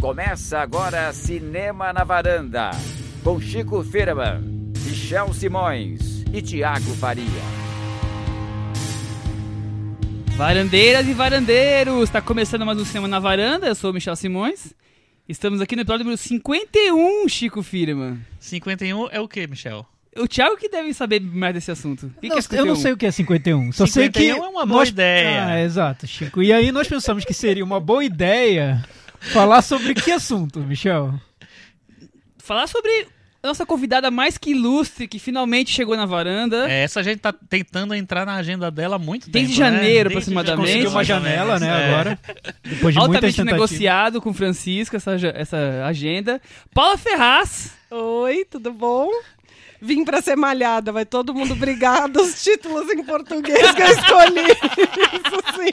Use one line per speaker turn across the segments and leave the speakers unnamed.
Começa agora Cinema na Varanda, com Chico Firman, Michel Simões e Tiago Faria.
Varandeiras e varandeiros, está começando mais um Cinema na Varanda, eu sou o Michel Simões. Estamos aqui no episódio número 51, Chico Firman.
51 é o que, Michel?
O Thiago que deve saber mais desse assunto. O que
Não,
que é
eu
51?
não sei o que é 51. Só sei que
51 é uma boa
nós-
ideia.
Ah, exato, Chico. E aí nós pensamos que seria uma boa ideia falar sobre que assunto, Michel?
Falar sobre a nossa convidada mais que ilustre, que finalmente chegou na varanda.
É, essa gente tá tentando entrar na agenda dela há muito
Desde
tempo. né?
janeiro,
Desde
aproximadamente.
janeiro,
Conseguiu uma
mais ou menos,
janela, né,
é.
agora. Depois de muitas
Altamente
tentativas.
negociado com Francisco essa, ja- essa agenda. Paula Ferraz.
Oi, tudo bom? Vim pra ser malhada, vai todo mundo brigar dos títulos em português que eu escolhi.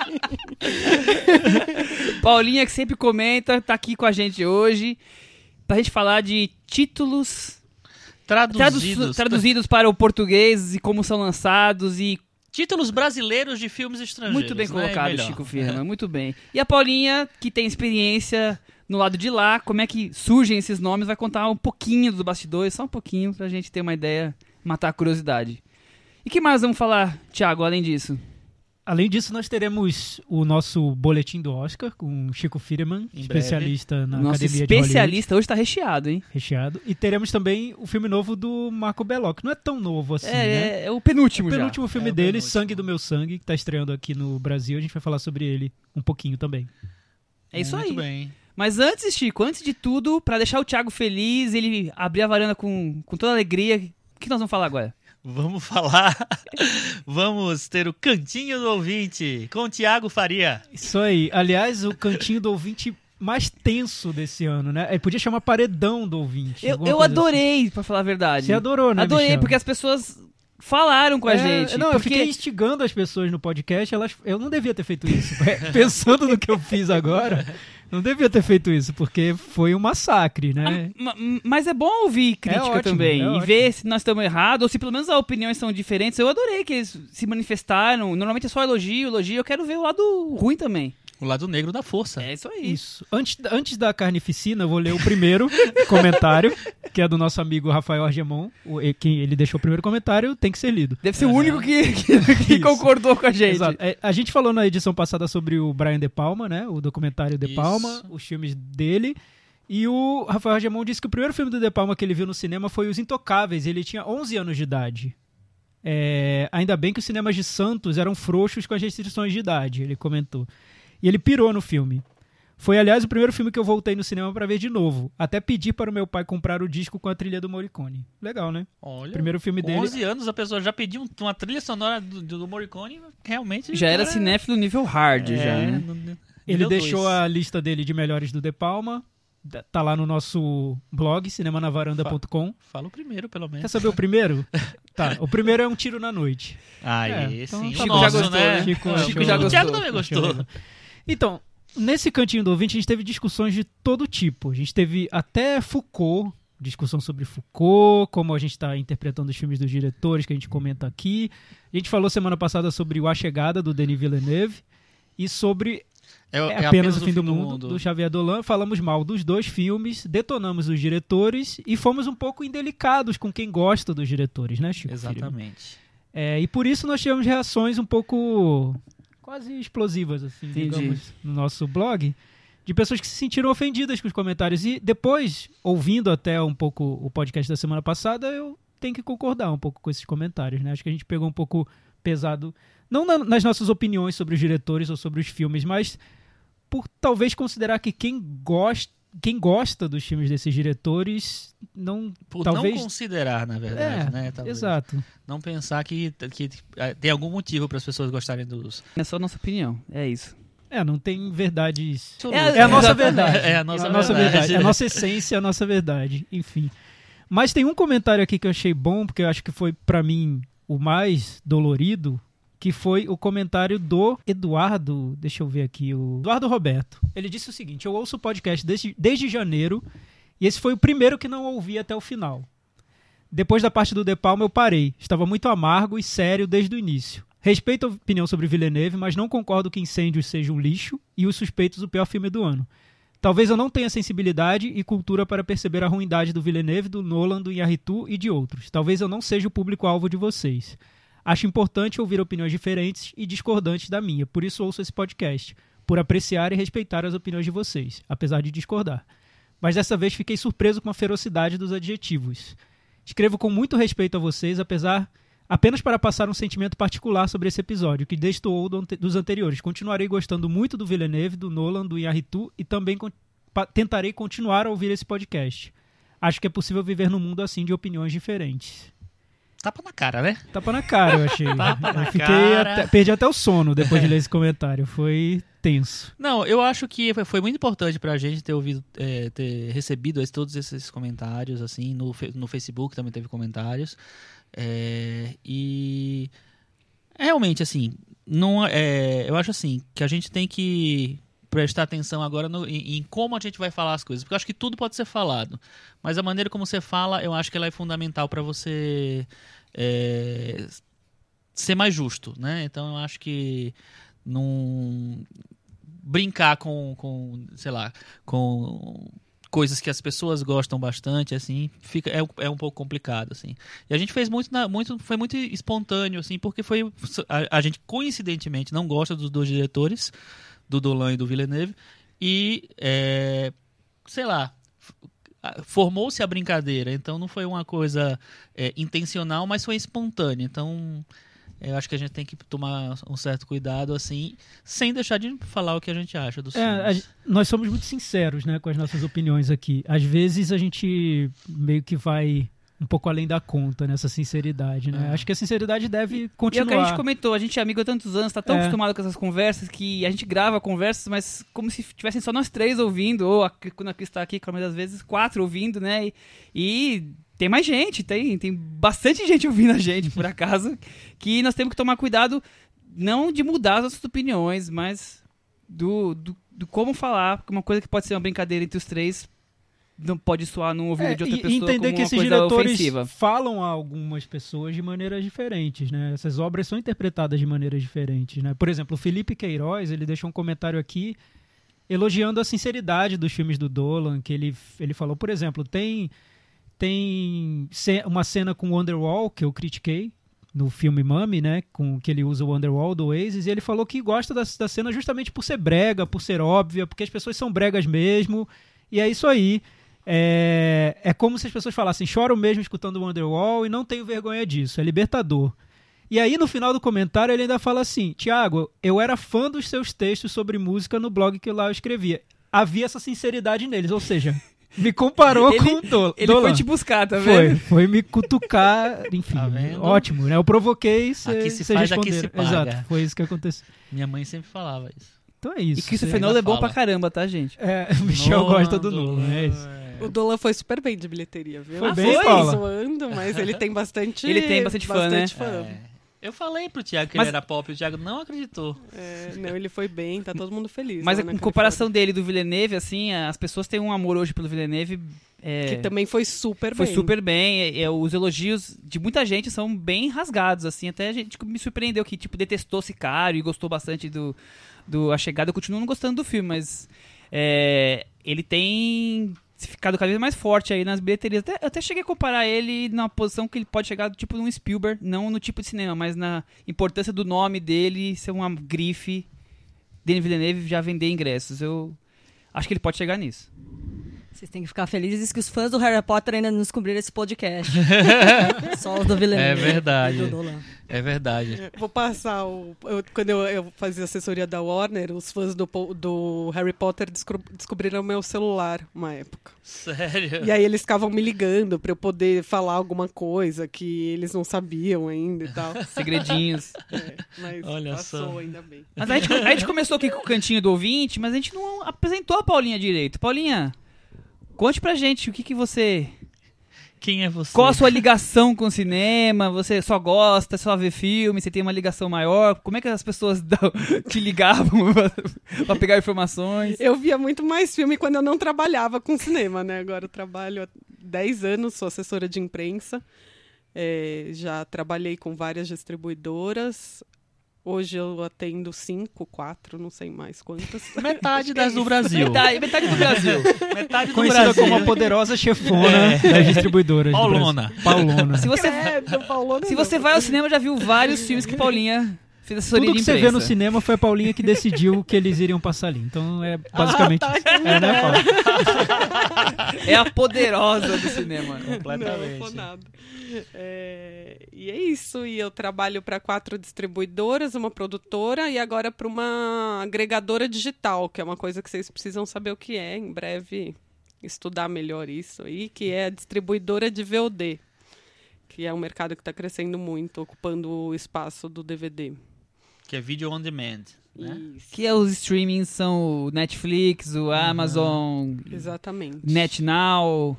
Isso sim.
Paulinha, que sempre comenta, tá aqui com a gente hoje. Pra gente falar de títulos tradu-
É. Traduzidos. tá?
traduzidos para o português e como são lançados e
Títulos brasileiros de filmes
Ah,
estrangeiros.
Muito bem
é
né?
colocado,
Melhor.
Chico Firma, muito bem. E a Paulinha, que tem experiência no lado de lá, como é que surgem esses nomes, vai contar um pouquinho dos bastidores, só um pouquinho, pra gente ter uma ideia, matar a curiosidade. E que mais vamos falar, Thiago, além disso?
Além disso, nós teremos o nosso boletim do Oscar com o Chico Firman,
Em
especialista na
Nosso
Academia de Hollywood,
especialista hoje tá recheado, hein?
recheado. E teremos também o filme novo do Marco Bello, que não é tão novo assim,
é,
né?
é- é o penúltimo,
O
já.
penúltimo filme
É, o
dele,
penúltimo.
Sangue do Meu Sangue, que tá estreando aqui no Brasil. A gente vai falar sobre ele um pouquinho também.
É isso
Muito
aí.
bem.
Mas antes, Chico, antes de tudo, pra deixar o Thiago feliz, ele abrir a varanda com, com toda a alegria, o que nós vamos falar agora?
Vamos falar. Vamos ter o cantinho do ouvinte com o Tiago Faria.
Isso aí. Aliás, o cantinho do ouvinte mais tenso desse ano, né? Ele podia chamar paredão do ouvinte.
Eu,
alguma
eu
coisa
adorei, pra falar a verdade.
Assim. Você adorou, né?
Adorei,
Michel?
porque as pessoas falaram com a
É,
gente.
Não, eu
porque
fiquei instigando as pessoas no podcast. Elas, eu não devia ter feito isso. é, Pensando no que eu fiz agora, não devia ter feito isso, porque foi um massacre, né?
Ah, ma- Mas é bom ouvir crítica
ótimo,
também.
é
e
ótimo.
ver se nós estamos errados, ou se pelo menos as opiniões são diferentes. Eu adorei que eles se manifestaram. Normalmente é só elogio, elogio. Eu quero ver o lado ruim também.
O lado negro da força.
É isso aí.
Tá. Isso. Antes, da- antes da carnificina, eu vou ler o primeiro comentário, que é do nosso amigo Rafael Argemon. O- e- Quem ele deixou o primeiro comentário tem que ser lido.
Deve ser o único que, que- que
Isso.
concordou com a gente.
Exato. É, a gente falou na edição passada sobre o Brian De Palma, né? O documentário De
Isso.
Palma, os filmes dele. E o Rafael Argemon disse que o primeiro filme do De Palma que ele viu no cinema foi Os Intocáveis. e Ele tinha 11 anos de idade. É, ainda bem que os cinemas de Santos eram frouxos com as restrições de idade, ele comentou. E ele pirou no filme. Foi, aliás, o primeiro filme que eu voltei no cinema pra ver de novo. Até pedi para o meu pai comprar o disco com a trilha do Morricone. Legal, né?
Olha,
Primeiro filme
com
dele.
11 anos a pessoa já pediu um- uma trilha sonora do, do Morricone. Realmente.
Já era
cara,
cinéfilo nível hard,
é,
já, né?
não- não-
Ele
nível
deixou
dois.
a lista dele de melhores do De Palma. Da- Tá lá no nosso blog, cinemanavaranda.com.
Fala o primeiro, pelo menos.
Quer saber o primeiro? Tá, o primeiro é Um Tiro na Noite.
Ah,
É,
esse
então
sim. o
tá
Chico
bom.
já
nosso,
gostou,
né?
né?
Chico,
O
Chico
Thiago-
já
O Thiago
gostou.
também
Deixa eu
gostou.
ver. Então, nesse cantinho do ouvinte, a gente teve discussões de todo tipo. A gente teve até Foucault, discussão sobre Foucault, como a gente está interpretando os filmes dos diretores que a gente comenta aqui. A gente falou semana passada sobre o A Chegada, do Denis Villeneuve, e sobre
É,
É apenas o fim do, mundo, do Xavier Dolan. Falamos mal dos dois filmes, detonamos os diretores e fomos um pouco indelicados com quem gosta dos diretores, né, Chico? Filho?
Exatamente.
É, e por isso nós tivemos reações um pouco quase explosivas, assim,
Entendi.
digamos, no nosso blog, de pessoas que se sentiram ofendidas com os comentários. E depois, ouvindo até um pouco o podcast da semana passada, eu tenho que concordar um pouco com esses comentários, né? Acho que a gente pegou um pouco pesado, não na- nas nossas opiniões sobre os diretores ou sobre os filmes, mas por talvez considerar que quem gosta quem gosta dos filmes desses diretores não
Por
Talvez-
não considerar, na verdade,
É,
né? Talvez.
exato
Não pensar que, que eh, tem algum motivo para as pessoas gostarem dos.
É só a nossa opinião. É isso.
é não tem verdades
É
É a nossa
Exato.
verdade.
É a nossa,
É a nossa
verdade.
É a nossa essência, é a nossa verdade. Enfim. Mas tem um comentário aqui que eu achei bom, porque eu acho que foi, pra mim, o mais dolorido, que foi o comentário do Eduardo. Deixa eu ver aqui. O Eduardo Roberto. Ele disse o seguinte: Eu ouço o podcast desde, desde janeiro, e esse foi o primeiro que não ouvi até o final. Depois da parte do De Palma, eu parei. Estava muito amargo e sério desde o início. Respeito a opinião sobre Villeneuve, mas não concordo que Incêndios seja um lixo e Os Suspeitos o pior filme do ano. Talvez eu não tenha sensibilidade e cultura para perceber a ruindade do Villeneuve, do Nolan, do Inharitu e de outros. Talvez eu não seja o público-alvo de vocês. Acho importante ouvir opiniões diferentes e discordantes da minha, por isso ouço esse podcast, por apreciar e respeitar as opiniões de vocês, apesar de discordar. Mas dessa vez fiquei surpreso com a ferocidade dos adjetivos. Escrevo com muito respeito a vocês, apesar apenas para passar um sentimento particular sobre esse episódio, que destoou do ante- dos anteriores. Continuarei gostando muito do Villeneuve, do Nolan, do Iarritu e também con- pa- tentarei continuar a ouvir esse podcast. Acho que é possível viver num mundo assim de opiniões diferentes.
Tapa na cara, né?
Tapa na cara, eu achei.
Tapa na
eu fiquei
cara.
até- perdi até o sono depois de ler esse comentário. Foi tenso.
Não, eu acho que foi muito importante pra gente ter ouvido, é, ter recebido esse- todos esses comentários, assim, no, fe- no Facebook também teve comentários. É, e realmente, assim, não, é, eu acho assim, que a gente tem que prestar atenção agora no- em, em como a gente vai falar as coisas, porque eu acho que tudo pode ser falado, mas a maneira como você fala, eu acho que ela é fundamental pra você é, ser mais justo, né? Então eu acho que não brincar com, com sei lá, com coisas que as pessoas gostam bastante, assim, fica é, um- é um pouco complicado, assim. E a gente fez muito, na- muito foi muito espontâneo, assim, porque foi a, a gente coincidentemente não gosta dos dois diretores, do Dolan e do Villeneuve, e é, sei lá, f- a- formou-se a brincadeira, então não foi uma coisa é, intencional, mas foi espontânea, então eu acho que a gente tem que tomar um certo cuidado, assim, sem deixar de falar o que a gente acha dos
É, a
filmes.
gen- nós somos muito sinceros né, com as nossas opiniões aqui. Às vezes a gente meio que vai um pouco além da conta nessa sinceridade. Né?
É.
Acho que a sinceridade deve
E é o que a gente
continuar.
comentou, a gente é amigo há tantos anos, tá tão
É.
acostumado com essas conversas que a gente grava conversas, mas como se tivessem só nós três ouvindo, ou a, Cri- quando a Cris tá aqui, como às vezes, quatro ouvindo, né? E, e tem mais gente, tem, tem bastante gente ouvindo a gente, por acaso, que nós temos que tomar cuidado, não de mudar as nossas opiniões, mas do, do, do como falar, porque uma coisa que pode ser uma brincadeira entre os três não pode soar num ouvido
É,
de outra
e- e
pessoa
entender
como
que
uma
esses
coisa
diretores
ofensiva.
falam a algumas pessoas de maneiras diferentes, né? Essas obras são interpretadas de maneiras diferentes, né? Por exemplo, o Felipe Queiroz, ele deixou um comentário aqui elogiando a sinceridade dos filmes do Dolan, que ele, ele falou, por exemplo, tem tem ce- uma cena com o Underwall que eu critiquei no filme Mami, né, com que ele usa o Underwall do Oasis, e ele falou que gosta da, da cena justamente por ser brega, por ser óbvia, porque as pessoas são bregas mesmo, e é isso aí. É, é como se as pessoas falassem, choro mesmo escutando o Underwall e não tenho vergonha disso, é libertador. E aí, no final do comentário, ele ainda fala assim: Tiago, eu era fã dos seus textos sobre música no blog que lá eu escrevia. Havia essa sinceridade neles, ou seja, me comparou
Ele-
com o Dol-
Ele
Dolan.
foi te buscar, tá vendo?
Foi, foi me cutucar, enfim.
Tá vendo?
ótimo, né? Eu provoquei,
Aqui
vocês
se
vocês
faz, aqui
responderam.
se paga.
Exato, foi isso que aconteceu.
Minha mãe sempre falava isso.
Então é isso.
E Christopher
Cê-
Nolan é bom
fala.
pra caramba, tá, gente?
É, o Michel
Nolan,
gosta do
Dolan,
Nolan, é isso.
é.
O Dolan foi super bem de bilheteria, viu?
Foi
Ah,
bem,
foi
Paula?
zoando, mas ele tem bastante...
Ele tem bastante fã, né?
fã.
É. Eu falei pro Thiago que
Mas-
ele era pop, o Thiago não acreditou.
É, não, ele foi bem, tá todo mundo feliz.
Mas
lá na
em
Califórnia.
comparação dele e do Villeneuve, assim, as pessoas têm um amor hoje pelo Villeneuve. é,
Que também foi super
foi
bem.
super bem. é, é, os elogios de muita gente são bem rasgados, assim. Até a gente me surpreendeu que, tipo, detestou Sicário e gostou bastante do, do A Chegada. Eu continuo não gostando do filme, mas é, ele tem ficado cada vez mais forte aí nas bilheterias. Até, eu até cheguei a comparar ele na posição que ele pode chegar, tipo, num Spielberg. Não no tipo de cinema, mas na importância do nome dele ser uma grife. Denis Villeneuve já vender ingressos. Eu acho que ele pode chegar nisso.
Vocês têm que ficar felizes que os fãs do Harry Potter ainda não descobriram esse podcast. Só os do Villeneuve.
É verdade.
e do Nolan.
É verdade.
Vou passar o. eu- quando eu, eu fazia assessoria da Warner, os fãs do, po- do Harry Potter descro- descobriram meu celular uma época.
Sério?
E aí eles ficavam me ligando pra eu poder falar alguma coisa que eles não sabiam ainda e tal.
Segredinhos.
É, mas
Olha
passou,
só.
ainda bem.
Mas a gente, a gente começou aqui com o cantinho do ouvinte, mas a gente não apresentou a Paulinha direito. Paulinha, conte pra gente o que, que você.
Quem é você?
Qual a sua ligação com o cinema? Você só gosta, só vê filme, você tem uma ligação maior? Como é que as pessoas dão- te ligavam pra, pra pegar informações?
Eu via muito mais filme quando eu não trabalhava com cinema, né? Agora eu trabalho há 10 anos, sou assessora de imprensa. É, já trabalhei com várias distribuidoras. Hoje eu atendo cinco, quatro, não sei mais quantas.
Metade das do
É
Brasil.
Metade, metade do Brasil.
Metade do
Conhecida
Brasil.
como a poderosa chefona das distribuidoras. do
Paulona.
Brasil. Paulona.
Se você,
Credo, Paulona,
se você
não.
vai ao cinema, já viu vários filmes que Paulinha fez assessoria
Tudo que
de
você
imprensa.
vê no cinema foi a Paulinha que decidiu que eles iriam passar ali. Então é basicamente isso. É, né, Paula?
É a poderosa do cinema.
Não, foi nada. É, e é isso. E eu trabalho para quatro distribuidoras, uma produtora e agora para uma agregadora digital, que é uma coisa que vocês precisam saber o que é. Em breve estudar melhor isso aí, que é a distribuidora de VOD, que é um mercado que está crescendo muito, ocupando o espaço do DVD.
Que é vídeo on demand. Né?
Isso.
Que é os streamings são o Netflix, o Amazon,
Exatamente.
NetNow,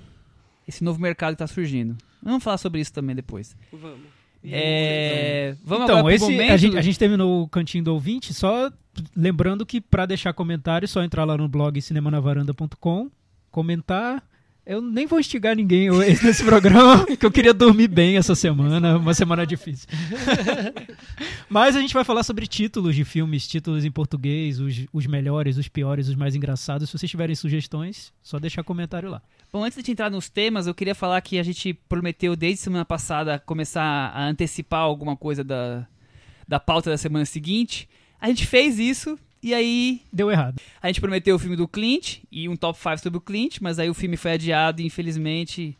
esse novo mercado que tá surgindo. Vamos falar sobre isso também depois.
Vamos.
É, vamos agora
Então,
pro
esse,
momento.
a, gente, a gente terminou o cantinho do ouvinte, só lembrando que para deixar comentário é só entrar lá no blog cinemanavaranda.com, comentar. Eu nem vou instigar ninguém hoje nesse programa, porque eu queria dormir bem essa semana, uma semana difícil. Mas a gente vai falar sobre títulos de filmes, títulos em português, os, os melhores, os piores, os mais engraçados. Se vocês tiverem sugestões, só deixar comentário lá.
Bom, antes de entrar nos temas, eu queria falar que a gente prometeu desde semana passada começar a antecipar alguma coisa da, da pauta da semana seguinte. A gente fez isso e aí
Deu errado.
a gente prometeu o filme do Clint e um top 5 sobre o Clint, mas aí o filme foi adiado, infelizmente,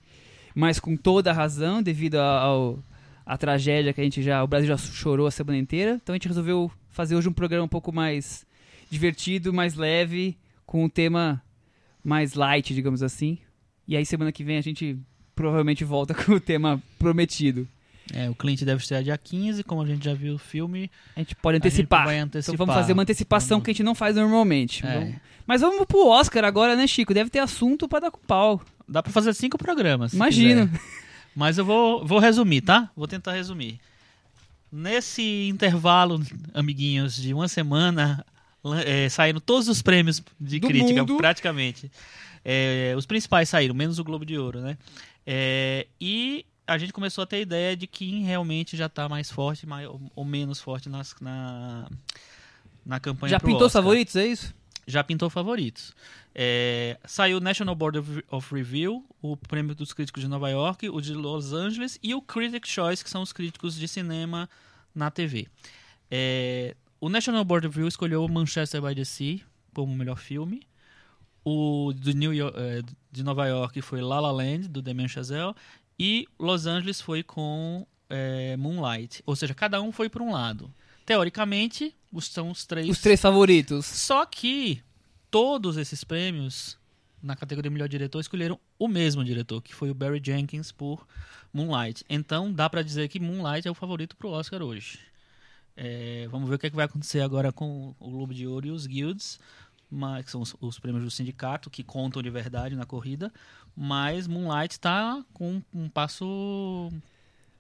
mas com toda a razão, devido a- ao a tragédia que a gente já. O Brasil já chorou a semana inteira. Então a gente resolveu fazer hoje um programa um pouco mais divertido, mais leve, com um tema mais light, digamos assim. E aí semana que vem a gente provavelmente volta com o tema prometido.
É, o cliente deve estrear dia 15, como a gente já viu o filme.
A gente pode antecipar.
vai
Então
antecipar.
vamos fazer uma antecipação
Vamos.
que a gente não faz normalmente.
É.
Vamos- Mas vamos pro Oscar agora, né, Chico? Deve ter assunto pra dar com pau.
Dá pra fazer cinco programas. se
Imagino.
quiser. Mas eu vou, vou resumir, tá? Vou tentar resumir. Nesse intervalo, amiguinhos, de uma semana, lan- eh, saíram todos os prêmios de
Do
crítica,
mundo.
praticamente. Eh, os principais saíram, menos o Globo de Ouro, né? Eh, e a gente começou a ter ideia de quem realmente já tá mais forte mais, ou, ou menos forte nas- na, na campanha
Já
pro
pintou os
Oscar
favoritos, é isso?
já pintou favoritos. É, saiu o National Board of, of Review, o prêmio dos críticos de Nova York, o de Los Angeles e o Critic Choice, que são os críticos de cinema na TV. É, o National Board of Review escolheu Manchester by the Sea como o melhor filme. O do New York, eh, de Nova York foi La La Land, do Damien Chazelle. E Los Angeles foi com eh, Moonlight. Ou seja, cada um foi por um lado. Teoricamente, os- são os três...
Os três favoritos.
Só que todos esses prêmios na categoria melhor diretor escolheram o mesmo diretor, que foi o Barry Jenkins por Moonlight. Então dá pra dizer que Moonlight é o favorito pro Oscar hoje. É, vamos ver o que, é que vai acontecer agora com o Globo de Ouro e os Guilds, mas, que são os, os prêmios do sindicato que contam de verdade na corrida. Mas Moonlight está com um passo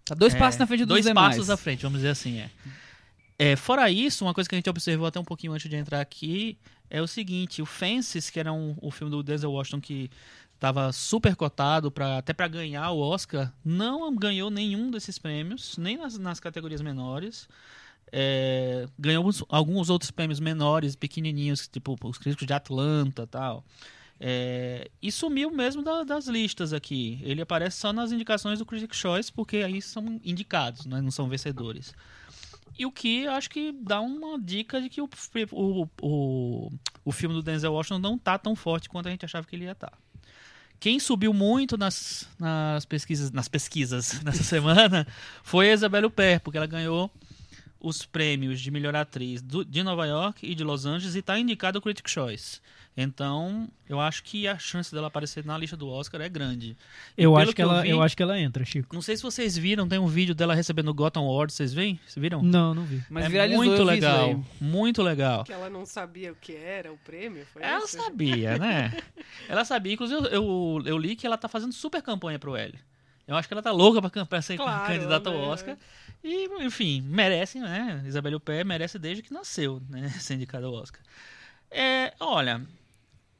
Tá dois
é,
passos na frente dos
dois
demais.
passos à frente, vamos dizer assim, é. É, Fora isso, uma coisa que a gente observou até um pouquinho antes de entrar aqui é o seguinte: o Fences, que era um, o filme do Denzel Washington que estava super cotado pra, até para ganhar o Oscar, não ganhou nenhum desses prêmios, nem nas, nas categorias menores. É, ganhou alguns, alguns outros prêmios menores, pequenininhos, tipo os críticos de Atlanta e tal. É, e sumiu mesmo da- das listas aqui. Ele aparece só nas indicações do Critic Choice, porque aí são indicados, né, não são vencedores. E o que eu acho que dá uma dica de que o, fi- o, o, o filme do Denzel Washington não tá tão forte quanto a gente achava que ele ia estar. Quem subiu muito nas, nas pesquisas nas pesquisas nessa semana foi a Isabelle Huppert, porque ela ganhou os prêmios de melhor atriz do- de Nova York e de Los Angeles e está indicada ao Critic Choice. Então, eu acho que a chance dela aparecer na lista do Oscar é grande. E
Eu
pelo
acho que,
eu
ela,
vi-
eu acho que ela entra, Chico.
Não sei se vocês viram, tem um vídeo dela recebendo o Gotham Award, vocês viram? Vocês viram?
Não, não vi.
Mas
é
viralizou,
muito
eu vi isso
legal,
aí.
muito legal.
Que ela não sabia o que era o prêmio, foi
Ela
isso?
sabia, né? ela sabia, inclusive eu, eu, eu li que ela tá fazendo super campanha pro L. Eu acho que ela tá louca pra, cam- pra ser
Claro,
candidata ao
né?
Oscar. E, enfim, merece, né? Isabelle Huppert merece desde que nasceu, né? Ser indicada ao Oscar. É, olha,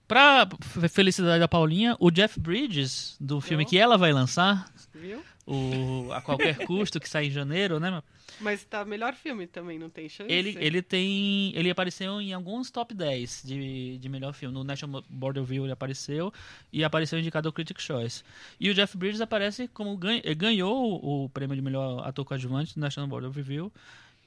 Pra f- felicidade da Paulinha, o Jeff Bridges, do filme que ela vai lançar,
Viu?
o A Qualquer Custo, que sai em janeiro, né?
Mas tá melhor filme também, não tem chance.
Ele, ele tem. Ele apareceu em alguns top 10 de, de melhor filme. No National Border View ele apareceu e apareceu indicado ao Critics' Choice. E o Jeff Bridges aparece como ganha- eh, ganhou o, o prêmio de melhor ator coadjuvante no National Border View.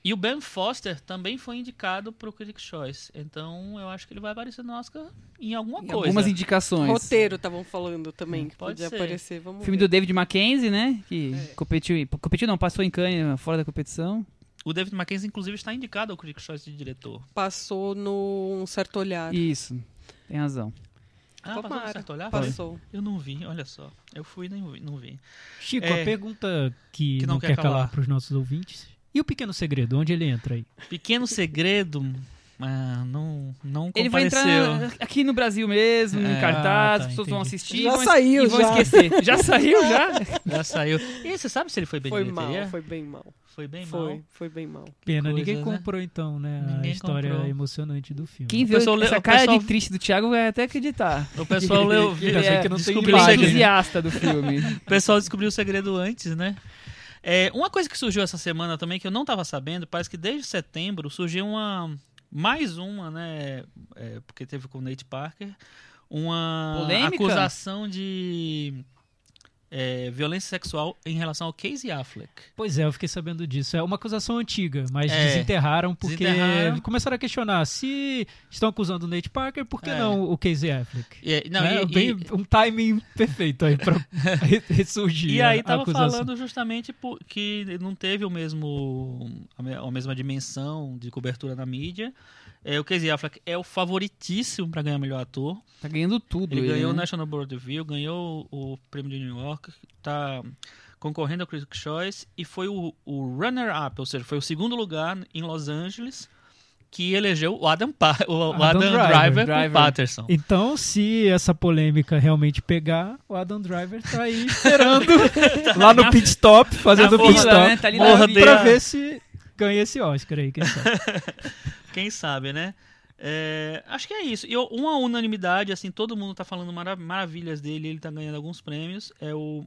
E o Ben Foster também foi indicado pro Critics' Choice. Então eu acho que ele vai aparecer no Oscar em alguma coisa.
Algumas indicações.
Roteiro estavam falando também, que
Hum, Pode
podia
ser.
aparecer. Vamos
Filme
ver.
do David Mackenzie, né? Que
É.
competiu. em- Competiu não, passou em Cannes, fora da competição.
O David Mackenzie, inclusive, está indicado ao Critics' Choice de diretor.
Passou no Um Certo Olhar.
Isso. Tem razão.
Ah, passou
Tomara.
um certo olhar?
Passou.
Eu não vi, olha só. Eu fui e nem vi- não vi.
Chico,
É.
a pergunta que,
Que não
não,
quer
quer
calar.
calar para os nossos ouvintes. E o pequeno segredo, onde ele entra aí?
Pequeno segredo. ah, não, não
Ele vai
compareceu.
entrar aqui no Brasil mesmo, em
É,
cartaz,
tá,
as pessoas
entendi.
vão assistir
Já
vão,
saiu,
e vão
já.
esquecer. Já saiu, já?
Já saiu. E você sabe se ele foi bem
Foi
de
mal,
bilheteria?
foi bem mal.
Foi bem
foi,
mal.
foi bem mal.
Pena,
coisa,
ninguém
né?
comprou então, né? a
Ninguém
história
comprou.
emocionante do filme.
Quem viu
pessoal leu-
essa
o
cara
pessoal-
de triste do Thiago vai até acreditar.
O pessoal leu, viu,
Eu sei Tá que não tem
descobriu,
Ele é
o
imagem,
segredo,
entusiasta do filme.
o pessoal descobriu o segredo antes, né? É, uma coisa que surgiu essa semana também que eu não estava sabendo, parece que desde setembro surgiu uma mais uma, né? é, porque teve com o Nate Parker, uma
Polêmica?
acusação de é, violência sexual em relação ao Casey Affleck.
Pois é, eu fiquei sabendo disso. É uma acusação antiga, mas
É.
desenterraram porque
Desenterraram.
começaram a questionar se estão acusando o Nate Parker, por que
É.
não o Casey Affleck?
E, é, não,
Né?
e-
Bem-
e-
Um timing perfeito aí pra re- ressurgir.
E
a-
aí
a
tava
acusação.
falando justamente po- que não teve o mesmo a me- a mesma dimensão de cobertura na mídia. É, o Casey Affleck é o favoritíssimo para ganhar melhor ator.
Tá ganhando tudo.
Ele ganhou o
né?
National Board View, ganhou o prêmio de New York, tá concorrendo ao Critics' Choice e foi o, o runner-up, ou seja, foi o segundo lugar em Los Angeles que elegeu o Adam, pa o, o Adam,
Adam
Driver,
Driver.
pro
Driver.
Patterson.
Então, se essa polêmica realmente pegar, o Adam Driver tá aí esperando lá no pit stop, fazendo
na
o pit
fila,
stop,
né? Tá ali
na
pra
fila.
ver se ganha esse Oscar aí, quem sabe.
Quem sabe, né? É, acho que é isso. E eu- uma unanimidade, assim, todo mundo tá falando mara- maravilhas dele, ele tá ganhando alguns prêmios. É o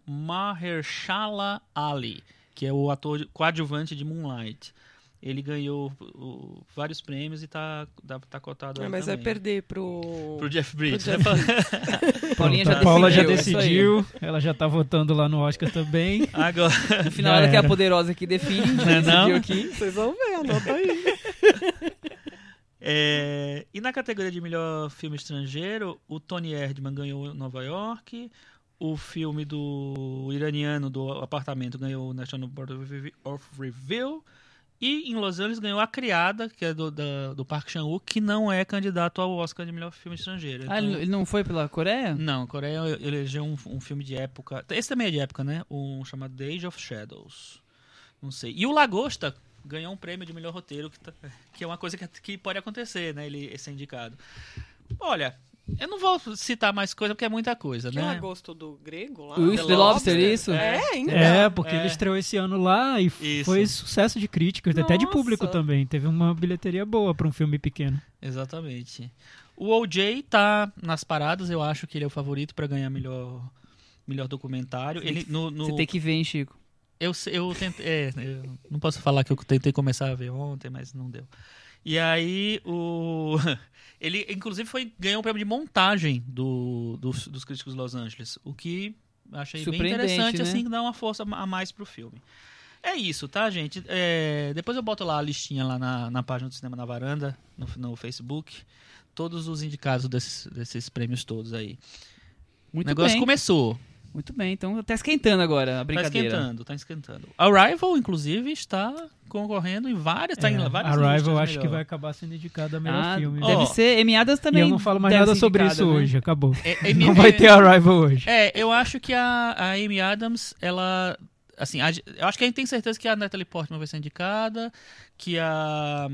Mahershala Ali, que é o ator de- coadjuvante de Moonlight. Ele ganhou o- vários prêmios e tá, tá, tá cotado
É,
aí
mas vai
também.
perder pro...
Pro Jeff Bridges.
Pro
né?
Paulinha
Pronto,
já
a Paula já
decidiu, é isso aí.
decidiu, ela já tá votando lá no Oscar também.
Agora,
No final,
Já
ela que é a
era.
poderosa que define.
é não?
decidiu aqui.
Vocês vão ver, anota aí.
É, e na categoria de melhor filme estrangeiro, o Tony Erdman ganhou Nova York, o filme do iraniano do apartamento ganhou o National Board of Revi- of Review, e em Los Angeles ganhou A Criada, que é do, da- do Park Chan-wook, que não é candidato ao Oscar de melhor filme estrangeiro.
Ah,
Então-
ele ele não foi pela Coreia?
não, a Coreia elegeu um, um filme de época. Esse também é de época, né? Um chamado The Age of Shadows. Não sei. E o Lagosta ganhou um prêmio de melhor roteiro, que, tá- que é uma coisa que, que pode acontecer, né? Ele ser indicado. Olha, eu não vou citar mais coisa, porque é muita coisa,
Que
né?
gosto do grego lá?
O Wilson The Lobster, isso?
É, então.
É, porque
É.
ele estreou esse ano lá e
Isso.
foi sucesso de críticas, até de público
Nossa.
também. Teve uma bilheteria boa pra um filme pequeno.
Exatamente. O OJ tá nas paradas, eu acho que ele é o favorito pra ganhar melhor, melhor documentário. Ele, no, no-
Você tem que ver, hein, Chico?
Eu, se- eu tentei. É, eu não posso falar que eu tentei começar a ver ontem, mas não deu. E aí, o. Ele, inclusive, foi, ganhou o prêmio de montagem do, dos, dos críticos de Los Angeles. O que achei bem
Surpreendente,
interessante,
né?
assim, que dá uma força a mais pro filme. É isso, tá, gente? É, depois eu boto lá a listinha lá na, na página do Cinema na Varanda, no, no Facebook. Todos os indicados desses, desses prêmios todos aí.
Muito
o negócio
bem.
começou.
Muito bem, então tá esquentando agora a
Tá
brincadeira.
esquentando, tá esquentando. Arrival, inclusive, está concorrendo em várias. Tá em
É,
várias
Arrival
listas
acho que
melhor.
vai acabar sendo indicado a melhor
Ah,
filme.
deve
Ó.
ser. Amy Adams
E
também.
eu não falo mais
deve
nada
ser
sobre
indicada,
isso
né?
hoje, acabou.
É, Amy-
Não vai ter Arrival hoje.
É, eu acho que a, a Amy Adams, ela. Assim, a- eu acho que a gente tem certeza que a Natalie Portman vai ser indicada, que a.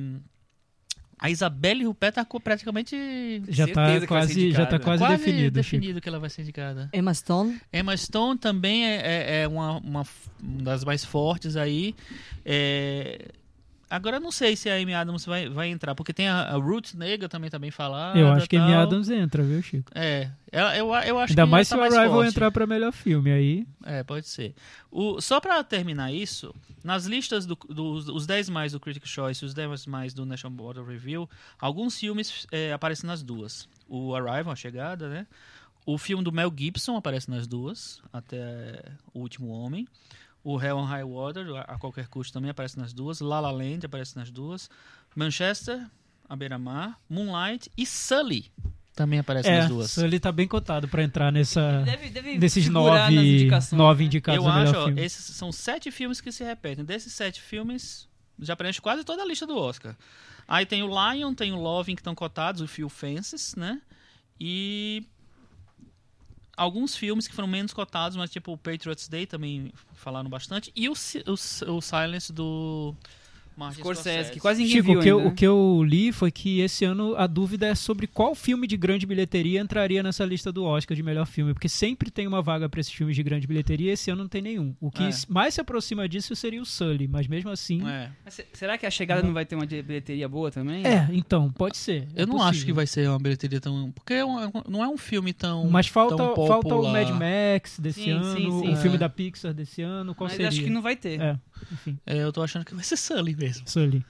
A Isabelle Huppert tá co- praticamente.
Já
Certeza
tá
que vai ser
quase, já tá
indicado.
quase, definido, Chico.
definido que ela vai ser indicada.
Emma Stone,
Emma Stone também é, é- é uma, uma f- uma das mais fortes aí. É, Agora eu não sei se a Amy Adams vai, vai entrar, porque tem a, a Roots Negra também tá bem falada.
eu acho que Amy
tal.
Adams entra, viu, Chico?
É, ela- eu, eu acho
Ainda
que
mais se
já
o
tá mais
Arrival
forte.
entrar pra melhor filme, aí...
É, pode ser. O, só pra terminar isso, nas listas do- dos os 10 mais do Critics' Choice e os 10 mais do National Board of Review, alguns filmes é, aparecem nas duas. O Arrival, A Chegada, né? O filme do Mel Gibson aparece nas duas, até O Último Homem. O Hell on High Water, A a Qualquer Custo, também aparece nas duas. La La Land aparece nas duas. Manchester, A Beira-Mar, Moonlight e Sully também aparecem nas duas.
É, ele tá bem cotado pra entrar nessa...
Deve, deve
Desses
figurar nas
nove,
indicações,
nove
né?
indicados
Eu
ao
acho,
melhor
ó,
filme.
esses são sete filmes que se repetem. Desses sete filmes, já preenche quase toda a lista do Oscar. Aí tem o Lion, tem o Loving que estão cotados, o Phil Fences, né? E alguns filmes que foram menos cotados, mas tipo o Patriots Day também falaram bastante. E o, Si- o, Si- o Silence do Martin
Scorsese, que quase ninguém
Chico,
viu
o que, eu,
ainda,
o que eu li foi que esse ano a dúvida é sobre qual filme de grande bilheteria entraria nessa lista do Oscar de melhor filme, porque sempre tem uma vaga pra esses filmes de grande bilheteria e esse ano não tem nenhum. O que
É.
mais se aproxima disso seria o Sully, mas mesmo assim... É,
É.
Mas se- Será que a chegada não vai ter uma de- bilheteria boa também?
então, pode ser. é
Eu não acho que
possível.
vai ser uma bilheteria tão. Porque é um- não é um filme tão.
Mas falta,
tão
falta o
popular.
Mad Max desse
Sim,
ano,
sim, sim.
o filme
É.
da Pixar desse ano, qual
Mas
seria?
acho que não vai ter.
É, enfim,
É, eu tô achando que vai ser Sully mesmo.
Sully.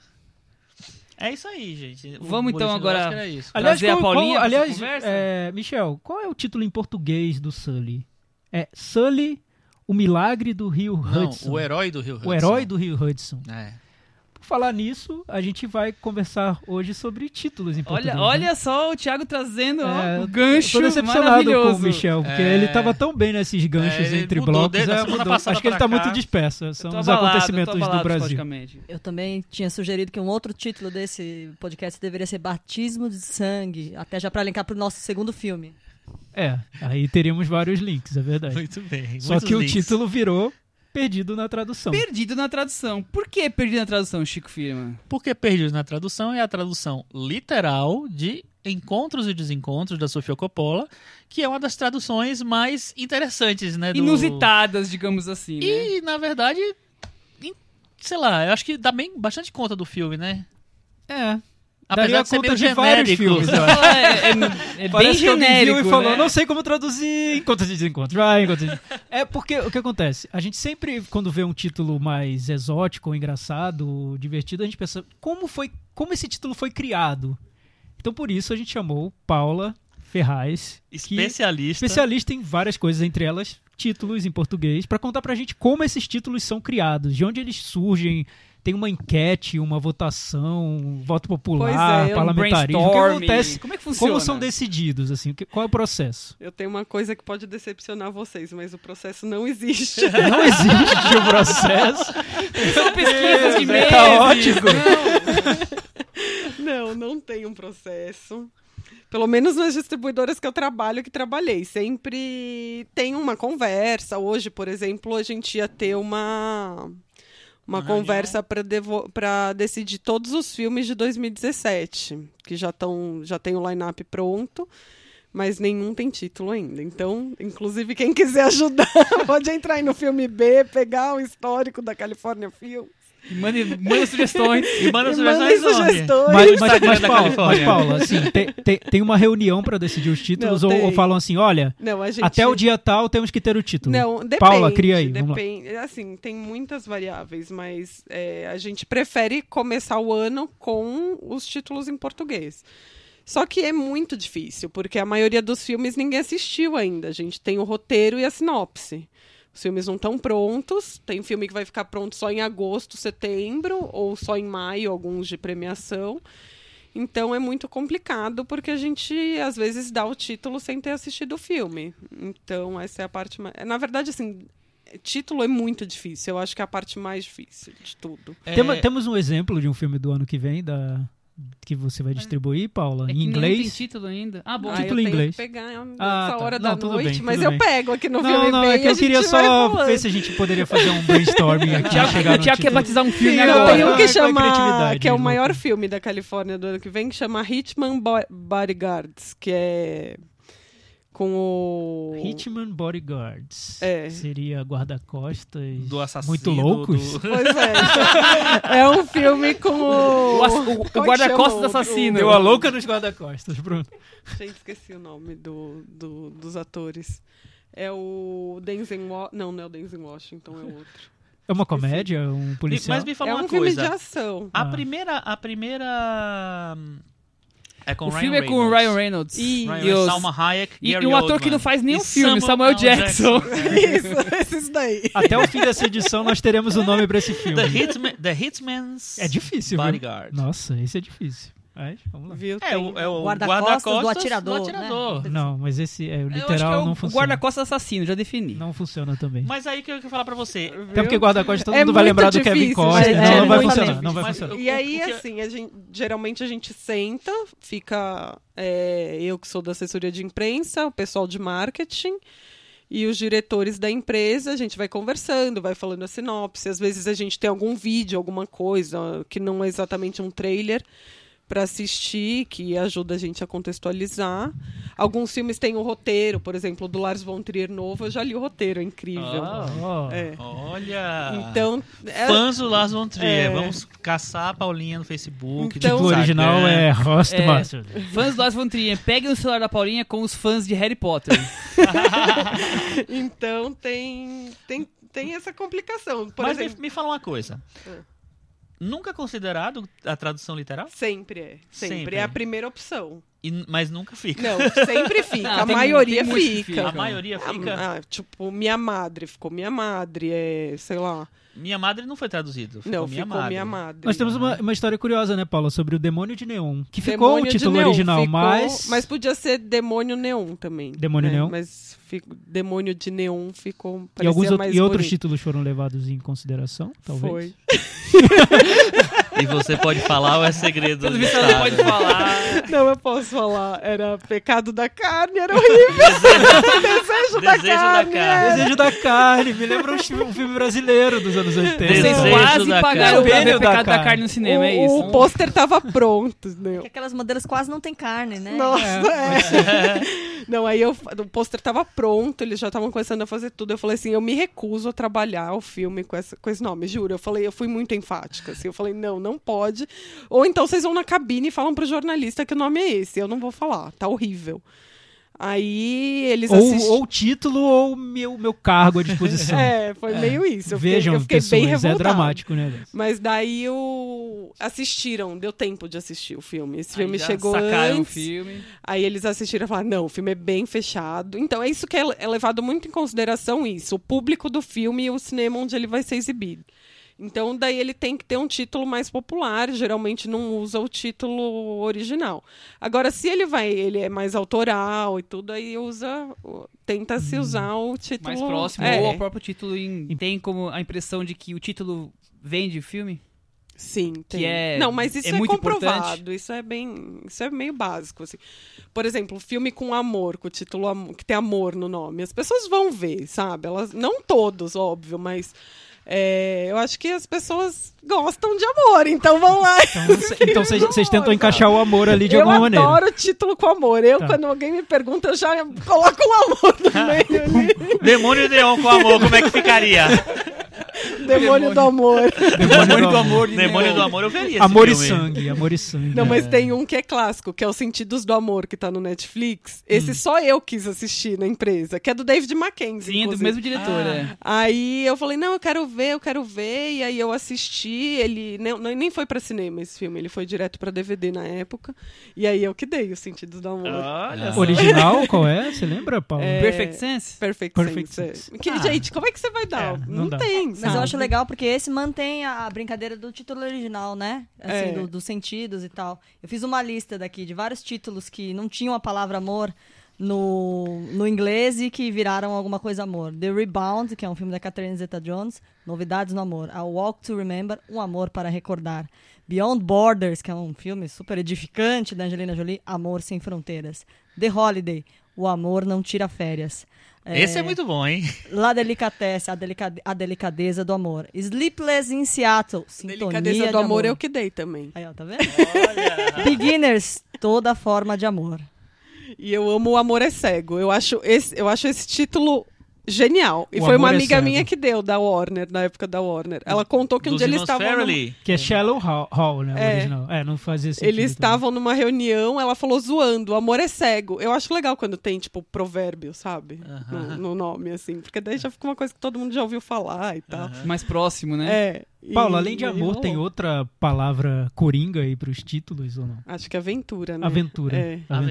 É isso aí, gente. O
Vamos, então,
boletim do
agora-
Oscar é isso.
Aliás,
Trazer a
qual, qual-
Paulinha pra essa
aliás
conversa?
é, Michel, qual é o título em português do Sully? É Sully, o milagre do Rio
Não,
Hudson.
o herói do Rio Hudson.
O herói do Rio Hudson.
É.
Por falar nisso, a gente vai conversar hoje sobre títulos em português.
Olha,
né?
olha só o Thiago trazendo ó,
É,
o
Eu
gancho
Tô decepcionado com o
maravilhoso.
Michel, porque
É.
ele tava tão bem nesses ganchos
É, ele
entre
mudou
blocos.
desde a
é,
semana
mudou.
passada
Acho que ele
pra
tá
cá.
muito disperso.
Eu
São
tô
os
abalado,
acontecimentos
eu tô abalado
do Brasil.
psicologicamente.
Eu também tinha sugerido que um outro título desse podcast deveria ser Batismo de Sangue, até já pra linkar pro nosso segundo filme.
É, aí teríamos vários links, é verdade.
Muito bem.
Só
muitos
que
links.
o título virou Perdido na Tradução.
Perdido na tradução. Por que perdido na tradução, Chico Firma?
Porque Perdidos na Tradução é a tradução literal de Encontros e Desencontros, da Sofia Coppola, que é uma das traduções mais interessantes,
É
né? do-
Inusitadas, digamos assim, né?
E, na verdade, em- sei lá, eu acho que dá bem bastante conta do filme, né?
É.
Apesar
Daria
de ser
conta
meio
de vários
genérico. né?
filmes, eu acho.
É, é, é bem
Parece que alguém
genérico,
viu e falou,
né?
não sei como traduzir, encontro de desencontro, vai, encontro de... É porque o que acontece? A gente sempre, quando vê um título mais exótico, engraçado, divertido, a gente pensa, como foi, como esse título foi criado? Então por isso a gente chamou Paula Ferraz, que é
Especialista.
especialista em várias coisas, entre elas títulos em português, pra contar pra gente como esses títulos são criados, de onde eles surgem, tem uma enquete, uma votação, um voto
Pois
popular,
é, um
parlamentarismo, o que
brainstorming.
acontece
Como é que funciona?
como são decididos, assim? o que- Qual é o processo?
Eu tenho uma coisa que pode decepcionar vocês, mas o processo não existe.
Não existe o processo.
São pesquisas de meses.
É, caótico.
Não, não tem um processo. Pelo menos nas distribuidoras que eu trabalho, que trabalhei. Sempre tem uma conversa. Hoje, por exemplo, a gente ia ter uma, uma
Uma
conversa para decidir todos os filmes de 2017, que já, tão, já tem o line-up pronto. Mas nenhum tem título ainda. Então, inclusive, quem quiser ajudar pode entrar aí no filme B, pegar o histórico da California Film.
E Manda, manda sugestões. É
E manda
E mandem
sugestões. Zombie.
sugestões.
Mas, mas,
Instagram
mas,
da
Paula, mas
Califórnia.
Paula, assim, tem, tem, tem uma reunião pra decidir os títulos
Não,
ou,
tem.
ou falam assim, olha,
Não, a gente...
até o dia tal temos que ter o título.
Não, depende.
Paula, cria aí, vamos lá.
Depende, Assim, tem muitas variáveis, mas é, a gente prefere começar o ano com os títulos em português. Só que é muito difícil, porque a maioria dos filmes ninguém assistiu ainda. A gente tem o roteiro e a sinopse. Os filmes não estão prontos. Tem filme que vai ficar pronto só em agosto, setembro, ou só em maio, alguns de premiação. Então é muito complicado, porque a gente às vezes dá o título sem ter assistido o filme. Então essa é a parte mais. Na verdade, assim, título é muito difícil. Eu acho que é a parte mais difícil de tudo.
É,
Temo- Temos um exemplo de um filme do ano que vem, da, que você vai distribuir, Paula,
É que
em
nem tem
inglês.
título ainda. Ah, bom.
Ah,
título em
eu tenho
inglês.
que pegar
Ah,
essa
tá.
hora
Não,
da
tudo
noite,
bem,
mas
tudo
eu
bem.
pego aqui no
Não,
filme
não,
bem
é
e
que
a
eu queria
gente vai
só ver
falando.
se a gente poderia fazer um brainstorming aqui.
Thiago-
chegar no
Thiago quer
título.
batizar um filme
Sim,
Eu
agora.
é
tenho
com a
que chamar,
criatividade,
que é o
louco.
maior filme da Califórnia do ano que vem, que chama Hitman Bo- Bodyguards, que é com o.
Hitman Bodyguards.
É.
Seria guarda-costas.
Do assassino.
Muito loucos.
do-
Pois é. é um filme com o.
O, ass- o- o
Como é que
guarda-costas
chama?
assassino.
Deu a louca nos guarda-costas, Bruno.
Gente, esqueci o nome do, do- dos atores. É o Denzel Washington. Não, não é o Denzel Washington, é o outro.
É uma comédia? Um policial?
Mas me fala
É
uma
um filme de
coisa.
ação.
A
Ah.
primeira. A primeira. hum, É com
O
Ryan
filme é com o
Reynolds.
Ryan Reynolds.
E-
Ryan
E
Reynolds,
os-
Salma Hayek,
E,
Gary
e um ator que
Oldman.
não faz nenhum
E
filme, Samuel,
Samuel
Jackson.
Isso, esses daí.
Até o fim dessa edição nós teremos o nome pra esse filme.
The, Hitman, The Hitman's
É difícil, viu?
Bodyguard.
Nossa, esse é difícil. Mas, vamos lá.
Viu?
É, o, é o
Guarda-costas do
guarda-costas
atirador, né?
atirador.
Não, mas esse é, o
Eu acho
literal
que é o-
não
o
funciona.
guarda-costas assassino, já defini.
Não funciona também.
Mas aí que eu quero falar pra você.
Até porque guarda-costas todo
É
mundo vai
muito
lembrar do
difícil,
Kevin Costner.
gente.
Não,
É,
não vai
muito
funcionar.
difícil.
Não vai
Mas
funcionar.
eu-
E aí,
Então, o que-
assim, a gente, geralmente a gente senta, fica é, eu que sou da assessoria de imprensa, o pessoal de marketing e os diretores da empresa, a gente vai conversando, vai falando a sinopse. Às vezes a gente tem algum vídeo, alguma coisa que não é exatamente um trailer para assistir, que ajuda a gente a contextualizar. Alguns filmes têm o roteiro, por exemplo, do Lars von Trier novo, eu já li o roteiro, é incrível.
Ah,
Ó,
É.
Olha.
Então, é-
Fãs do Lars von Trier.
É.
Vamos caçar a Paulinha no Facebook. tipo,
o título
Então-
original é Hostmaster.
Fãs do Lars von Trier, peguem o celular da Paulinha com os fãs de Harry Potter.
Então tem, tem, tem essa complicação. Por
Mas me-
exemplo,
me, fala uma coisa.
Ah.
Nunca considerado a tradução literal?
sempre é. Sempre.
Sempre.
É a primeira opção.
E, mas nunca fica.
Não, sempre fica.
Não,
a
tem-
maioria
tem muitos que
fica.
A maioria fica.
Ah, ah, tipo, minha madre ficou minha madre, é, sei lá.
Minha madre não foi traduzido. Ficou
não,
minha
ficou
madre.
minha madre.
Nós temos uma, uma história curiosa, né, Paula, sobre o Demônio de Neon, que ficou
Demônio
o
de
título
Neon,
original,
ficou-
mas...
Mas podia ser Demônio Neon também.
Demônio
né?
Neon.
Mas fico- Demônio de Neon ficou.
E,
parecia
alguns outro-
mais
e outros
bonito.
títulos foram levados em consideração, talvez.
Foi.
E você pode falar ou é segredo?
Pelo visto, ela não pode falar.
Não, eu posso falar. Era pecado da carne, era horrível. Desejo, da
Desejo da
carne.
carne.
era.
Desejo da Carne, me lembra um chi- um filme brasileiro dos anos 80.
Vocês
Desejo
quase
da
pagaram
carne.
pra ver
Espelho da
Pecado da
carne.
Carne no cinema,
o,
é isso.
O pôster tava pronto, né?
Porque
É.
aquelas madeiras quase não tem carne, né?
Nossa, é. Não, aí eu, o pôster tava pronto, eles já estavam começando a fazer tudo. Eu falei assim, eu me recuso a trabalhar o filme com, essa- com esse nome, juro. Eu falei, eu fui muito enfática, assim. Eu falei, não, não pode. Ou então vocês vão na cabine e falam pro jornalista que o nome é esse. Eu não vou falar, tá horrível. Aí eles
Ou,
assistiram...
ou título ou meu, meu cargo à disposição.
É, foi meio isso. Eu fiquei-
Vejam,
eu fiquei,
pessoas,
bem
é
revoltada.
dramático, né? Deus?
Mas daí o... assistiram, deu tempo de assistir o filme. Esse filme
já
chegou
sacaram o
antes.
é um filme.
Aí eles assistiram e falaram: não, o filme é bem fechado. Então é isso que é, é levado muito em consideração isso, o público do filme e o cinema onde ele vai ser exibido. Então daí ele tem que ter um título mais popular, geralmente não usa o título original. Agora se ele vai, ele é mais autoral e tudo, aí usa, o- tenta se usar o título
Hum, Mais próximo,
É,
ou o próprio título em- tem como a impressão de que o título vende o filme?
Sim, tem.
é-
não, mas isso
é
é,
muito
comprovado.
importante.
Isso é bem, isso é meio básico assim. Por exemplo, filme com amor, com o título amo- que tem amor no nome, as pessoas vão ver, sabe? Elas não todos, óbvio, mas é, eu acho que as pessoas gostam de amor, então vão lá.
Então vocês vocês tentam
Nossa.
encaixar o amor ali de
eu
alguma
adoro
maneira.
título com amor. Eu
Tá.
quando alguém me pergunta, eu já coloco o amor no meio ali.
Demônio Neon com amor, como é que ficaria?
Demônio do amor.
Demônio do amor.
Demônio do amor, eu veria esse
Amor e
filme.
sangue, amor e sangue.
Não, mas tem um que é clássico, que é o Sentidos do Amor, que tá no Netflix. Esse só eu quis assistir na empresa, que é do David Mackenzie.
Sim, é do
inclusive.
mesmo diretor,
Ah.
é.
Aí eu falei, não, eu quero ver, eu quero ver. E aí eu assisti, ele não, não- nem foi pra cinema esse filme, ele foi direto pra DVD na época. E aí eu que dei o Sentidos do Amor.
Ah.
Olha só.
Original, qual é? Você lembra, Paulo?
É,
Perfect Sense?
Perfect,
Perfect
Sense.
Sense.
Que,
Ah.
Gente, como é que você vai dar?
É, não
não
dá.
tem,
Mas
sabe?
eu acho legal porque esse mantém a a brincadeira do título original, né? Assim,
É.
do- dos sentidos e tal. Eu fiz uma lista daqui de vários títulos que não tinham a palavra amor no, no inglês e que viraram alguma coisa amor. The Rebound, que é um filme da Catherine Zeta-Jones, Novidades no Amor. A Walk to Remember, Um Amor para Recordar. Beyond Borders, que é um filme super edificante da Angelina Jolie, Amor Sem Fronteiras. The Holiday, O Amor Não Tira Férias.
Esse é muito bom, hein?
La Delicatesse, a, delicade, a delicadeza do amor. Sleepless in Seattle, sintonia
Delicadeza
de
do amor é eu que dei também.
Aí, ó, tá vendo? Beginners, toda forma de amor.
E eu amo O Amor é Cego. Eu acho esse, eu acho esse título genial. E
O
foi uma
Amor é
amiga
Cego.
minha que deu, da Warner, na época da Warner. Ela contou que um
Dos
dia eles
irmãos
estavam. numa-
Farrelly.
Que é Shallow Hall, Hall, né? O
É.
original. É, não fazia sentido.
Eles
também.
estavam numa reunião, ela falou zoando, o amor é cego. Eu acho legal quando tem, tipo, provérbio, sabe?
Aham.
No, no nome, assim. Porque daí já fica uma coisa que todo mundo já ouviu falar e tal.
Mais próximo, né?
É. e-
Paulo, além de
e
amor,
rolou.
tem outra palavra coringa aí pros títulos ou não?
Acho que aventura, né?
Aventura.
Hum, É.
Aventura.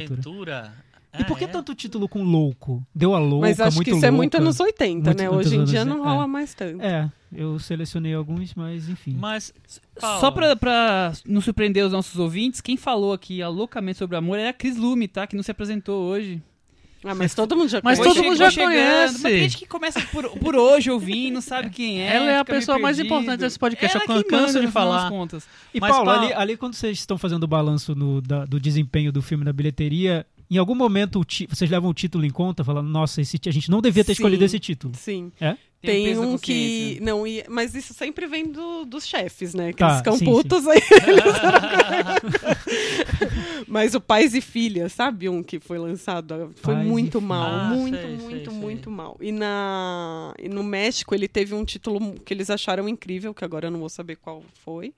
Aventura.
E por que
Ah, é?
tanto título com louco? Deu a louca,
Mas acho
muito
que isso é muito
louca.
anos 80,
Muito
né?
anos
Hoje em dia
80,
não rola
é.
mais tanto.
É, eu selecionei alguns, mas enfim.
Mas,
Só
Paulo,
pra, pra não surpreender os nossos ouvintes, quem falou aqui loucamente sobre amor era a Cris Lume, tá? Que não se apresentou hoje.
Ah, mas todo mundo já
Mas
conhece.
todo
che-
mundo já
chegando,
conhece.
Mas tem gente que começa por, por hoje ouvir, não sabe quem é.
Ela é a
fica meio
pessoa mais
perdido.
importante desse podcast,
Ela
eu canso
que manda,
de
no final das
falar.
Contas.
E
Mas,
Paulo,
Paulo-
Ali, ali quando vocês estão fazendo o balanço no- da- do desempenho do filme na bilheteria, em algum momento o ti- vocês levam o título em conta, falando, nossa, esse, ti- a gente não devia ter
Sim.
escolhido esse título.
Sim.
É?
o
Tem,
peso da
um
consciência.
que. Não, e- mas isso sempre vem do- dos chefes, né? Que
Tá,
eles ficam
sim,
putos aí. Eles não- mas o Pais e Filhas, sabe? Um que foi lançado. Foi
Pais e
muito
Filhas.
mal.
Ah,
muito,
sei,
muito,
sei,
muito mal. E, na, e no México ele teve um título que eles acharam incrível, que agora eu não vou saber qual foi.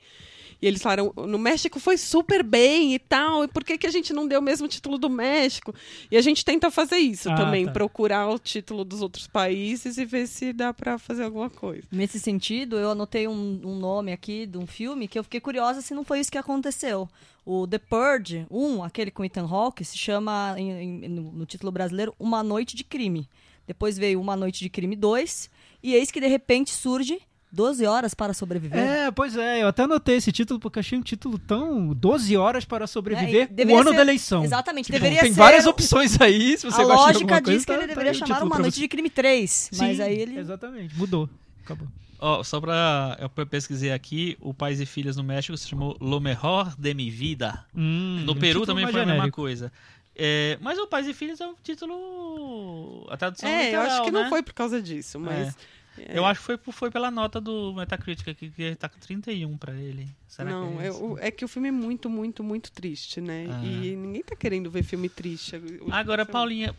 E eles falaram, no México foi super bem e tal, e por que, que a gente não deu o mesmo título do México? E a gente tenta fazer isso
Ah,
também,
tá.
procurar o título dos outros países e ver se dá pra fazer alguma coisa.
Nesse sentido, eu anotei um, um nome aqui de um filme que eu fiquei curiosa se não foi isso que aconteceu. O The Purge, um, aquele com Ethan Hawke, se chama, em- em- no no título brasileiro, Uma Noite de Crime. Depois veio Uma Noite de Crime 2, e eis que de repente surge 12 Horas para Sobreviver.
É, pois é, eu até anotei esse título porque achei um título tão 12 horas para
Né? E
sobreviver o
deveria
ano
ser-
da eleição.
Exatamente,
Tipo,
deveria
tem
ser.
várias opções aí, se você gosta
a
de
lógica
alguma
diz
coisa,
que ele
tá- tá
deveria
aí o
chamar
título
Uma
pra
Noite
você.
de Crime 3, mas
Sim,
aí ele...
Exatamente, mudou. Acabou.
Ó, só pra. Eu pesquisei aqui, o Pais e Filhas no México se chamou Lo Mejor de Mi Vida.
Hum, é
No
Hum,
um
Peru também foi a mesma coisa. É, mas o Pais e Filhos é um título. A tradução
é, eu
literal,
acho que
né?
não foi por causa disso, mas... é,
Eu acho que foi, por- foi pela nota do Metacritic aqui, que tá com 31 pra ele. Será
não,
que é
é,
isso?
o- é que o filme é muito, muito, muito triste, né?
Ah.
E ninguém tá querendo ver filme triste. O-
Agora,
sei lá.
Paulinha,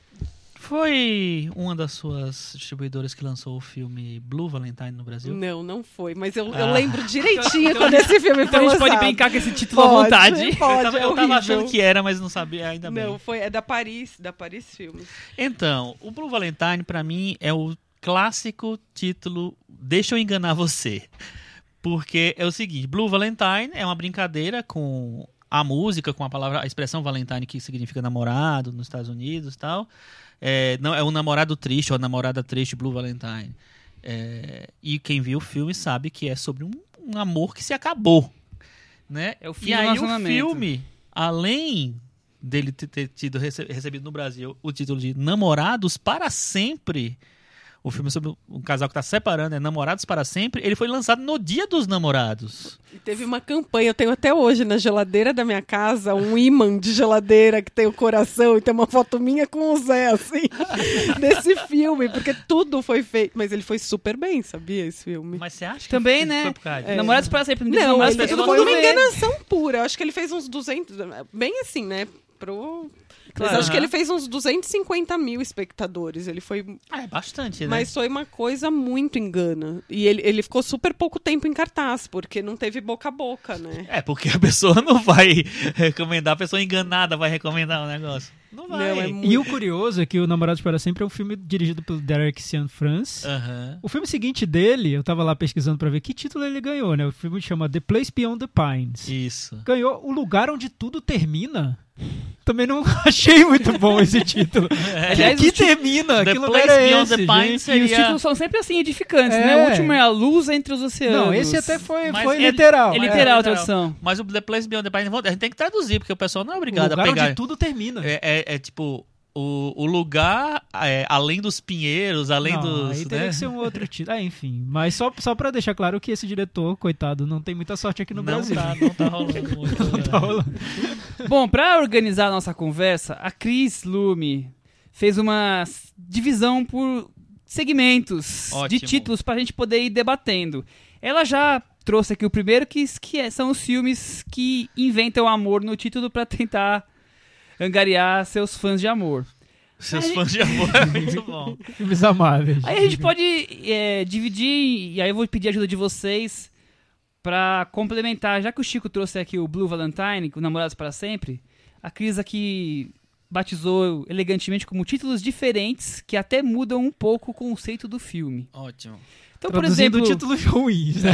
foi uma das suas distribuidoras que lançou o filme Blue Valentine no Brasil?
Não, não foi, mas eu, eu
Ah.
lembro direitinho quando esse filme
Então
foi
a gente pode
lançado.
brincar com esse título à
Pode,
vontade.
Pode,
eu tava,
é
eu tava
horrível.
achando que era, mas não sabia, ainda bem.
Não, foi, é da Paris, da Paris Filmes.
Então, o Blue Valentine, pra mim, é o clássico título Deixa eu enganar você. Porque é o seguinte, Blue Valentine é uma brincadeira com a música, com a palavra, a expressão Valentine que significa namorado nos Estados Unidos e tal. É, não, é um namorado triste ou namorada triste, Blue Valentine. É, e quem viu o filme sabe que é sobre um, um amor que se acabou. Né?
É o fim
e
do
aí o
relacionamento.
filme, além dele ter ter tido rece- recebido no Brasil o título de Namorados para Sempre. O filme é sobre um casal que está separando, é Namorados para Sempre. Ele foi lançado no Dia dos Namorados.
E teve uma campanha, eu tenho até hoje na geladeira da minha casa um imã de geladeira que tem o coração e tem uma foto minha com o Zé, assim, desse filme, porque tudo foi feito. Mas ele foi super bem, sabia esse filme?
Mas você acha que
Também,
foi-
né?
foi por causa disso?
Namorados para sempre. Não,
Não,
namorados
mas
pra
ele
todo
foi
mundo
uma
ver.
enganação pura. Eu acho que ele fez uns 200, bem assim, né? Pro...
Claro,
mas acho que
aham.
ele fez uns 250 mil espectadores. Ele foi
É, bastante, né?
Mas foi uma coisa muito engana. E ele, ele ficou super pouco tempo em cartaz, porque não teve boca a boca, né?
É, porque a pessoa não vai recomendar, a pessoa enganada vai recomendar o negócio. Não
Não,
vai.
é
E
muito.
o curioso é que o Namorados para Sempre é um filme dirigido pelo Derek Sean
É.
France.
Aham.
O filme seguinte dele, eu tava lá pesquisando pra ver que título ele ganhou, né? O filme chama The Place Beyond the Pines.
Isso.
Ganhou O Lugar Onde Tudo Termina. Também não achei muito bom esse título.
É,
Que
Aliás,
aqui termina,
The
que lugar
Place
é
Beyond the
esse,
Pines
gente?
E os
seria...
títulos são sempre assim, edificantes,
É.
né? O último é a luz entre os oceanos.
Não, esse até foi,
Mas
foi
ele-
literal.
É
ele-
É.
literal
É,
a tradução.
Mas o The Place Beyond the Pine, a gente tem que traduzir, porque o pessoal não é
O
obrigado a
lugar
pegar...
onde tudo termina.
É, é- é tipo... O, o lugar, é, além dos pinheiros, além
Não,
dos...
aí teria
né?
que ser um outro título. Ah, enfim. Mas só, só pra deixar claro que esse diretor, coitado, não tem muita sorte aqui no
não
Brasil.
tá, não tá rolando muito. né?
Tá rolando.
Bom, pra organizar a nossa conversa, a Cris Lume fez uma s- divisão por segmentos de
Ótimo.
títulos pra gente poder ir debatendo. Ela já trouxe aqui o primeiro, que, s- que é- são os filmes que inventam amor no título pra tentar angariar seus fãs de amor.
Seus
Aí-
fãs de amor é muito bom.
Filmes amáveis.
Aí a gente pode é, dividir, e aí eu vou pedir a ajuda de vocês pra complementar. Já que o Chico trouxe aqui o Blue Valentine, o Namorados para Sempre, a Cris aqui batizou elegantemente como títulos diferentes que até mudam um pouco o conceito do filme.
Ótimo.
Então, por
Traduzindo
exemplo,
títulos ruins, né?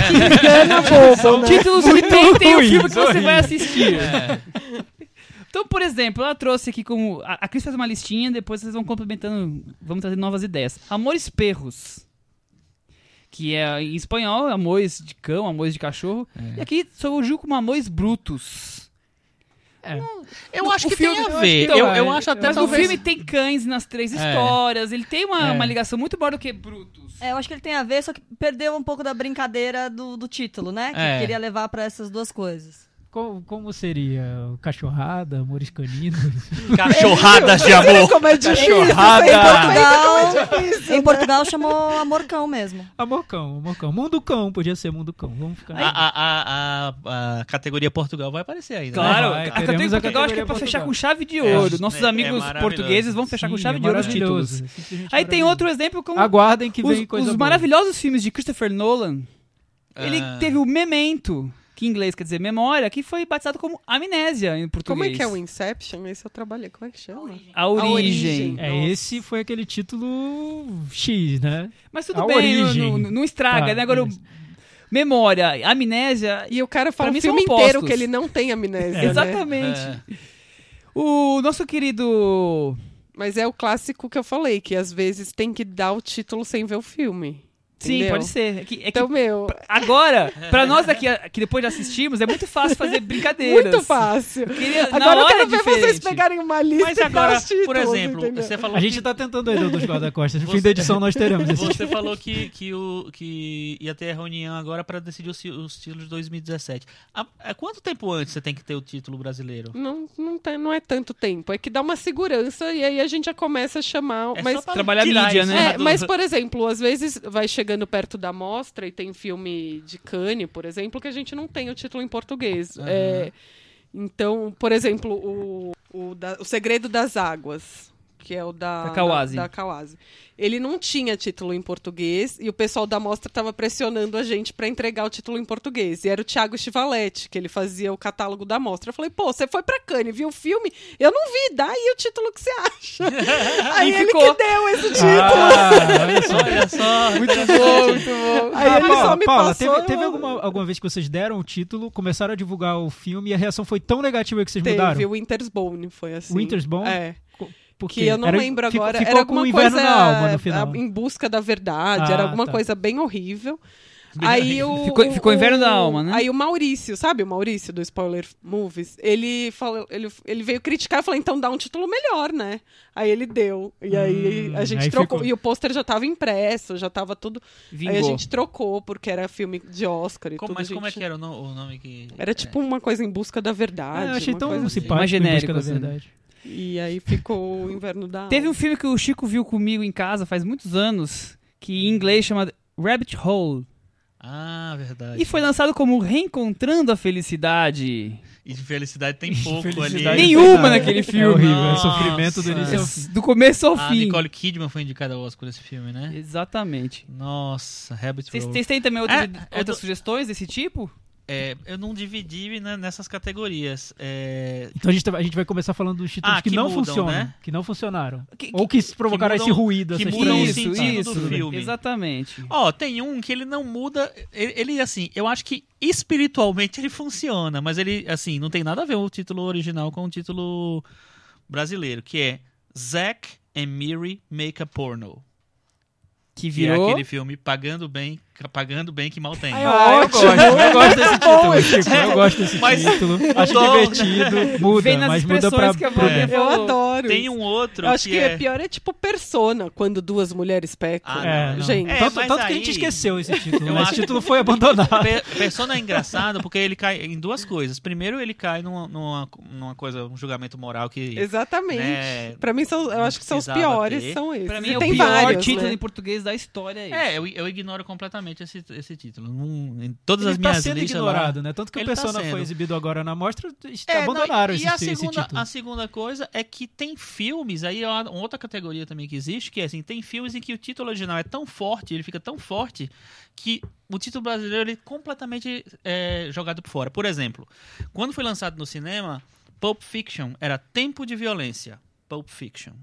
são títulos que tem, tem o filme que
ruins,
você vai
horríveis.
assistir.
É,
Então, por exemplo, ela trouxe aqui como. A, a Cris faz uma listinha, depois vocês vão complementando. Vamos trazer novas ideias. Amores perros. Que é em espanhol, amores de cão, amores de cachorro. E aqui surgiu como amores brutos.
eu
No-
acho
o
que
filme-
tem a
eu
ver.
acho que
Eu,
tem,
eu
é.
acho até
Mas
Então, talvez...
o filme tem cães nas três
É.
histórias. Ele tem uma,
É.
uma ligação muito maior do que brutos.
É, eu acho que ele tem a ver, só que perdeu um pouco da brincadeira do, do título, né? Que
É.
queria levar pra essas duas coisas.
Como, como seria? O Cachorrada, Amores Caninos?
Cachorradas de amor.
Como é difícil.
Ah, tá.
Cachorrada.
Em Portugal.
Portugal-
né?
em Portugal chamou Amorcão mesmo.
Amor Cão, Amor Cão. Mundo Cão, podia ser Mundo Cão. Vamos ficar...
A, a, a, a- a categoria Portugal vai aparecer ainda. né?
Claro,
vai,
a
teremos
categoria
a
Portugal acho que é pra
categoria
fechar com
Portugal.
chave de
É,
ouro.
é-
Nossos
é
amigos
maravilhoso.
portugueses vão fechar com
Sim, é
chave de ouro os
maravilhoso.
títulos.
Simplesmente
Aí tem
maravilhoso.
outro exemplo como
Aguardem que
os,
vem coisa
os
boa.
maravilhosos filmes de Christopher Nolan, ele
Ah.
teve o Memento, que em inglês quer dizer memória, que foi batizado como Amnésia em português.
Como é que é o Inception? Esse eu trabalhei. Como é que chama?
A origem.
A Origem.
É,
Nossa.
esse foi aquele título X, né?
Mas tudo
A
bem, não-
Origem.
não, não estraga,
Tá,
né? Agora, o-
beleza.
memória, amnésia...
E o cara fala
Pra mim
o filme
são
inteiro
opostos.
que ele não tem
É,
amnésia, né?
Exatamente. O nosso querido...
Mas é o clássico que eu falei, que às vezes tem que dar o título sem ver o filme.
Sim,
Entendeu?
pode ser. É que, é que
Então, meu,
agora, pra nós aqui, a- que depois já assistimos, é muito fácil fazer brincadeiras.
muito fácil.
Queria- na
Agora eu
hora
quero
é
ver
diferente.
vocês pegarem uma lista
Mas
e dar
agora,
os títulos,
por exemplo,
entendeu?
assim,
você falou
A gente
que...
tá tentando aí, Douglas Guarda Costa. No
Você-
fim da edição nós teremos esse
Você falou que, que, o, que ia ter a reunião agora para decidir os, ti- os títulos de 2017. Há, há é, quanto tempo antes você tem que ter o título brasileiro?
Não, não, tem- não é tanto tempo. É que dá uma segurança e aí a gente já começa a chamar.
É
mas,
só pra
Trabalhar
tirar
mídia,
isso Ah,
né?
É,
do-
mas, por exemplo, às vezes vai chegando perto da mostra e tem filme de Cannes, por exemplo, que a gente não tem o título em português. É, então, por exemplo, o, o, da- o Segredo das Águas. Que é o da,
Da Kawase.
da- da Kawase. Ele não tinha título em português e o pessoal da mostra estava pressionando a gente para entregar o título em português. E era o Thiago Chivaletti, que ele fazia o catálogo da mostra. Eu falei, pô, você foi pra Cannes, viu o filme? Eu não vi, dá aí o título que você acha. aí ele
ficou.
que deu esse título.
Ah, olha só.
Olha só.
Muito bom, muito bom. Aí
Ah,
ele
Paula,
só me
Paula,
passou.
teve, teve alguma, alguma vez que vocês deram o título, começaram a divulgar o filme e a reação foi tão negativa que vocês
Teve
mudaram?
o Winter's Bone, foi assim.
Winter's Bone?
É,
Porque
que eu não
era-
lembro
ficou-
agora.
Ficou
era
com o
alguma
inverno
coisa
na alma no final.
a- em busca da verdade,
Ah,
era alguma
tá.
coisa bem horrível.
Bem
aí
horrível.
o,
Ficou- ficou
o-
inverno da alma, né?
Aí o Maurício, sabe o Maurício do Spoiler Movies? Ele, falou, ele, ele veio criticar e falou, então dá um título melhor, né? Aí ele deu. E aí
Hum,
a gente
aí
trocou.
ficou.
E o pôster já tava impresso, já tava tudo.
Vingou.
Aí a gente trocou, porque era filme de Oscar e
Como-
tudo.
mas
a
como é
gente-
que era o, no- o nome que... é.
Era tipo uma coisa em busca da
Ah,
verdade.
eu achei
uma
tão
coisa assim.
simpático
Mais
em busca
genérico,
da
assim.
verdade.
E aí ficou o inverno da.
Teve um filme que o Chico viu comigo em casa faz muitos anos, que em inglês chama Rabbit Hole.
Ah, verdade.
E foi lançado como Reencontrando a Felicidade.
E de felicidade tem pouco
Felicidade.
ali.
Nenhuma naquele
É
filme.
horrível,
Nossa.
é sofrimento do início ao fim.
é Do começo ao
A
fim.
Ah. Nicole Kidman foi indicada ao Oscar nesse filme, né?
Exatamente.
Nossa, Rabbit
Vocês
Road.
vocês têm também outras,
É,
outras
eu tô-
sugestões desse tipo?
É, eu não dividi né, nessas categorias. É,
Então a gente, tá- a gente vai começar falando dos títulos
Ah,
que,
que
não
mudam,
funcionam,
né?
que não funcionaram.
Que-
Ou que provocaram
que
esse
mudam-
ruído,
que
essa
mudam o
estranha.
isso,
um sentido
isso.
do filme.
Exatamente.
Ó, tem um que ele não muda. Ele, ele, assim, eu acho que espiritualmente ele funciona, mas ele, assim, não tem nada a ver o título original com o título brasileiro, que é Zack and Miri Make a Porno.
Que
Que é
virou.
aquele filme Pagando Bem, Pagando Bem que Mal Tem.
Ah, eu gosto, eu gosto desse título, Chico, eu gosto desse
Mas-
título. Acho é
Mudou, né?
divertido, muda,
Vem nas
mas muda pra...
expressões que a Vânia
é.
Eu
falou.
adoro.
Tem
isso.
um outro
Eu acho que,
que, é.
pior é tipo Persona, quando duas mulheres pecam.
Ah,
É, não.
Gente,
É,
tanto
mas
tanto que a
aí-
gente esqueceu esse título,
Eu
né?
acho-
Esse título foi abandonado.
Pe- Persona é engraçado porque ele cai em duas coisas. Primeiro, ele cai numa, numa, numa coisa, um julgamento moral que.
exatamente.
né,
pra mim, são, eu acho que são os
precisava
piores,
ter.
são esses.
Pra mim
E
é o
tem
pior
vários,
título
né?
em português da história. esse.
É, eu, eu ignoro completamente. exatamente esse, esse título. Num- em todas
Ele
as
tá
minhas
sendo
listas
ignorado,
lá,
né? Tanto que
Ele
o
tá
Persona
sendo.
foi exibido agora na mostra, est-
É, não,
abandonaram
e
esse,
a
esse
segunda,
título.
a segunda coisa é que tem filmes, aí é uma uma outra categoria também que existe, que é assim, tem filmes em que o título original é tão forte, ele fica tão forte, que o título brasileiro ele é completamente é, jogado por fora. Por exemplo, quando foi lançado no cinema, Pulp Fiction era Tempo de Violência. Pulp Fiction.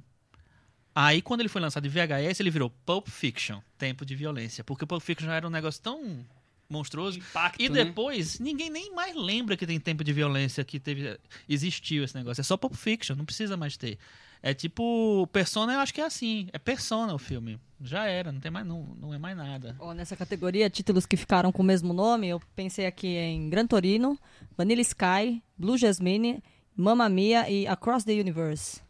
Aí, quando ele foi lançado em VHS, ele virou Pulp Fiction, Tempo de Violência. Porque o Pulp Fiction já era um negócio tão monstruoso
Impacto,
e
né?
depois, ninguém nem mais lembra que tem tempo de violência, que teve, existiu esse negócio. É só Pulp Fiction, não precisa mais ter. É tipo, Persona eu acho que é assim. É Persona o filme. Já era, não tem mais, não, não é mais nada.
Ó, nessa categoria, títulos que ficaram com o mesmo nome, eu pensei aqui em Gran Torino, Vanilla Sky, Blue Jasmine, Mamma Mia e Across the Universe.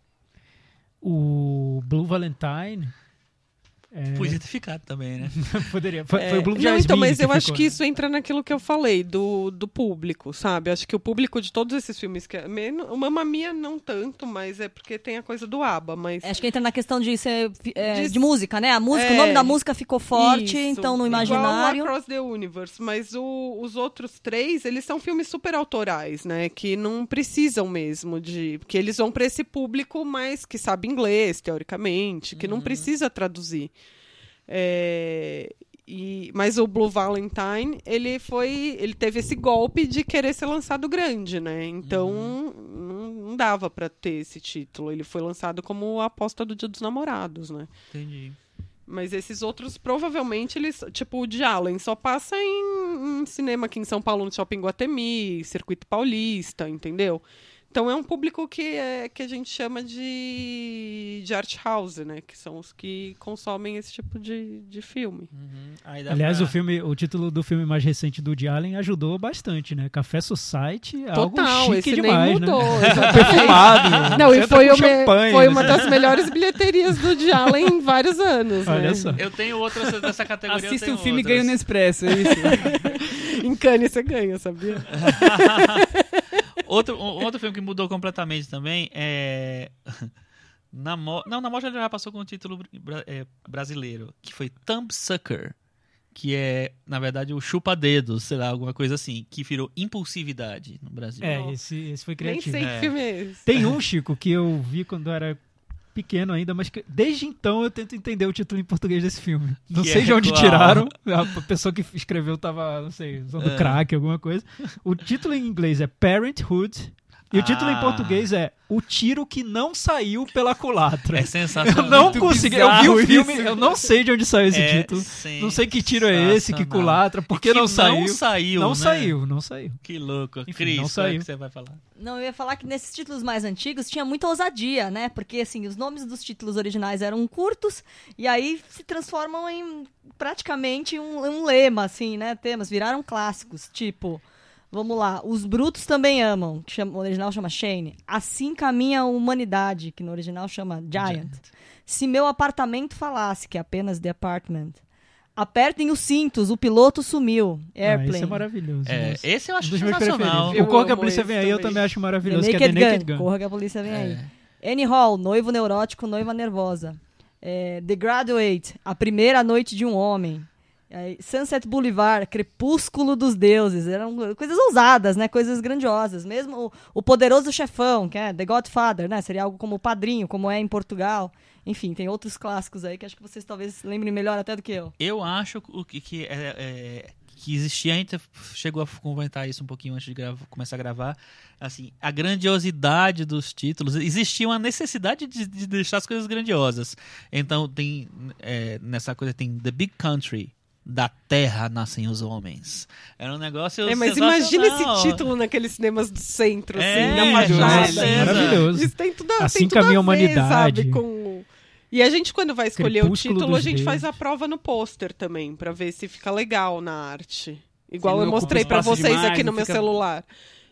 O Blue Valentine
É.
Podia ter ficado também, né?
poderia. Foi, foi o Blue
Não,
Jasmine
então, mas eu
ficou,
acho que
né?
isso entra naquilo que eu falei, do, do público, sabe? Acho que o público de todos esses filmes, que é, menos, o Mamma Mia não tanto, mas é porque tem a coisa do ABBA, mas...
Acho que entra na questão de ser é,
De-
de, música, né? A música,
É.
o nome da música ficou forte,
Isso,
então no
igual
imaginário.
ao Across the Universe, mas o- os outros três, eles são filmes super autorais, né? Que não precisam mesmo de. Porque eles vão pra esse público mais que sabe inglês, teoricamente,
Uhum.
que não precisa traduzir. É, e- mas o Blue Valentine, ele foi. Ele teve esse golpe de querer ser lançado grande, né? Então
Uhum.
não, não dava pra ter esse título. Ele foi lançado como a aposta do Dia dos Namorados, né?
Entendi.
Mas esses outros, provavelmente, eles. Tipo, o de Allen só passa em, em cinema aqui em São Paulo, no Shopping Guatemi, Circuito Paulista, entendeu? Então é um público que, é, que a gente chama de, de art house, né? Que são os que consomem esse tipo de, de filme.
Aliás, o filme, o título do filme mais recente do Woody Allen ajudou bastante, né? Café Society é
Total,
algo
esse
chique
nem
demais,
mudou.
né?
exatamente.
Fumado.
Não, e
senta
foi,
com
o me-
champanhe,
foi uma
né?
das melhores bilheterias do de Allen em vários anos. né?
Olha só.
Eu tenho outras dessa categoria.
Assista
eu
um
tenho
filme e
outras.
ganha no Expresso, é isso.
Em Cannes você ganha, sabia?
Outro, um- outro filme que mudou completamente também é. Na mo... Não, na mostra ele já passou com o título bra- é, brasileiro, que foi Thumbsucker, que é, na verdade, o chupa-dedos, sei lá, alguma coisa assim, que virou impulsividade no Brasil.
É, esse, esse foi
Nem
criativo.
sei
É.
que filme é esse.
Tem um, Chico, que eu vi quando era pequeno ainda, mas que desde então eu tento entender o título em português desse filme. Não
Que
sei
é
de onde
qual?
tiraram. A pessoa que escreveu tava, não sei, usando
É.
crack, alguma coisa. O título em inglês é Parenthood. E o título
Ah.
em português é O Tiro que Não Saiu pela Culatra.
É
Eu
sensacional.
não consegui. Eu vi o
bizarro
filme,
isso.
eu não sei de onde saiu esse
É
título. Não sei que tiro é esse, que
sensacional.
culatra, por que
Que
não saiu?
Não saiu.
Não
né?
saiu, não saiu. Ah,
Que louco.
Enfim,
Cris,
não
não saiu.
saiu.
que você vai falar?
Não, eu ia falar que nesses títulos mais antigos tinha muita ousadia, né? Porque, assim, os nomes dos títulos originais eram curtos e aí se transformam em praticamente um, um lema, assim, né? Temas, viraram clássicos, tipo... Vamos lá, Os Brutos Também Amam, que chama- o original chama Shane. Assim Caminha a Humanidade, que no original chama Giant. Se Meu Apartamento Falasse, que é apenas The Apartment. Apertem os cintos, o piloto sumiu.
Ah,
Airplane.
isso é maravilhoso.
É,
nossa.
esse eu
Um
acho
dos meus
sensacional.
preferidos.
Eu
o Corra que a
amo
Polícia
esse
Vem aí eu
também.
também acho
The
maravilhoso, que é
Naked,
The Naked
Gun.
Gun. É.
Corra que a polícia vem aí. Annie Hall, noivo neurótico, noiva nervosa. É, The Graduate, a primeira noite de um homem. Aí, Sunset Boulevard, Crepúsculo dos Deuses. Eram coisas ousadas, né? Coisas grandiosas. Mesmo o, o Poderoso Chefão, que é The Godfather, né? Seria algo como o Padrinho, como é em Portugal. Enfim, tem outros clássicos aí que acho que vocês talvez lembrem melhor até do que eu.
Eu acho o que, que, é- é- que existia, a gente chegou a comentar isso um pouquinho antes de grava- começar a gravar, assim, a grandiosidade dos títulos, existia uma necessidade de, de deixar as coisas grandiosas. Então tem, é, nessa coisa tem The Big Country, da terra nascem os homens. Era um negócio
É, mas
sensacional.
imagina esse título naqueles cinemas do centro,
É,
assim, na
com
fachada.
é
certeza.
Maravilhoso.
Isso tem tudo, a-
Assim
tem tudo a,
caminha a
ver,
humanidade.
sabe? Com... E a gente, quando vai escolher
Crepúsculo
o título, a
dos
gente
deuses.
faz a prova no pôster também, pra ver se fica legal na arte. Igual
Sim,
eu
não
mostrei
ocupa
pra
espaço
vocês
demais,
aqui no
não
meu
fica-
celular.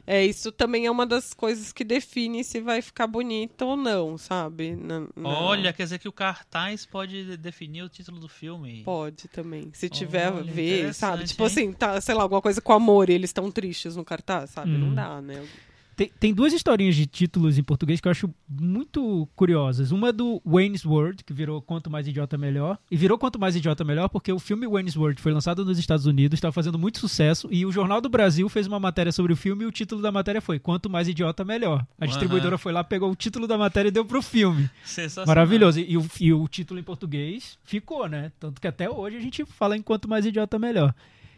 É, isso também é uma das coisas que define se vai ficar bonito ou não, sabe? Na- na-
Olha, quer dizer que o cartaz pode definir o título do filme.
Pode também. Se tiver a
Olha,
ver, sabe?
interessante,
Tipo
hein?
assim, tá, sei lá, alguma coisa com amor e eles estão tristes no cartaz, sabe?
Hum.
Não dá, né?
Tem, tem duas historinhas de títulos em português que eu acho muito curiosas. Uma é do Wayne's World, que virou Quanto Mais Idiota Melhor. E virou Quanto Mais Idiota Melhor porque o filme Wayne's World foi lançado nos Estados Unidos, estava fazendo muito sucesso. E o Jornal do Brasil fez uma matéria sobre o filme e o título da matéria foi Quanto Mais Idiota Melhor. A
Aham.
distribuidora foi lá, pegou o título da matéria e deu pro filme.
tá
Sensacional.
Maravilhoso. E, o, e o título em português ficou, né? Tanto que até hoje a gente fala em quanto mais idiota, melhor.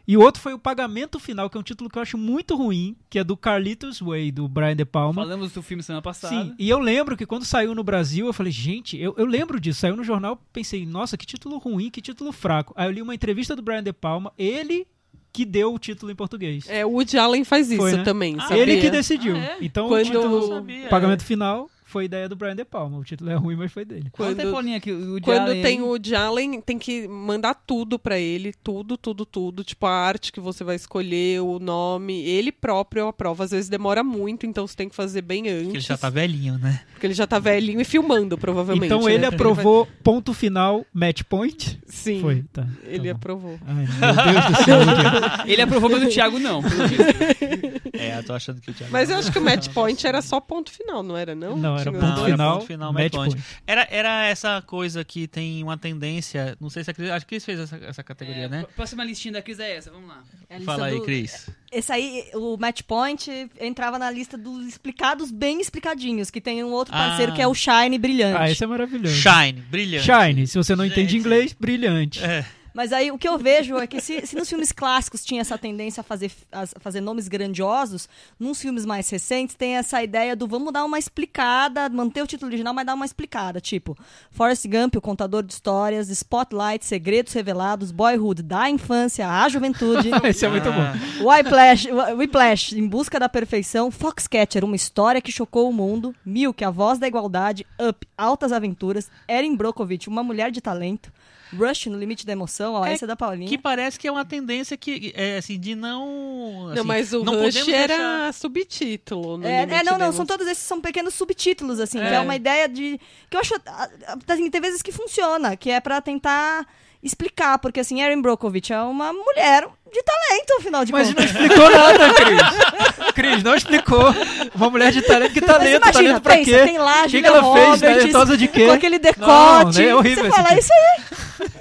E o outro foi o Pagamento Final, que é um título que eu acho muito ruim, que é do Carlitos Way, do Brian De Palma.
Falamos do filme semana passada.
Sim, e eu lembro que quando saiu no Brasil, eu falei, gente, eu, eu lembro disso. Saiu no jornal, pensei, nossa, que título ruim, que título fraco. Aí eu li uma entrevista do Brian De Palma, ele que deu o título em português.
É, o Woody Allen faz isso
Foi, né?
também,
Ah,
sabia?
Ele que decidiu.
Ah, é?
Então
Quando-
o
Eu
título
não
sabia.
Pagamento Final foi ideia do Brian De Palma. O título é ruim, mas foi dele.
Quando, tem
Quando-
Paulinha aqui, o Woody
Quando
Allen,
tem
hein?
um o Woody Allen, tem que mandar tudo pra ele, tudo, tudo, tudo, tipo a arte que você vai escolher, o nome, ele próprio aprova, às vezes demora muito, então você tem que fazer bem antes,
Porque ele já tá velhinho, né?
porque ele já tá velhinho e filmando, provavelmente.
Então ele
né?
aprovou ponto final, match point?
Sim,
Foi, tá. tá
ele
bom.
aprovou.
Ai, meu Deus do céu.
Ele aprovou, mas o Thiago não. pelo visto.
É, eu tô achando que o Thiago.
Mas eu acho que o match point era só ponto final, não era não?
Não, era
Tinha
ponto
Não,
os dois?
era
final,
ponto final,
match
match point.
point.
Era, era essa coisa que tem uma tendência. Não sei se a Cris. Acho que Cris fez essa, essa categoria,
É,
né?
pr- Próxima listinha da Cris é essa, vamos lá.
É a lista
Fala aí,
do-
Cris.
Esse aí, o Match Point, entrava na lista dos explicados bem explicadinhos, que tem um outro
Ah.
parceiro que é o Shine Brilhante.
Ah, esse é maravilhoso.
Shine, brilhante.
Shine, se você não entende
Gente.
inglês, brilhante.
É,
Mas aí o que eu vejo é que se, se nos filmes clássicos tinha essa tendência a fazer, a fazer nomes grandiosos, nos filmes mais recentes tem essa ideia do vamos dar uma explicada, manter o título original, mas dar uma explicada. Tipo, Forrest Gump, o contador de histórias, Spotlight, Segredos Revelados, Boyhood, da infância à juventude.
Esse é muito
Ah.
bom.
Whiplash, Whiplash, Em Busca da Perfeição, Foxcatcher, Uma História que Chocou o Mundo, Milk, A Voz da Igualdade, Up, Altas Aventuras, Erin Brockovich, Uma Mulher de Talento, Rush, No Limite da Emoção, ó,
É
essa é da Paulinha.
que parece que é uma tendência que, é, assim, de não. assim,
não, mas o
não
Rush
podemos
era
deixar-
subtítulo. No
É, é,
Limite
não, não,
Demos.
são todos esses são pequenos subtítulos, assim, que
É.
é uma ideia de. Que eu acho. a- a- Assim, tem vezes que funciona, que é pra tentar explicar, porque assim, Erin Brockovich é uma mulher de talento, afinal de
Mas não
contas.
explicou nada, Cris. Cris, não explicou. Uma mulher de talento, que tá talento,
Mas
talento
imagina,
pra
pensa,
quê?
tem
O
lá a
que, que
Julia
ela fez? né? Então,
Roberts,
Talentosa de quê?
Com aquele decote.
né, é horrível
você
esse
fala,
tipo.
isso é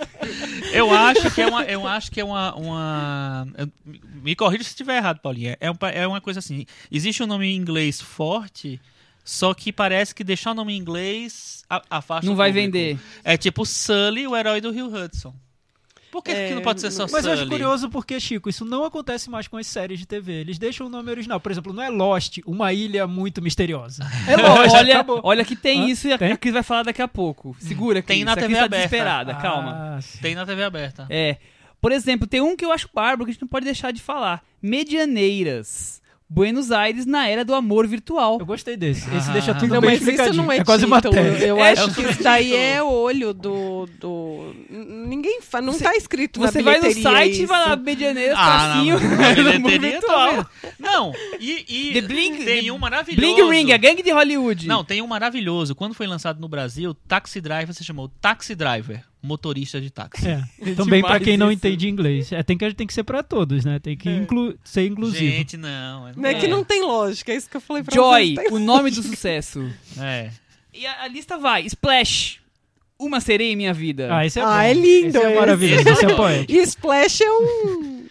Eu acho que é uma. Eu acho que é uma. uma- eu- me- me corrija se estiver errado, Paulinha. É, um pa- é uma coisa assim. Existe um nome em inglês forte, só que parece que deixar o nome em inglês a- afasta.
Não
o
vai
público.
vender.
É tipo Sully, o herói do Rio Hudson. Por que, que não pode ser só
Mas
Sully?
eu acho curioso porque, Chico, isso não acontece mais com as séries de TV. Eles deixam o nome original. Por exemplo, não é Lost, uma ilha muito misteriosa. É Lost,
olha,
acabou.
olha que tem
Hã?
isso e a,
Tem?
a Cris vai falar daqui a pouco. Segura, Cris.
Tem na
a Cris
TV
tá
aberta.
desesperada, calma.
Ah, sim.
Tem na TV aberta.
É. Por exemplo, tem um que eu acho bárbaro que a gente não pode deixar de falar. Medianeiras. Buenos Aires na era do amor virtual.
Eu gostei desse. Esse
Ah.
deixa tudo
Não,
bem
mas isso
explicadinho.
não é,
quase uma
título.
tese.
Eu
É,
acho
eu
que
não
isso daí
título.
é olho do. do... n- Ninguém fa... Não tá escrito
Você
na
vai no
bilheteria
site e
isso.
vai lá,
É
Medianeiras,
não,
tracinho,
Ah, na
era do amor
bilheteria tá
virtual.
também. Não, e, e
The Bling-
tem
The
um maravilhoso.
Bling Ring, a gangue de Hollywood.
Não, tem um maravilhoso. Quando foi lançado no Brasil, Taxi Driver se chamou Taxi Driver, motorista de táxi.
É, também pra quem não
isso.
entende inglês. É, tem, que, tem que ser pra todos, né? Tem que inclu- ser inclusivo.
Gente, não.
Não é que não tem lógica, é isso que eu falei pra
Joy,
vocês.
o nome do sucesso.
É.
E a, a lista vai. Splash. Uma sereia em minha vida.
Ah, esse é
Ah,
bom.
é lindo
Esse é
esse.
maravilhoso, esse é
Tem...
poético.
E Splash é um.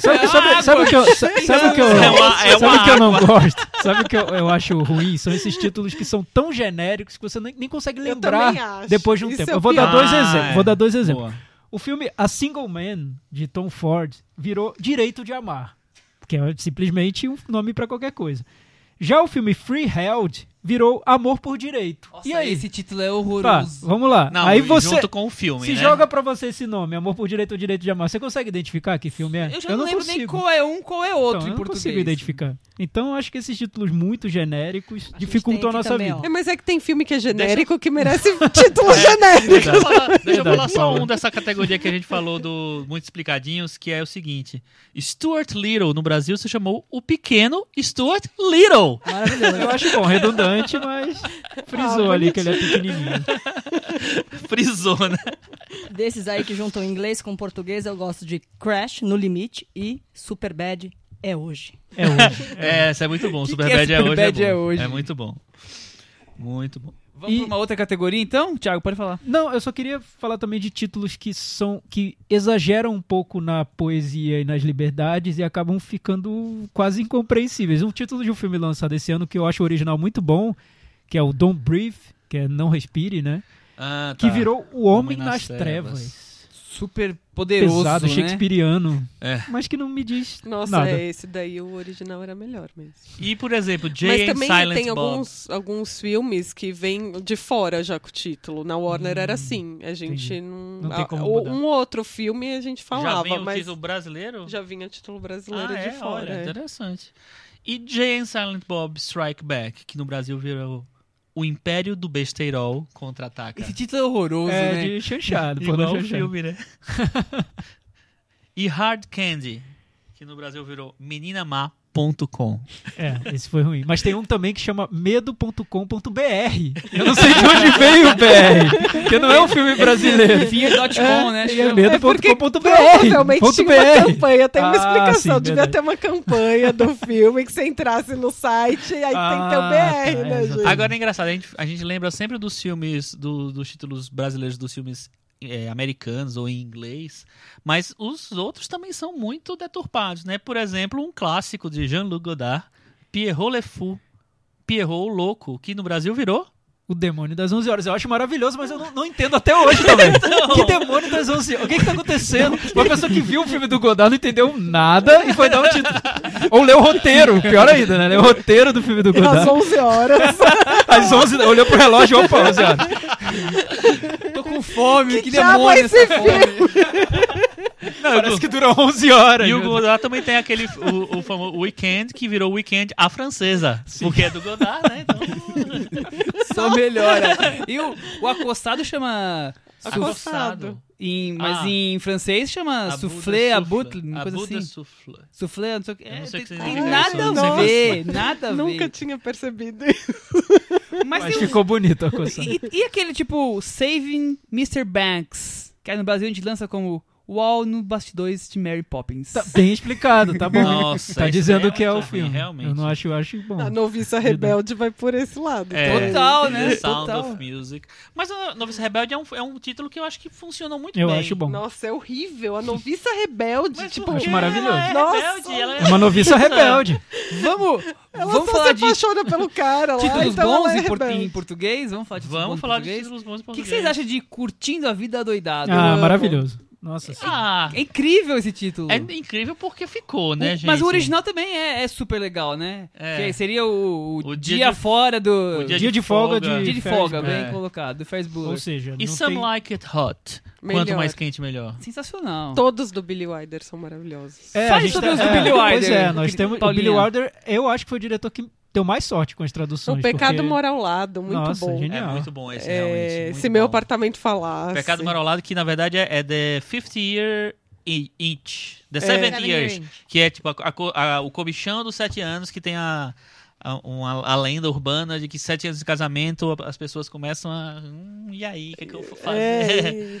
Sabe, sabe- sabe o que eu, sa- sabe o que eu,
É uma- é
sabe
uma
o que eu não gosto? Sabe o que eu, eu acho ruim? São esses títulos que são tão genéricos que você nem, nem consegue
Eu
lembrar
também acho.
depois de um
Isso
tempo.
é o
eu vou dar
pior.
dois
Ah,
exemplos.
é.
Vou dar dois exemplos.
Boa.
O filme A Single Man, de Tom Ford, virou Direito de Amar, que é simplesmente um nome pra qualquer coisa. Já o filme Freeheld virou Amor por Direito.
Nossa,
e aí?
esse título é
Tá,
horroroso.
vamos lá.
Não,
aí você
junto com o filme,
se
né?
joga pra você esse nome, Amor por Direito ou Direito de Amar. Você consegue identificar que filme é?
Eu já não, lembro
consigo.
nem qual é um, qual é outro
Então,
em
eu não
português.
consigo identificar. Então, eu acho que esses títulos muito genéricos
gente
dificultam a
tem aqui
nossa
também,
vida.
ó.
É, mas é que tem filme que é genérico que merece um título
É.
genérico.
Deixa eu falar, deixa eu
Verdade,
falar só
Paulo.
um dessa categoria que a gente falou do Muito Explicadinhos, que é o seguinte. Stuart Little, no Brasil, se chamou o pequeno Stuart Little.
Eu acho bom, redundante, mas frisou
Ah,
ali que ele é pequenininho.
Frisou, né?
Desses aí que juntam inglês com português, eu gosto de Crash, No Limite e Superbad, é hoje.
É hoje.
É, isso é muito bom.
Que
Superbad
que é
é, hoje, é,
Superbad é
bom.
hoje?
É muito bom. Muito bom.
Vamos
E-
pra uma outra categoria então? Thiago, pode falar.
Não, eu só queria falar também de títulos que são que exageram um pouco na poesia e nas liberdades e acabam ficando quase incompreensíveis. Um título de um filme lançado esse ano que eu acho o original muito bom, que é o Don't Breathe, que é Não Respire, né?
Ah,
Que
tá.
virou O Homem nas Trevas.
Super
É
poderoso,
Pesado,
né?
shakespeariano.
É.
Mas que não me diz
Nossa,
nada.
é, esse daí o original era melhor mesmo.
E, por exemplo,
Mas
Jay and
também
Silent
tem
Bob.
alguns, alguns filmes que vêm de fora já com o título. Na Warner
Hum,
era assim. A gente não.
Não tem como
o-
mudar.
um outro filme a gente
Já
falava,
vem o
mas
título brasileiro?
já vinha título brasileiro
ah,
de
é?
fora.
Olha,
é.
interessante. E Jay and Silent Bob Strike Back, que no Brasil virou O Império do Besteirol contra-ataca.
Esse título é horroroso,
É,
né?
de chanchado, por
Igual o filme, né? e Hard Candy, que no Brasil virou meninamá.com.
É, esse foi ruim. Mas tem um também que chama medo.com.br. Eu não sei de onde veio o BR, que não é um filme brasileiro.
Finha.com, né?
E é
É porque
medo.com.br.
Provavelmente
ponto
tinha uma
BR.
campanha, tem uma
Ah,
explicação.
sim,
Devia
verdade.
ter uma campanha do filme que você entrasse no site e aí
Ah,
tem que ter
tá,
o BR, né,
exatamente.
gente?
Agora é engraçado, a gente, a gente lembra sempre dos filmes, do- dos títulos brasileiros dos filmes é, americanos ou em inglês, mas os outros também são muito deturpados, né? Por exemplo, um clássico de Jean-Luc Godard, Pierrot Le Fou, Pierrot o Louco, que no Brasil virou
O demônio das 11 horas. Eu acho maravilhoso, mas eu não, não entendo até hoje também.
Então.
Que demônio das 11 horas? O que que tá acontecendo? Uma pessoa que viu o filme do Godard não entendeu nada e foi dar um título. Ou leu o roteiro, pior ainda, né? Leu o roteiro do filme do
Às
Godard.
11 horas.
Às 11, olhou pro relógio, opa, 11 horas.
Tô com fome, que,
diabo é
demônio
esse
essa fome.
Parece que dura 11 horas.
E o
meu
Godard também tem aquele o, o famoso Weekend, que virou Weekend à francesa. Porque é do Godard, né? Então.
Só melhora. E o, o acostado chama...
Acossado.
Em, mas
Ah.
em francês chama
Abuda
soufflé,
souffla.
abut, uma coisa
Abuda
assim.
souffla.
Soufflé, não sei o que. É,
não sei o
tem
que
tem
significa
nada
isso,
a
não sei
ver, nada a ver.
Nunca tinha percebido
Mas,
Mas
tem um-
ficou bonito a coisa.
e, e aquele tipo Saving Mr. Banks, que aí no Brasil a gente lança como Wall no Bastidores de Mary Poppins.
Tá bem explicado, tá bom.
Nossa,
tá
isso
dizendo
é
que é o
muito ruim,
filme.
realmente.
Eu não acho, eu acho bom.
A noviça rebelde vai por esse lado.
É,
Total, né?
The Sound
Total.
of Music. Mas a Novice Rebelde é um, é um título que eu acho que funcionou muito
eu
bem.
acho bom.
Nossa, é horrível. A noviça rebelde.
Mas
tipo,
por
acho
que
maravilhoso.
Ela é
Nossa.
rebelde, ela é-
É uma noviça rebelde.
Vamos,
ela
vamos
só
falar
se
de
apaixona pelo cara lá,
títulos
então
bons
ela é
em, por- em
rebelde.
português? Vamos falar de títulos bons
Vamos
em
falar de
português?
títulos bons em
O
português.
que, que vocês acham de Curtindo a Vida Adoidado?
Ah,
amo.
maravilhoso. Nossa, sim.
Ah,
É incrível esse título.
é incrível porque ficou, né,
O-
gente?
Mas o original também é, é super legal, né?
É.
Que seria o, o
O
dia,
dia de-
fora do.
O
dia,
dia
dia de
de é.
folga
folga.
de,
de
Ferris
folga,
Bueller.
bem colocado, do Ferris
Ou
Bueller.
seja,
E
não
Some
tem...
Like It Hot.
Melhor.
Quanto mais quente, melhor.
Sensacional.
Todos do Billy Wilder são maravilhosos.
É,
Fale
a gente
sobre
tá-
os do
é,
Billy
Pois
Wilder,
é, nós temos... O
Paulinha.
Billy Wilder, eu acho que foi o diretor que deu mais sorte com as traduções.
o pecado
porque...
mora ao lado, muito
Nossa,
bom.
genial.
É muito bom esse,
É,
realmente.
se
muito
meu
bom.
apartamento falasse.
Pecado Marolado, que na verdade é, é The 50 Year I- Itch. The 70
Seven
Years.
Year Itch.
Que é tipo a co- a co- a- o comichão dos 7 anos que tem a. a- uma- a lenda urbana de que sete anos de casamento as pessoas começam a. Hum, e aí, o que, é que eu vou fazer?
É,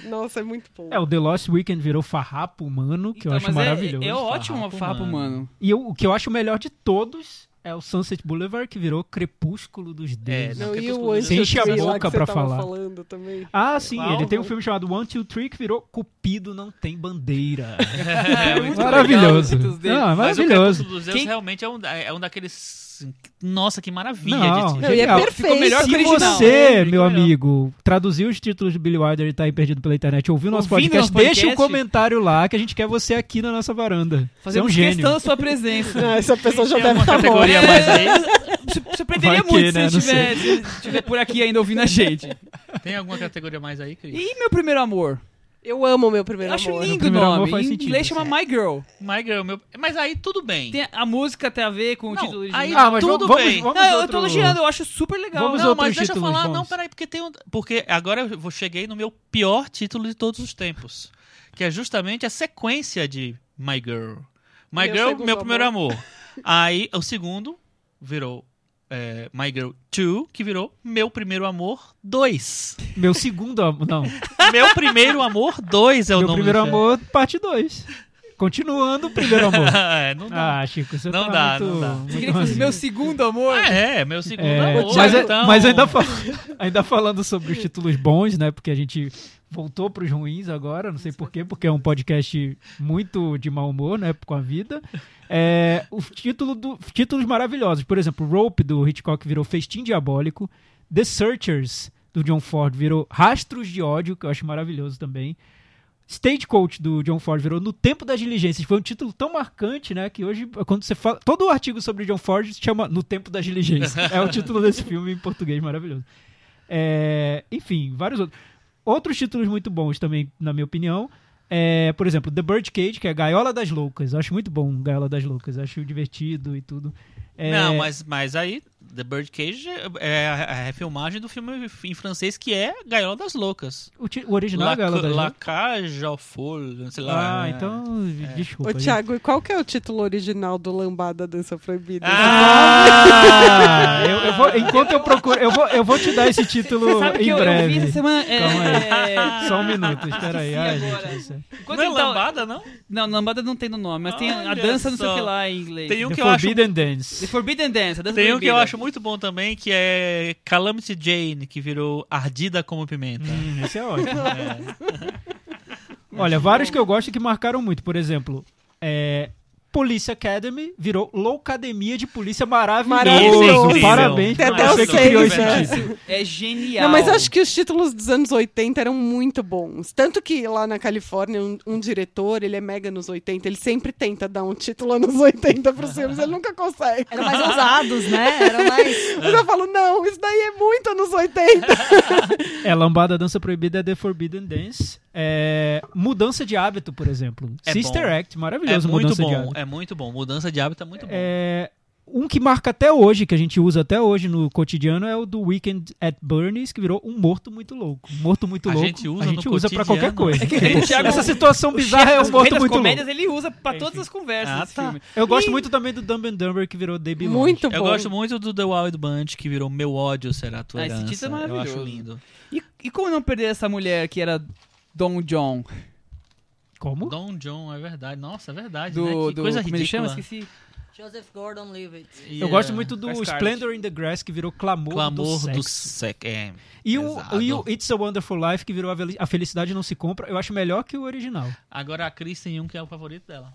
e- nossa, é muito bom.
É, o The Lost Weekend virou farrapo humano, que
Então,
eu acho
mas é-
maravilhoso.
É, ótimo o
Farrapo
farrapo humano.
E eu- o que eu acho melhor de todos é o Sunset Boulevard, que virou Crepúsculo dos Deuses.
Não, é
Não,
e
Crepúsculo
o
Você
Anjo
enche a
Tree lá
boca
que você
pra
tava
falar.
falando também.
Ah, sim,
Qual?
ele tem um filme chamado One, Two, Three que virou Cupido Não Tem Bandeira.
É, muito
legal,
maravilhoso.
muitos deles.
Não, é
Mas o
maravilhoso.
Crepúsculo dos Zeus
Quem-
realmente é um, da- é um daqueles. Nossa, que maravilha
Não,
de título.
Não, e é
Genial.
perfeito.
Ficou melhor que o
Se
original.
você, meu
Legal.
amigo, traduziu os títulos de Billy Wilder e tá aí perdido pela internet, ouviu nosso
Ouvindo
podcast,
nosso podcast.
deixa um comentário lá que a gente quer você aqui na nossa varanda. Você é um
Fazemos
gênio.
questão da sua presença.
Não, Ah, essa pessoa já
Tem
deve
uma
estar morta.
categoria
bom.
mais
É.
aí?
Você perderia
Vai que,
muito
né?
se
Não
estiver estiver por aqui ainda ouvindo a gente.
Tem alguma categoria mais aí, Cris?
E meu primeiro amor?
Eu amo meu primeiro
Eu acho
amor.
lindo o
primeiro amor
nome.
faz
Em
sentido.
inglês chama My Girl.
My Girl, meu. Mas aí tudo bem.
Tem a música tem a ver com o
Não,
título
aí-
original.
Ah, mas
Tudo
vamos,
bem.
assim, Não,
vamos, vamos
eu
outro-
tô elogiando, eu acho super legal.
Vamos
não,
outros
mas deixa eu
títulos
falar,
bons.
não, peraí, porque tem um. Porque agora eu vou- cheguei no meu pior título de todos os tempos. Que é justamente a sequência de My Girl. My
Meu
Girl,
segundo
meu primeiro amor. Aí o segundo virou é, My Girl 2, que virou Meu Primeiro Amor 2.
Meu
Então
segundo amor. Não.
Meu Primeiro Amor 2 é o
meu
nome
primeiro
do filme.
amor, parte 2. Continuando o primeiro amor.
É, não dá.
Ah, Chico, você
Não
tá
dá,
muito,
não dá.
muito
Você queria que fosse
ranzinho.
meu segundo amor?
Ah, é, meu segundo
É,
amor.
mas, é-
então.
mas ainda, fal- ainda falando sobre os títulos bons, né? Porque a gente voltou pros ruins agora, não sei porquê, porque é um podcast muito de mau humor, né? Com a vida. É, o título do, títulos maravilhosos, por exemplo, Rope do Hitchcock virou Festim Diabólico, The Searchers do John Ford virou Rastros de Ódio, que eu acho maravilhoso também. Stagecoach do John Ford virou No Tempo das Diligências. Foi um título tão marcante, né? Que hoje, quando você fala. Todo o artigo sobre John Ford se chama No Tempo das Diligências. é o título desse filme em português maravilhoso. É, enfim, vários outros. Outros títulos muito bons também, na minha opinião. É, por exemplo, The Birdcage, que é Gaiola das Loucas. Eu acho muito bom Gaiola das Loucas. Eu acho divertido e tudo. É,
Não, mas, mas aí The Birdcage é a, a refilmagem do filme em francês que é Gaiola das Loucas.
O, ti- o original é Gaiola das
La
Loucas.
Cage aux Folles, sei lá.
Ah,
é.
então, desculpa.
Ô, Thiago, e qual que é o título original do Lambada Dança Proibida?
Ah!
Ah, eu, eu vou, enquanto eu procuro, eu vou, eu vou te dar esse título
Sabe que
em
eu, eu vi essa
breve.
semana. É,
Calma
é,
Só um
Ah,
minuto, espera aí. Ai,
Esqueci
gente,
agora.
isso é-
Enquanto
não é
ele tava-
lambada, não?
Não, lambada não tem no nome, mas tem a
Olha
dança não sei o
só.
que lá em inglês.
Tem um
The
que eu acho
Forbidden
The
Dance.
Forbidden Dance, a dança
Tem um que eu
proibida.
acho muito bom também, que é Calamity Jane, que virou Ardida como Pimenta.
Hum, esse é ótimo. É. Olha, vários que eu gosto e que marcaram muito. Por exemplo, é, Police Academy virou Loucademia de Polícia Maravilhoso.
Maravilhoso.
Parabéns pra
Tem até
você
o
que criou
seis,
esse
né?
título.
É genial.
Não, mas eu acho que os títulos dos anos 80 eram muito bons. Tanto que lá na Califórnia, um, um diretor, ele é mega nos 80, ele sempre tenta dar um título anos 80 pros filmes, ele nunca consegue.
Eram mais ousados, né? Era mais.
Mas eu falo, não, isso daí é muito anos 80.
É, Lambada Dança Proibida é The Forbidden Dance. É, mudança de hábito, por exemplo.
É
Sister
bom.
Act,
É
maravilhoso.
muito
mudança de hábito.
bom, é muito bom. Mudança de hábito é muito bom.
É, um que marca até hoje, que a gente usa até hoje no cotidiano, é o do Weekend at Bernie's, que virou um morto muito louco. Um morto muito
A
louco.
gente usa
a gente
no
usa pra qualquer coisa.
cotidiano.
É que nem o Thiago-
Essa situação bizarra é um
morto
morto muito
comédias
louco.
ele usa pra todas
Enfim.
as conversas
Ah,
desse
tá.
filme.
Eu gosto muito também do Dumb and Dumber, que virou Debbie Lange.
Muito bom.
Eu gosto muito do The Wild Bunch, que virou Meu Ódio Será a Tua
Ah, esse
Herança.
título é maravilhoso.
Eu acho lindo.
E, e como não perder essa mulher que era Don John?
Como?
Don John, é verdade. Nossa, é verdade,
Do,
né? Que
do,
coisa
como ele chama?
ridícula.
Esqueci.
Joseph Gordon Levitt.
Eu
Yeah.
gosto muito do
Scarlett.
Splendor in the Grass, que virou Clamor,
é Clamor
do
do
Sexo.
sexo. É.
E o,
pesado.
e o It's a Wonderful Life, que virou A Veli- A Felicidade Não Se Compra, eu acho melhor que o original.
Agora a Cris tem um que é o favorito dela.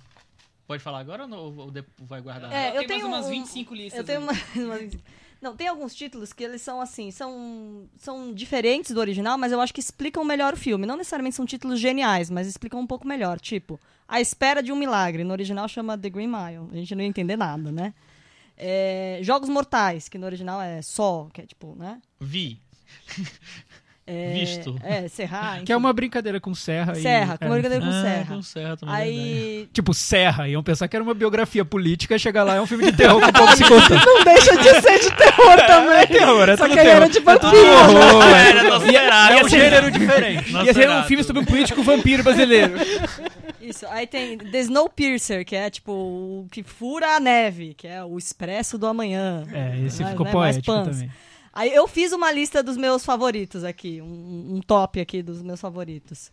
Pode falar agora ou não- ou ou de- vai guardar?
É, eu
Tem mais
tenho
umas
um-
25 listas
Eu tenho
aí.
mais umas- Não, tem alguns títulos que eles são assim, são, são diferentes do original, mas eu acho que explicam melhor o filme. Não necessariamente são títulos geniais, mas explicam um pouco melhor. Tipo, A Espera de um Milagre. No original chama The Green Mile. A gente não ia entender nada, né? É, Jogos Mortais, que no original é só, que é tipo, né?
Vi.
É,
Visto.
É, Serra.
Que é uma brincadeira com Serra. e-
Serra, com
é.
uma brincadeira com
Ah,
Serra.
Com Serra também. verdade.
Aí.
Tipo, Serra. Iam pensar que era uma biografia política, chegar lá é um filme de terror com o povo se contando.
Não deixa de ser de terror também.
terror, é
Só
tudo
que ele
terror.
era de
Tudo
vampiro.
horror,
Ah,
é.
era Nosferatu.
É um gênero diferente.
Ia ser um filme sobre um político vampiro brasileiro.
Isso, aí tem The Snowpiercer, que é tipo o que fura a neve, que é o expresso do amanhã.
É, esse
Mas,
ficou
né, mais
poético
pans.
também.
Aí eu fiz uma lista dos meus favoritos aqui, um, um top aqui dos meus favoritos.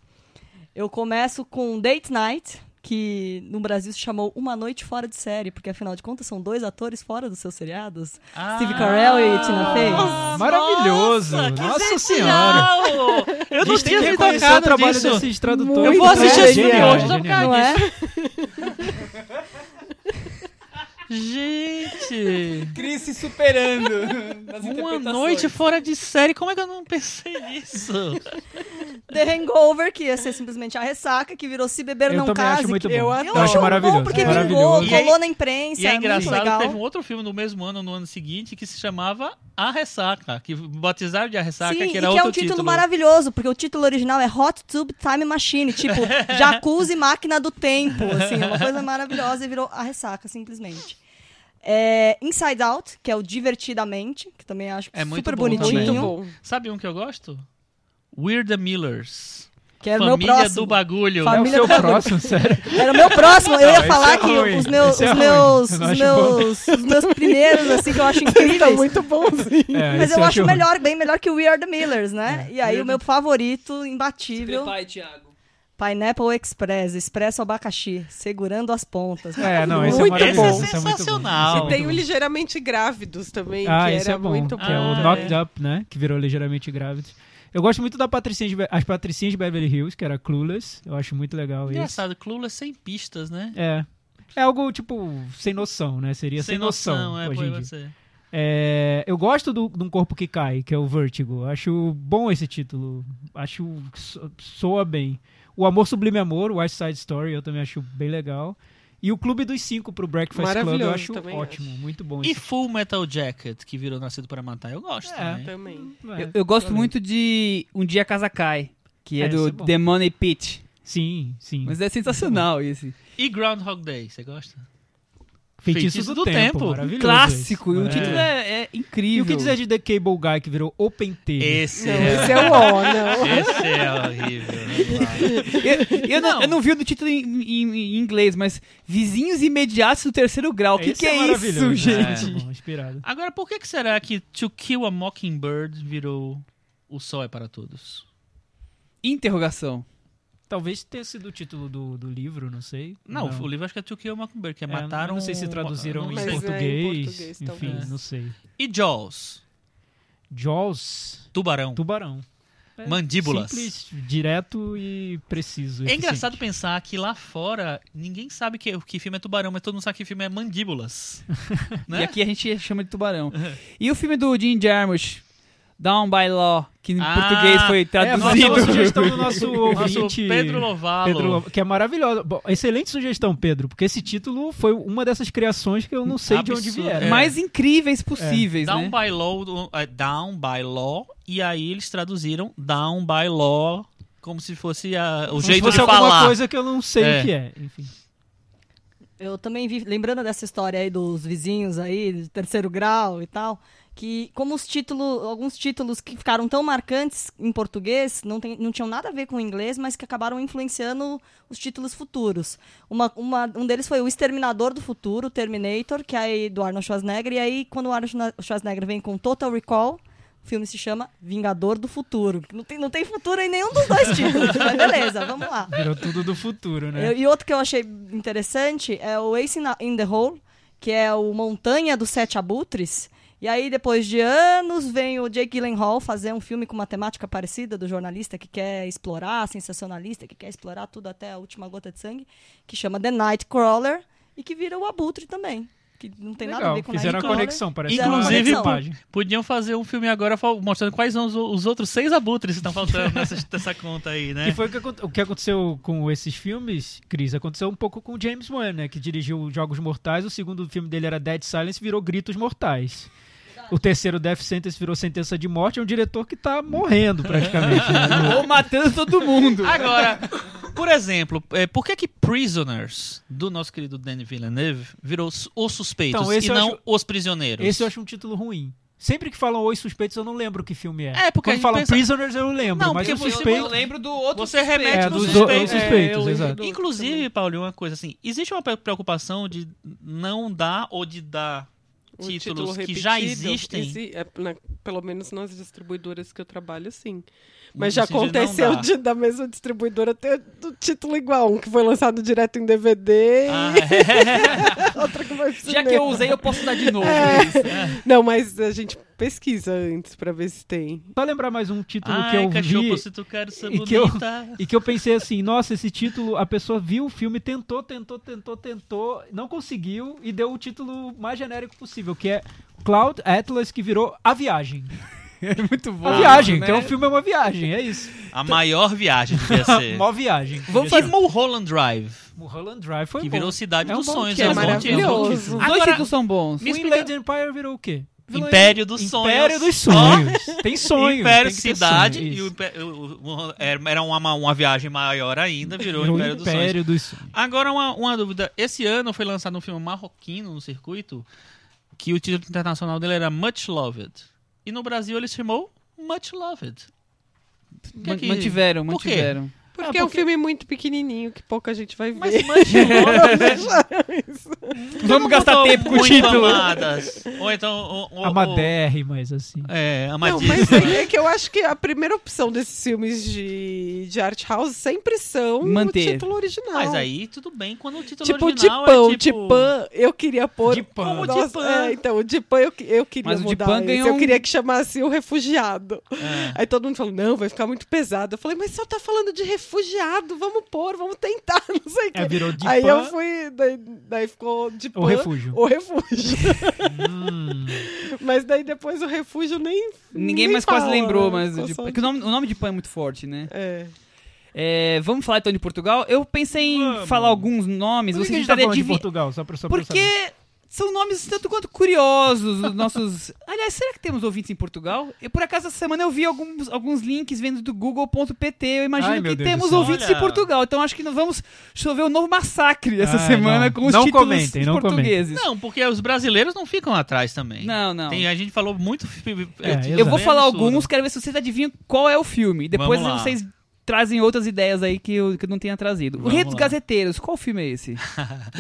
Eu começo com Date Night, que no Brasil se chamou Uma Noite Fora de Série, porque afinal de contas são dois atores fora dos seus seriados.
Ah,
Steve
Ah!
Carell e Tina Fey.
Maravilhoso. Nossa, senhora.
Eu
a
não
gente tem
tinha
que
me
reconhecer o
tocado
trabalho
disso.
desses tradutores.
Eu vou assistir
é,
esse filme
genial,
hoje,
só por
genial.
causa
Não é?
Gente,
Cris se superando. nas
uma
interpretações.
noite fora de série. Como é que eu não pensei nisso?
The Hangover, que ia ser simplesmente a ressaca, que virou Se Beber
Eu
Não
também
Case.
acho muito
que-
bom.
eu
Eu
Eu
adoro.
acho
acho
maravilhoso.
bom porque vingou,
maravilhoso.
E é-
colou na imprensa,
E é
muito legal.
engraçado, teve um outro filme no mesmo ano, no ano seguinte, que se chamava A Ressaca, que batizaram de A Ressaca,
Sim,
que
e
era
que é
outro
um título,
título.
maravilhoso, porque o título original é Hot Tub Time Machine, tipo, jacuzzi máquina do tempo, assim, é uma coisa maravilhosa e virou a ressaca, simplesmente. É, Inside Out, que é o Divertidamente, que também acho
É muito
super
bom
bonitinho,
Muito
também.
bom.
Sabe um que eu gosto? We're the Millers.
que era É o meu
Família
próximo.
do Bagulho.
É o
Família
seu
do bagulho.
próximo, sério.
Era o meu próximo, eu ia
esse
falar
é
que
ruim,
os meus, os
esse é ruim.
meus,
Eu
os
não acho
meus, os meus primeiros, assim, que eu acho
Tá
incríveis.
muito bonzinho.
É,
Mas
esse
eu acho
ruim. É,
melhor, bem melhor que We Are the Millers, né? e aí o meu favorito, imbatível.
Prepare, Thiago.
Pineapple Express, Expresso Abacaxi, segurando as pontas.
É, não, esse é
Muito
Esse é
maravilhoso. esse muito bom.
sensacional.
é
E tem o Ligeiramente Grávidos também,
Ah,
que
esse
era
é bom.
muito bom.
que é o
Ah,
Knocked Up, né? Que virou ligeiramente grávido. Eu gosto muito da Patricinha de, Be- as Patricinhas de Beverly Hills, que era Clueless. Eu acho muito legal isso.
Engraçado, Clueless sem pistas, né?
É. É algo, tipo, sem noção, né? Seria sem, noção,
é,
hoje em dia.
pode ser.
É, eu gosto do, de um corpo que cai, que é o Vertigo. Acho bom esse título. Acho so- soa bem. O Amor Sublime Amor, West Side Story, eu também acho bem legal. E o Clube dos Cinco pro Breakfast Club, eu
Maravilhoso,
acho
também
ótimo, muito bom.
E
esse
Full Metal Jacket, que virou Nascido para Matar, eu gosto
É.
também.
Também.
título, é.
Eu, eu gosto muito de Um Dia a Casa Cai, que é,
É,
do
esse é bom.
The Money Pit.
Sim, sim.
Mas é sensacional esse.
E Groundhog Day, você gosta?
Feitiço,
Feitiço do
do, Tempo,
Tempo.
maravilhoso
Clássico. E
esse.
o título é, é incrível.
E o que dizer de The Cable Guy, que virou O Pentelho?
Esse
Não,
é...
esse é o ó, não.
Esse é horrível. né?
Eu, eu não, eu não vi o do título em, em- em inglês, mas Vizinhos Imediatos do Terceiro Grau. O que,
Esse
que é, isso,
maravilhoso. né?
gente?
Muito bom, é inspirado.
Agora, por que, que será que To Kill a Mockingbird virou O Sol é para Todos?
Interrogação.
Talvez tenha sido o título do, do livro, não sei.
Não, o livro acho que é To Kill a Mockingbird, que é,
É,
mataram...
eu Não sei se
um-
traduziram
não
em
Mas é,
sei.
em
português.
português,
enfim,
talvez.
não sei.
E Jaws,
Jaws,
Tubarão.
tubarão.
Mandíbulas.
Simples, direto e preciso.
É
eficiente.
engraçado pensar que lá fora ninguém sabe que, que filme é tubarão, mas todo mundo sabe que filme é mandíbulas. né?
E aqui a gente chama de tubarão. E o filme do Jim Jarmusch, Down by Law, que em
Ah,
português foi
É, mas é uma
traduzido.
sugestão do nosso ouvinte.
Nosso Pedro Lovalo.
Pedro Lo- que é maravilhosa. Bom, excelente sugestão, Pedro, porque esse título foi uma dessas criações que eu não sei de onde
Absurdo.
vieram.
É.
Mais incríveis possíveis,
Down
né?
by law, do- é, down by law, e aí eles traduziram down by law como se fosse a- o
Como se
jeito
fosse
de
alguma
falar.
coisa que eu não sei
É.
o que é. Enfim.
Eu também vi, lembrando dessa história aí dos vizinhos aí, de terceiro grau e tal, que como os títulos, alguns títulos que ficaram tão marcantes em português, não, tem, não tinham nada a ver com o inglês, mas que acabaram influenciando os títulos futuros. Uma, uma- um deles foi o Exterminador do Futuro, o Terminator, que é aí do Arnold Schwarzenegger, e aí quando o Arnold Schna- Schwarzenegger vem com Total Recall, o filme se chama Vingador do Futuro. Não tem, não tem futuro em nenhum dos dois títulos, mas beleza, vamos lá.
Virou tudo do futuro, né?
Eu- e outro que eu achei interessante é o Ace in, a- in the Hole, que é o Montanha dos Sete Abutres. E aí, depois de anos, vem o Jake Gyllenhaal fazer um filme com uma temática parecida do jornalista que quer explorar, sensacionalista, que quer explorar tudo até a última gota de sangue, que chama The Nightcrawler e que vira o Abutre também. Que não tem nada a
Legal,
ver com
Fizeram a
Nightcrawler.
conexão, parece
Fizeram uma
Inclusive,
conexão.
página.
Podiam fazer um filme agora fal- mostrando quais são os, os outros seis abutres que estão faltando nessa, nessa conta aí, né?
Que foi o que, aconte- o que aconteceu com esses filmes, Cris, aconteceu um pouco com o James Wan, né? Que dirigiu os Jogos Mortais, o segundo filme dele era Dead Silence, virou Gritos Mortais. O terceiro, Death Sentence, virou Sentença de Morte, é um diretor que tá morrendo praticamente. né?
Ou matando todo mundo.
Agora, por exemplo, é, por que que Prisoners, do nosso querido Danny Villeneuve, virou Os- Os Suspeitos
Então, esse
e
eu
não
acho-
Os Prisioneiros?
Esse eu acho um título ruim. Sempre que falam Os Suspeitos, eu não lembro que filme é.
É, porque a
Quando
gente
falam
pensa-
Prisoners, eu lembro,
Não, tipo
mas
porque
o
você-
suspeito...
Eu lembro do outro
Você remete
É,
suspeito.
dos
dos do-
suspeitos.
os suspeitos,
É, eu
exato.
lembro.
Inclusive, Paulinho, uma coisa assim, existe uma pre- preocupação de não dar ou de dar
O
títulos
título
que já
repetido,
existem.
exi- é, na- pelo menos nas distribuidoras que eu trabalho, sim.
no
Mas já
sentido de não
aconteceu
dar.
de- da mesma distribuidora ter o título igual, um que foi lançado direto em
É.
DVD
Ah,
e outra que foi pro
Já que
cinema.
eu usei, eu posso dar de novo.
É.
é né?
Não, mas a gente pesquisa antes pra ver se tem.
Só lembrar mais um título
Ah, Ai,
que eu
cachorro,
vi...
se tu quer ser
e que eu-
bonita.
E que eu pensei assim, nossa, esse título, a pessoa viu o filme, tentou, tentou, tentou, tentou, não conseguiu e deu o título mais genérico possível, que é Cloud Atlas, que virou A Viagem.
É muito bom.
a Viagem,
né?
então o filme é uma viagem, é isso.
A maior viagem devia ser.
Mó viagem.
Vamos
E
fazer
Mulholland Drive,
Mulholland Drive foi
que
bom.
virou Cidade
É um
dos
bom
Sonhos.
título,
é
é
um bom título.
maravilhoso.
Os dois
Agora-
títulos são bons.
Me explica-
Inland Empire virou o quê? Virou
Império dos Sonhos.
Império dos
Ó,
Sonhos. Tem sonho.
Império
tem que ter
Cidade
sonho,
e o,
isso.
Impé- o- o- é, era uma, uma viagem maior ainda, virou
Virou
Império, dos Sonhos.
Império dos Sonhos.
Agora uma, uma dúvida, esse ano foi lançado um filme marroquino no circuito que o título internacional dele era Much Loved. E no Brasil ele se chamou Much Loved. Por que
Man-
que-
Mantiveram,
Por quê?
mantiveram.
Por
Porque é um filme muito pequenininho que pouca gente vai ver.
Mas mande o nome. né?
Vamos gastar tempo com o
Muito
título.
amadas. Ou então. O, o,
Amadere, mas assim.
O, é,
Não,
amadíssima.
mas é que eu acho que a primeira opção desses filmes de, de art house sempre são
Manter.
o título original.
Mas aí tudo bem quando o título
Tipo,
original
Dipan,
é
é
tipo...
Dipan, eu queria pôr...
Dipan.
Como
Nossa,
É, então, o Dipan eu, que- eu queria
Mas o
mudar
Dipan
esse.
ganhou
Eu
um-
queria que chamasse o refugiado.
É.
Aí todo mundo falou, não, vai ficar muito pesado. Eu falei, mas só tá falando de refugiado, vamos pôr, vamos tentar, não sei o quê.
É, virou de
Aí eu
pan
fui, daí, daí ficou de
ou refúgio.
O refúgio.
Hum.
mas daí depois o refúgio nem.
Ninguém
nem
mais quase
fala,
lembrou,
né?
mas o,
Ficou
de-
só
é que o nome, o nome de Pan é muito forte, né?
É.
É, vamos falar então de Portugal. Eu pensei em
Vamos.
falar alguns nomes.
Por que
Você
a gente
tentaria
tá falando de
adivinhar.
Portugal? Só pra, só pra eu saber.
Porque são nomes um tanto quanto curiosos, os nossos... Aliás, será que temos ouvintes em Portugal? Eu, por acaso, essa semana eu vi alguns, alguns links vendo do google.pt. Eu imagino
Ai, meu
que
Deus do
temos
céu.
ouvintes
Olha.
de Portugal. Então acho que nós vamos chover um novo massacre essa
Ah,
semana
não.
com os
Não
títulos
comentem, não
portugueses.
Não, porque os brasileiros não ficam atrás também.
Não, não.
Tem, a gente falou muito. fi-
É,
de-
Eu vou
Exato.
bem
falar
absurdo.
alguns, quero ver se vocês adivinham qual é o filme. Depois
Vamos lá.
vocês trazem outras ideias aí que eu, que eu não tenha trazido. o
Vamos
Rei dos
lá.
Gazeteiros, qual filme é esse?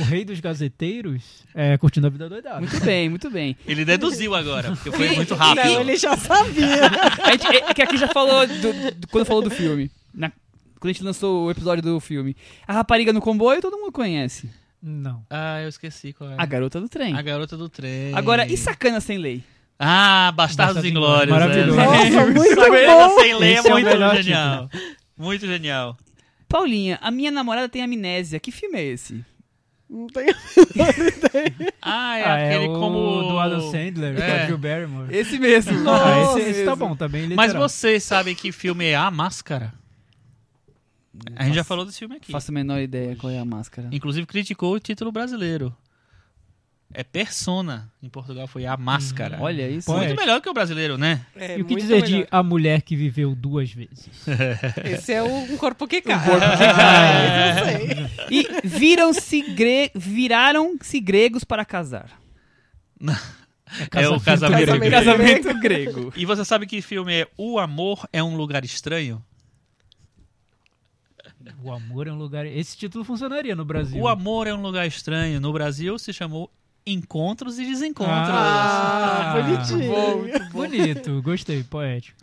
O rei dos gazeteiros é curtindo a vida doidada.
Muito bem, muito bem.
Ele deduziu agora, porque foi muito rápido.
Não, ele já sabia.
A gente, é que aqui já falou do- do- quando falou do filme. Na- quando a gente lançou o episódio do filme. A rapariga no comboio todo mundo conhece.
Não.
Ah, eu esqueci qual é.
A garota do trem.
A garota do trem.
Agora, e Sacana Sem Lei?
Ah, Bastardos
Bastardos
e Glórias.
Maravilhoso.
é.
Nossa, muito
Sacana
bom.
sem ler é
Esse é o
muito
melhor
genial. Muito genial.
Paulinha, a minha namorada tem amnésia. Que filme é esse?
Não tem-
Ah, é
Ah, é
aquele
o
como.
do Adam Sandler,
É.
com a Drew Barrymore.
Esse mesmo.
Ah,
Esse
esse, esse tá
mesmo.
bom também.
Mas
literal.
vocês sabem que filme é A Máscara? A gente já falou desse filme aqui.
Faço a menor ideia qual é a máscara.
Inclusive criticou o título brasileiro. É Persona. Em Portugal foi A Máscara.
Hum, Olha isso.
Então, Põe
Muito
poético.
melhor que o brasileiro, né?
É,
E o que
muito
dizer
melhor.
de A Mulher que Viveu Duas Vezes?
Esse é um corpo que cai. Não sei.
E viram-se gre... viraram-se gregos para casar.
É o casamento.
Casamento.
grego.
Casamento grego.
E você sabe que filme é O Amor é um Lugar Estranho?
O amor é um lugar... Esse título funcionaria no Brasil.
O Amor é um Lugar Estranho. No Brasil se chamou Encontros e Desencontros.
Ah, bonitinho.
Bonito, gostei, poético.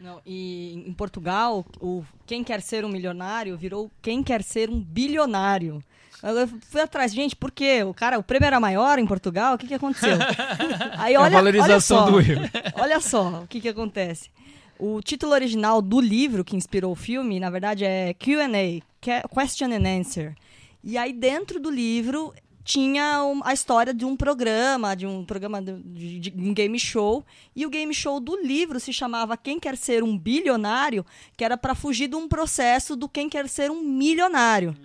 Não, e em Portugal, o Quem Quer Ser um Milionário virou Quem Quer Ser um Bilionário. Agora Eu fui atrás, gente, por quê? O cara, o prêmio era maior em Portugal? O que, que aconteceu? Aí,
É
olha,
a valorização
olha só,
do erro.
Olha só o que, que acontece. O título original do livro que inspirou o filme, na verdade, é QA, que- é Question and Answer. E aí, dentro do livro, tinha um- a história de um programa, de um programa de, de- de um game show. E o game show do livro se chamava Quem Quer Ser um Bilionário, que era para fugir de um processo do Quem Quer Ser um Milionário.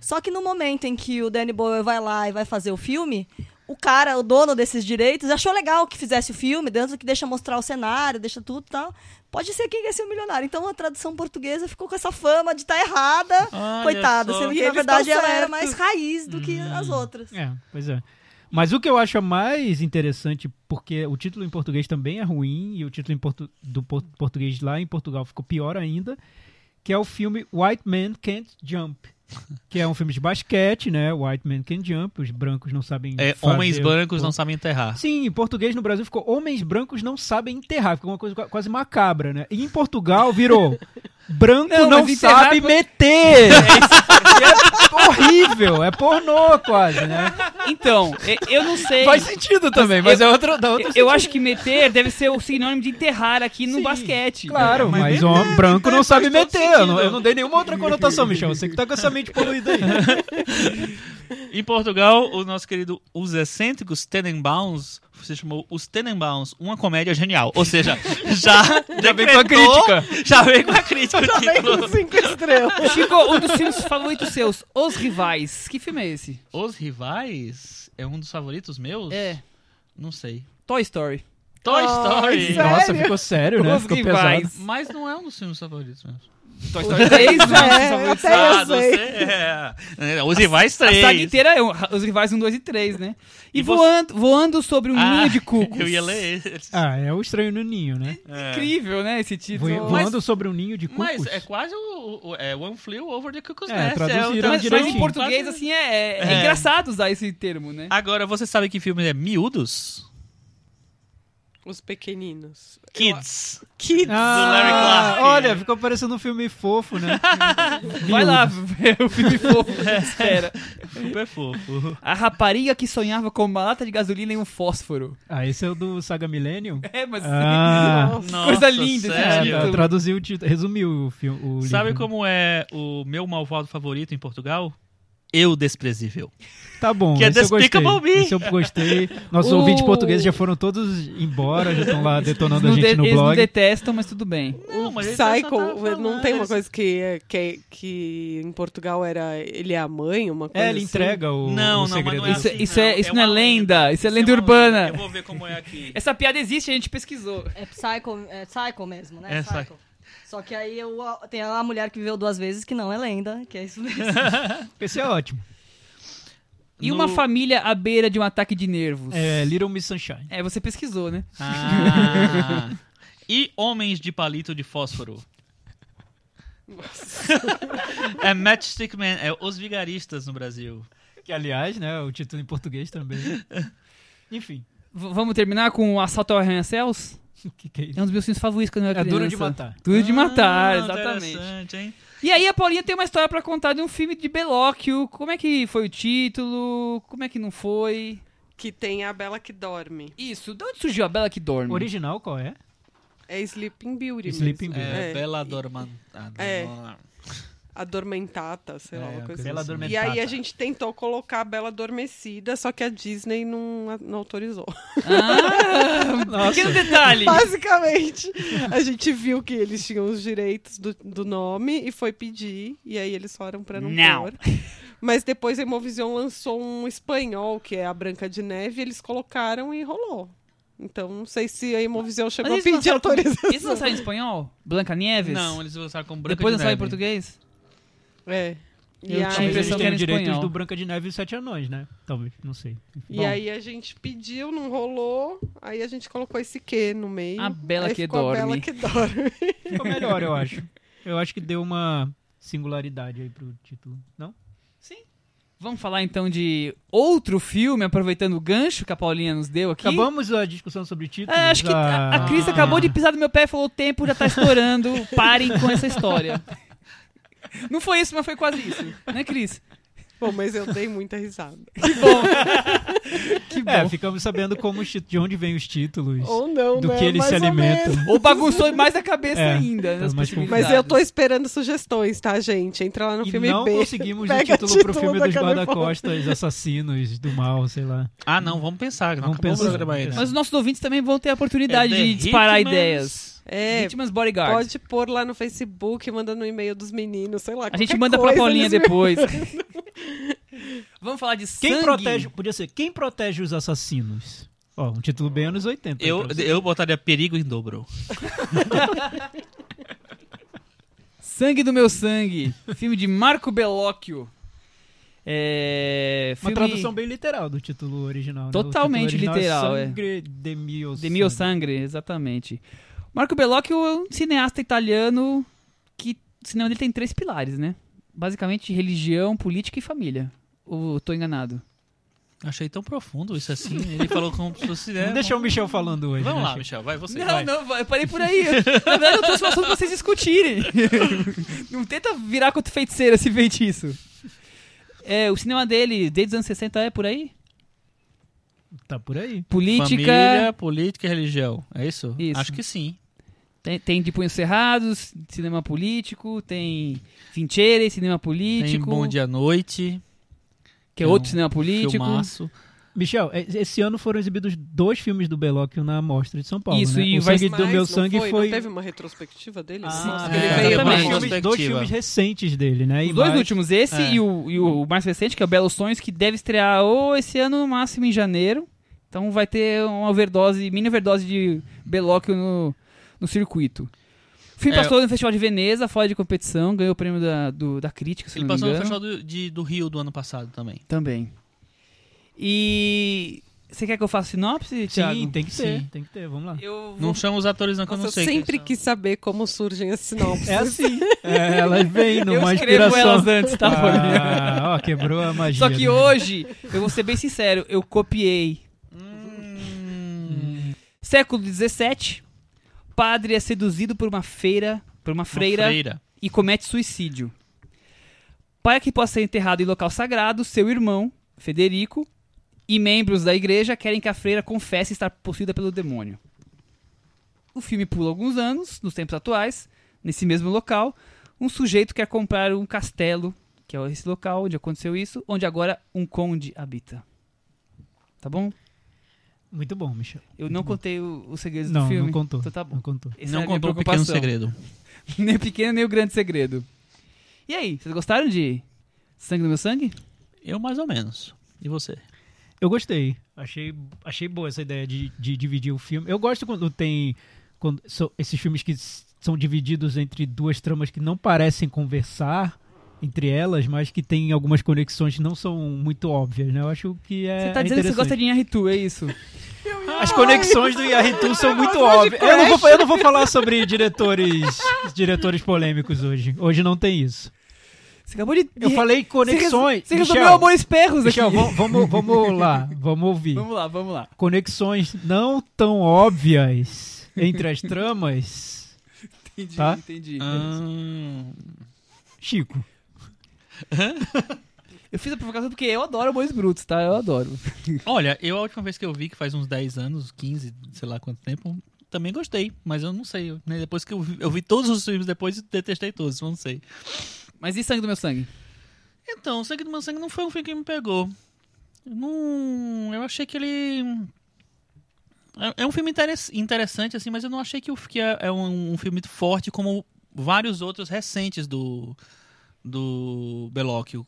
Só que no momento em que o Danny Boyle vai lá e vai fazer o filme, o cara, o dono desses direitos, achou legal que fizesse o filme, dentro que deixa mostrar o cenário, deixa tudo e tal. Pode ser quem quer ser o milionário. Então a tradução portuguesa ficou com essa fama de estar errada,
Olha
coitada,
só.
sendo
E
que na
eles
verdade
tão
ela era
certos.
mais raiz do que as outras.
É, pois é. Mas o que eu acho mais interessante, porque o título em português também é ruim, e o título em portu- do por- português lá em Portugal ficou pior ainda, que é o filme White Man Can't Jump. Que é um filme de basquete, né? White Man Can't Jump, os brancos não sabem.
É,
fazer
homens brancos
o-
não sabem enterrar.
Sim, em português no Brasil ficou Homens Brancos Não Sabem Enterrar. Ficou uma coisa qua- quase macabra, né? E em Portugal virou Branco
Não,
Não,
mas enterrar-
Sabe Meter. é horrível, é pornô quase, né?
Então, e- eu não sei.
sentido também, mas, é outra, da outra
Eu acho que meter deve ser o sinônimo de enterrar aqui no
Sim,
basquete.
Claro,
mas
mas,
meter,
homem branco não
faz
sabe
todo
meter. Eu não,
sentido.
eu não dei nenhuma outra conotação, Michel. Você que tá com essa mente poluída aí.
Em Portugal, o nosso querido Os Excêntricos Tenenbaums se chamou Os Tenenbaums, uma comédia genial. Ou seja, já, já
vem com a crítica.
Já vem com a crítica.
Já
o
vem
título.
com cinco estrelas.
Chico, um dos filmes favoritos seus, Os Rivais. Que filme é esse?
Os Rivais é um dos favoritos meus?
É.
Não sei.
Toy Story.
Toy
Ah,
Story.
isso é-
Nossa, ficou sério, né?
Os
Ficou pesado.
rivais.
Mas não é um dos filmes favoritos meus.
Toy Story 3, né?
É, até
Ah,
eu sei.
você é. É, Os rivais
A
três.
saga inteira é um- os rivais 1, 2 e 3, né? E,
E você-
voando, voando sobre um
Ah,
ninho de cucos.
Eu ia ler esse.
Ah, é o estranho no ninho, né?
É.
Incrível, né, esse título.
Voa-
Mas-
Voando sobre um ninho de
Mas
cucos.
é quase o, o- é One Flew Over the Cuckoo's
É,
Nest.
traduziram
o-
Mas, mas em
direitinho.
português, assim, é, é- é
É.
engraçado usar esse termo, né?
Agora, você sabe que filme é Miúdos?
Os pequeninos.
Kids.
Kids.
do Larry Clark.
Ah, Olha, ficou parecendo um filme fofo, né?
Vai lá ver o filme fofo. Espera.
Super fofo.
A rapariga que sonhava com uma lata de gasolina e um fósforo.
Ah, esse é o do Saga Millennium?
É, mas...
Ah,
Coisa linda,
é,
sério.
tá, traduziu, o título- resumiu o filme. o
Sabe
livro.
como é o meu malvado favorito em Portugal? Eu desprezível.
Tá bom,
Que é
esse eu gostei.
Despicable Me.
Esse eu gostei. Nossos
O-
ouvintes portugueses já foram todos embora, já estão lá detonando a
não
gente
de-
no
eles não
blog.
detestam, mas tudo bem.
Não, mas ele tá
Psycho,
só tá
não tem uma
falando,
coisa que, é- que, é- que em Portugal era ele é a mãe, uma coisa
É, ele
assim?
entrega o,
Não,
o
não, mas
segredo.
não é
Isso-
assim,
isso é- isso não é
uma
lenda, isso é
Isso
lenda
uma
urbana.
Eu vou ver como é aqui.
Essa piada existe, a gente pesquisou.
É psycho, é psycho mesmo, né?
É,
psycho.
psycho.
Só que aí eu- tem a mulher que viveu duas vezes, que não é lenda, que é isso mesmo.
Esse é ótimo.
E
No-
uma família à beira de um ataque de nervos.
É Little Miss Sunshine.
É, você pesquisou, né?
Ah. e Homens de Palito de Fósforo? é Matchstick Man, é Os Vigaristas no Brasil.
Que, aliás, né, o título em português também. Enfim,
V- vamos terminar com o Assalto ao Arranha-Céus?
o que, que é
É
isso?
um dos meus filmes favoritos quando eu era
É Duro de
criança.
Matar.
Duro de Matar,
Ah,
exatamente.
interessante, hein?
E aí a Paulinha tem uma história pra contar de um filme de Belóquio. Como é que foi o título? Como é que não foi?
Que tem a Bela que dorme.
Isso, de onde surgiu a Bela que Dorme?
Original qual é?
É Sleeping Beauty.
Sleeping
mesmo.
Beauty.
É,
É,
Bela Dorman. ah,
É.
Dorman.
Adormentata, sei lá,
É,
uma coisa
Bela
assim.
Adormentata.
E aí a gente tentou colocar a Bela Adormecida, só que a Disney não, não autorizou.
Pequeno detalhe.
Basicamente, a gente viu que eles tinham os direitos do, do nome e foi pedir, e aí eles falaram pra não,
Não.
pôr. Mas depois a Imovision lançou um espanhol, que é a Branca de Neve, e eles colocaram e rolou. Então, não sei se a Imovision
Mas
chegou a
eles
pedir
lançaram como-
autorização.
Eles lançaram em espanhol? Blanca Nieves?
Não, eles lançaram como Branca
Depois
de
lançaram
Neve.
em português?
É. E
Eu tinha
Talvez
aí,
eles
impressão que
tenham
era em
direitos
espanhol.
do Branca de Neve e os Sete Anões, né? Talvez, não sei.
e aí a gente pediu, não rolou, aí a gente colocou esse que no meio.
A Bela
aí
que
ficou A Bela
dorme.
que dorme.
Ficou melhor, eu acho. Eu acho que deu uma singularidade aí pro título, não?
Vamos falar então de outro filme, aproveitando o gancho que a Paulinha nos deu aqui.
Acabamos a discussão sobre títulos. Ah.
É, acho que a, a Cris acabou de pisar no meu pé e falou: o tempo já tá estourando, parem com essa história. Não foi isso, mas foi quase isso. Né, Cris?
Bom, mas eu dei muita risada.
Que bom.
É, ficamos sabendo como os títulos, de onde vêm os títulos,
Ou não,
do
né?
que eles
Mais
se
ou
alimentam.
menos.
Ou bagunçou mais a cabeça
É,
ainda.
tá
nas
mais confuso.
Mas eu tô
possibilidades.
esperando sugestões, tá, gente? Entra lá no
E
filme
não
B.
conseguimos o
pega
título, pro
título
filme
da
dos
Califórnia.
guarda-costas, assassinos do mal, sei lá.
Ah, não, vamos pensar. que Não
Vamos
acabou
pensar.
o programa ainda.
Mas os nossos ouvintes também vão ter a oportunidade
É The
de disparar
Hitman's-
ideias.
né, É,
Vítimas Bodyguard.
pode pôr lá no Facebook, mandando um e-mail dos meninos, sei lá.
A gente
qualquer
manda pra
coisa, né,
Paulinha
eles me-
depois. Vamos falar de
Quem
sangue.
protege, podia ser, quem protege os assassinos? Ó, um título bem anos então, 80.
Eu,
pra você.
eu botaria perigo em dobro.
Sangue do Meu Sangue. Filme de Marco Bellocchio. É.
Uma
filme-
tradução bem literal do título original. né? O título
Totalmente
original
literal, é.
Sangre de mio
De Mio Sangre, exatamente. Marco Bellocchio é um cineasta italiano que o cinema dele tem três pilares, né? Basicamente religião, política e família. Ou eu tô enganado?
Achei tão profundo isso assim. Ele falou como se fosse. né,
Não deixa o Michel falando hoje.
Vamos
né,
lá,
Chico?
Michel, vai você.
não,
vai.
não, eu parei por aí. Na verdade, eu trouxe um assunto pra vocês discutirem. não tenta virar contra feiticeira esse feitiço. É, o cinema dele, desde os anos 60, é por aí?
Tá por aí.
Política.
Família, política e religião. É isso?
Isso.
Acho que sim.
Tem, tem de punhos cerrados, cinema político, tem Fincheire, cinema
Tem
político,
Bom Dia à Noite,
que é
é
outro
um
cinema político.
filmaço.
Michel, e- esse ano foram exibidos dois filmes do Belóquio na Mostra de São Paulo.
Isso,
né?
e
o
vai-
Sangue do
Mas
Meu
não
Sangue
foi,
foi.
Não teve uma retrospectiva dele?
Ah,
Nossa,
é,
ele
é,
veio
dois,
exatamente.
mais-
filmes, dois filmes recentes dele, né? E
Os dois
mais-
últimos, esse
É.
e, o, e o mais recente, que é o Belo Sonhos, que deve estrear ou esse ano, no máximo em janeiro. Então vai ter uma overdose, mini overdose de Belóquio no, no circuito. O filme
É,
passou no Festival de Veneza, fora de competição, ganhou o prêmio da, do- da crítica, se
Ele
não me
passou no
engano.
Festival do, de- do Rio do ano passado também.
Também. E... Você quer que eu faça sinopse, Thiago?
Sim, tem que ter,
Sim.
tem que ter, vamos lá.
Eu vou...
Não chama os atores não que é.
Nossa,
eu
eu
não sei.
sempre
que...
quis saber como surgem as sinopses.
É assim, é, ela vem
Eu
numa
escrevo
inspiração.
elas antes, tá, Paulinha?
ah, ó, quebrou a magia.
Só que
né?
hoje, eu vou ser bem sincero, eu copiei.
Hum.
Século XVII, padre é seduzido por uma feira, por uma freira,
Freira. freira.
e comete suicídio. Para que possa ser enterrado em local sagrado, seu irmão, Federico, e membros da igreja querem que a freira confesse estar possuída pelo demônio. O filme pula alguns anos, nos tempos atuais, nesse mesmo local, um sujeito quer comprar um castelo, que é esse local onde aconteceu isso, onde agora um conde habita. Tá bom?
Muito bom, Michel.
Eu não contei o- os segredos do
Não,
filme.
não contou.
Então tá bom.
Não contou.
Essa é
não
a minha
contou o pequeno
preocupação.
segredo.
nem o pequeno nem o grande segredo. E aí, vocês gostaram de Sangue do Meu Sangue?
Eu mais ou menos. E você?
Eu gostei. Achei, achei boa essa ideia de, de dividir o filme. Eu gosto quando tem quando so- esses filmes que s- são divididos entre duas tramas que não parecem conversar entre elas, mas que tem algumas conexões que não são muito óbvias, né? Eu acho que é
Você tá
é
dizendo que você
interessante.
gosta de Inharitu, é isso?
As conexões do Yaritu são muito óbvias. Eu não, vou, eu não vou falar sobre diretores diretores polêmicos hoje. Hoje não tem isso.
Você acabou de...
Eu falei conexões.
Você
Michel,
resolveu amores perros aqui.
Michel, vamos, vamos, vamos lá. Vamos ouvir.
Vamos lá, vamos lá.
Conexões não tão óbvias entre as tramas.
Entendi,
Tá?
entendi.
Hum,
Chico.
Eu fiz a provocação porque eu adoro amores brutos, tá? Eu adoro.
Olha, eu a última vez que eu vi, que faz uns 10 anos, 15, sei lá quanto tempo, também gostei, mas eu não sei. né? Depois que eu vi, eu vi todos os filmes depois e detestei todos, eu não sei.
Mas e Sangue do Meu Sangue?
Então, Sangue do Meu Sangue não foi um filme que me pegou. Eu Não, eu achei que ele é- é um filme interes- interessante assim, mas eu não achei que, o, que é, é um, um filme forte como vários outros recentes do do Belocchio.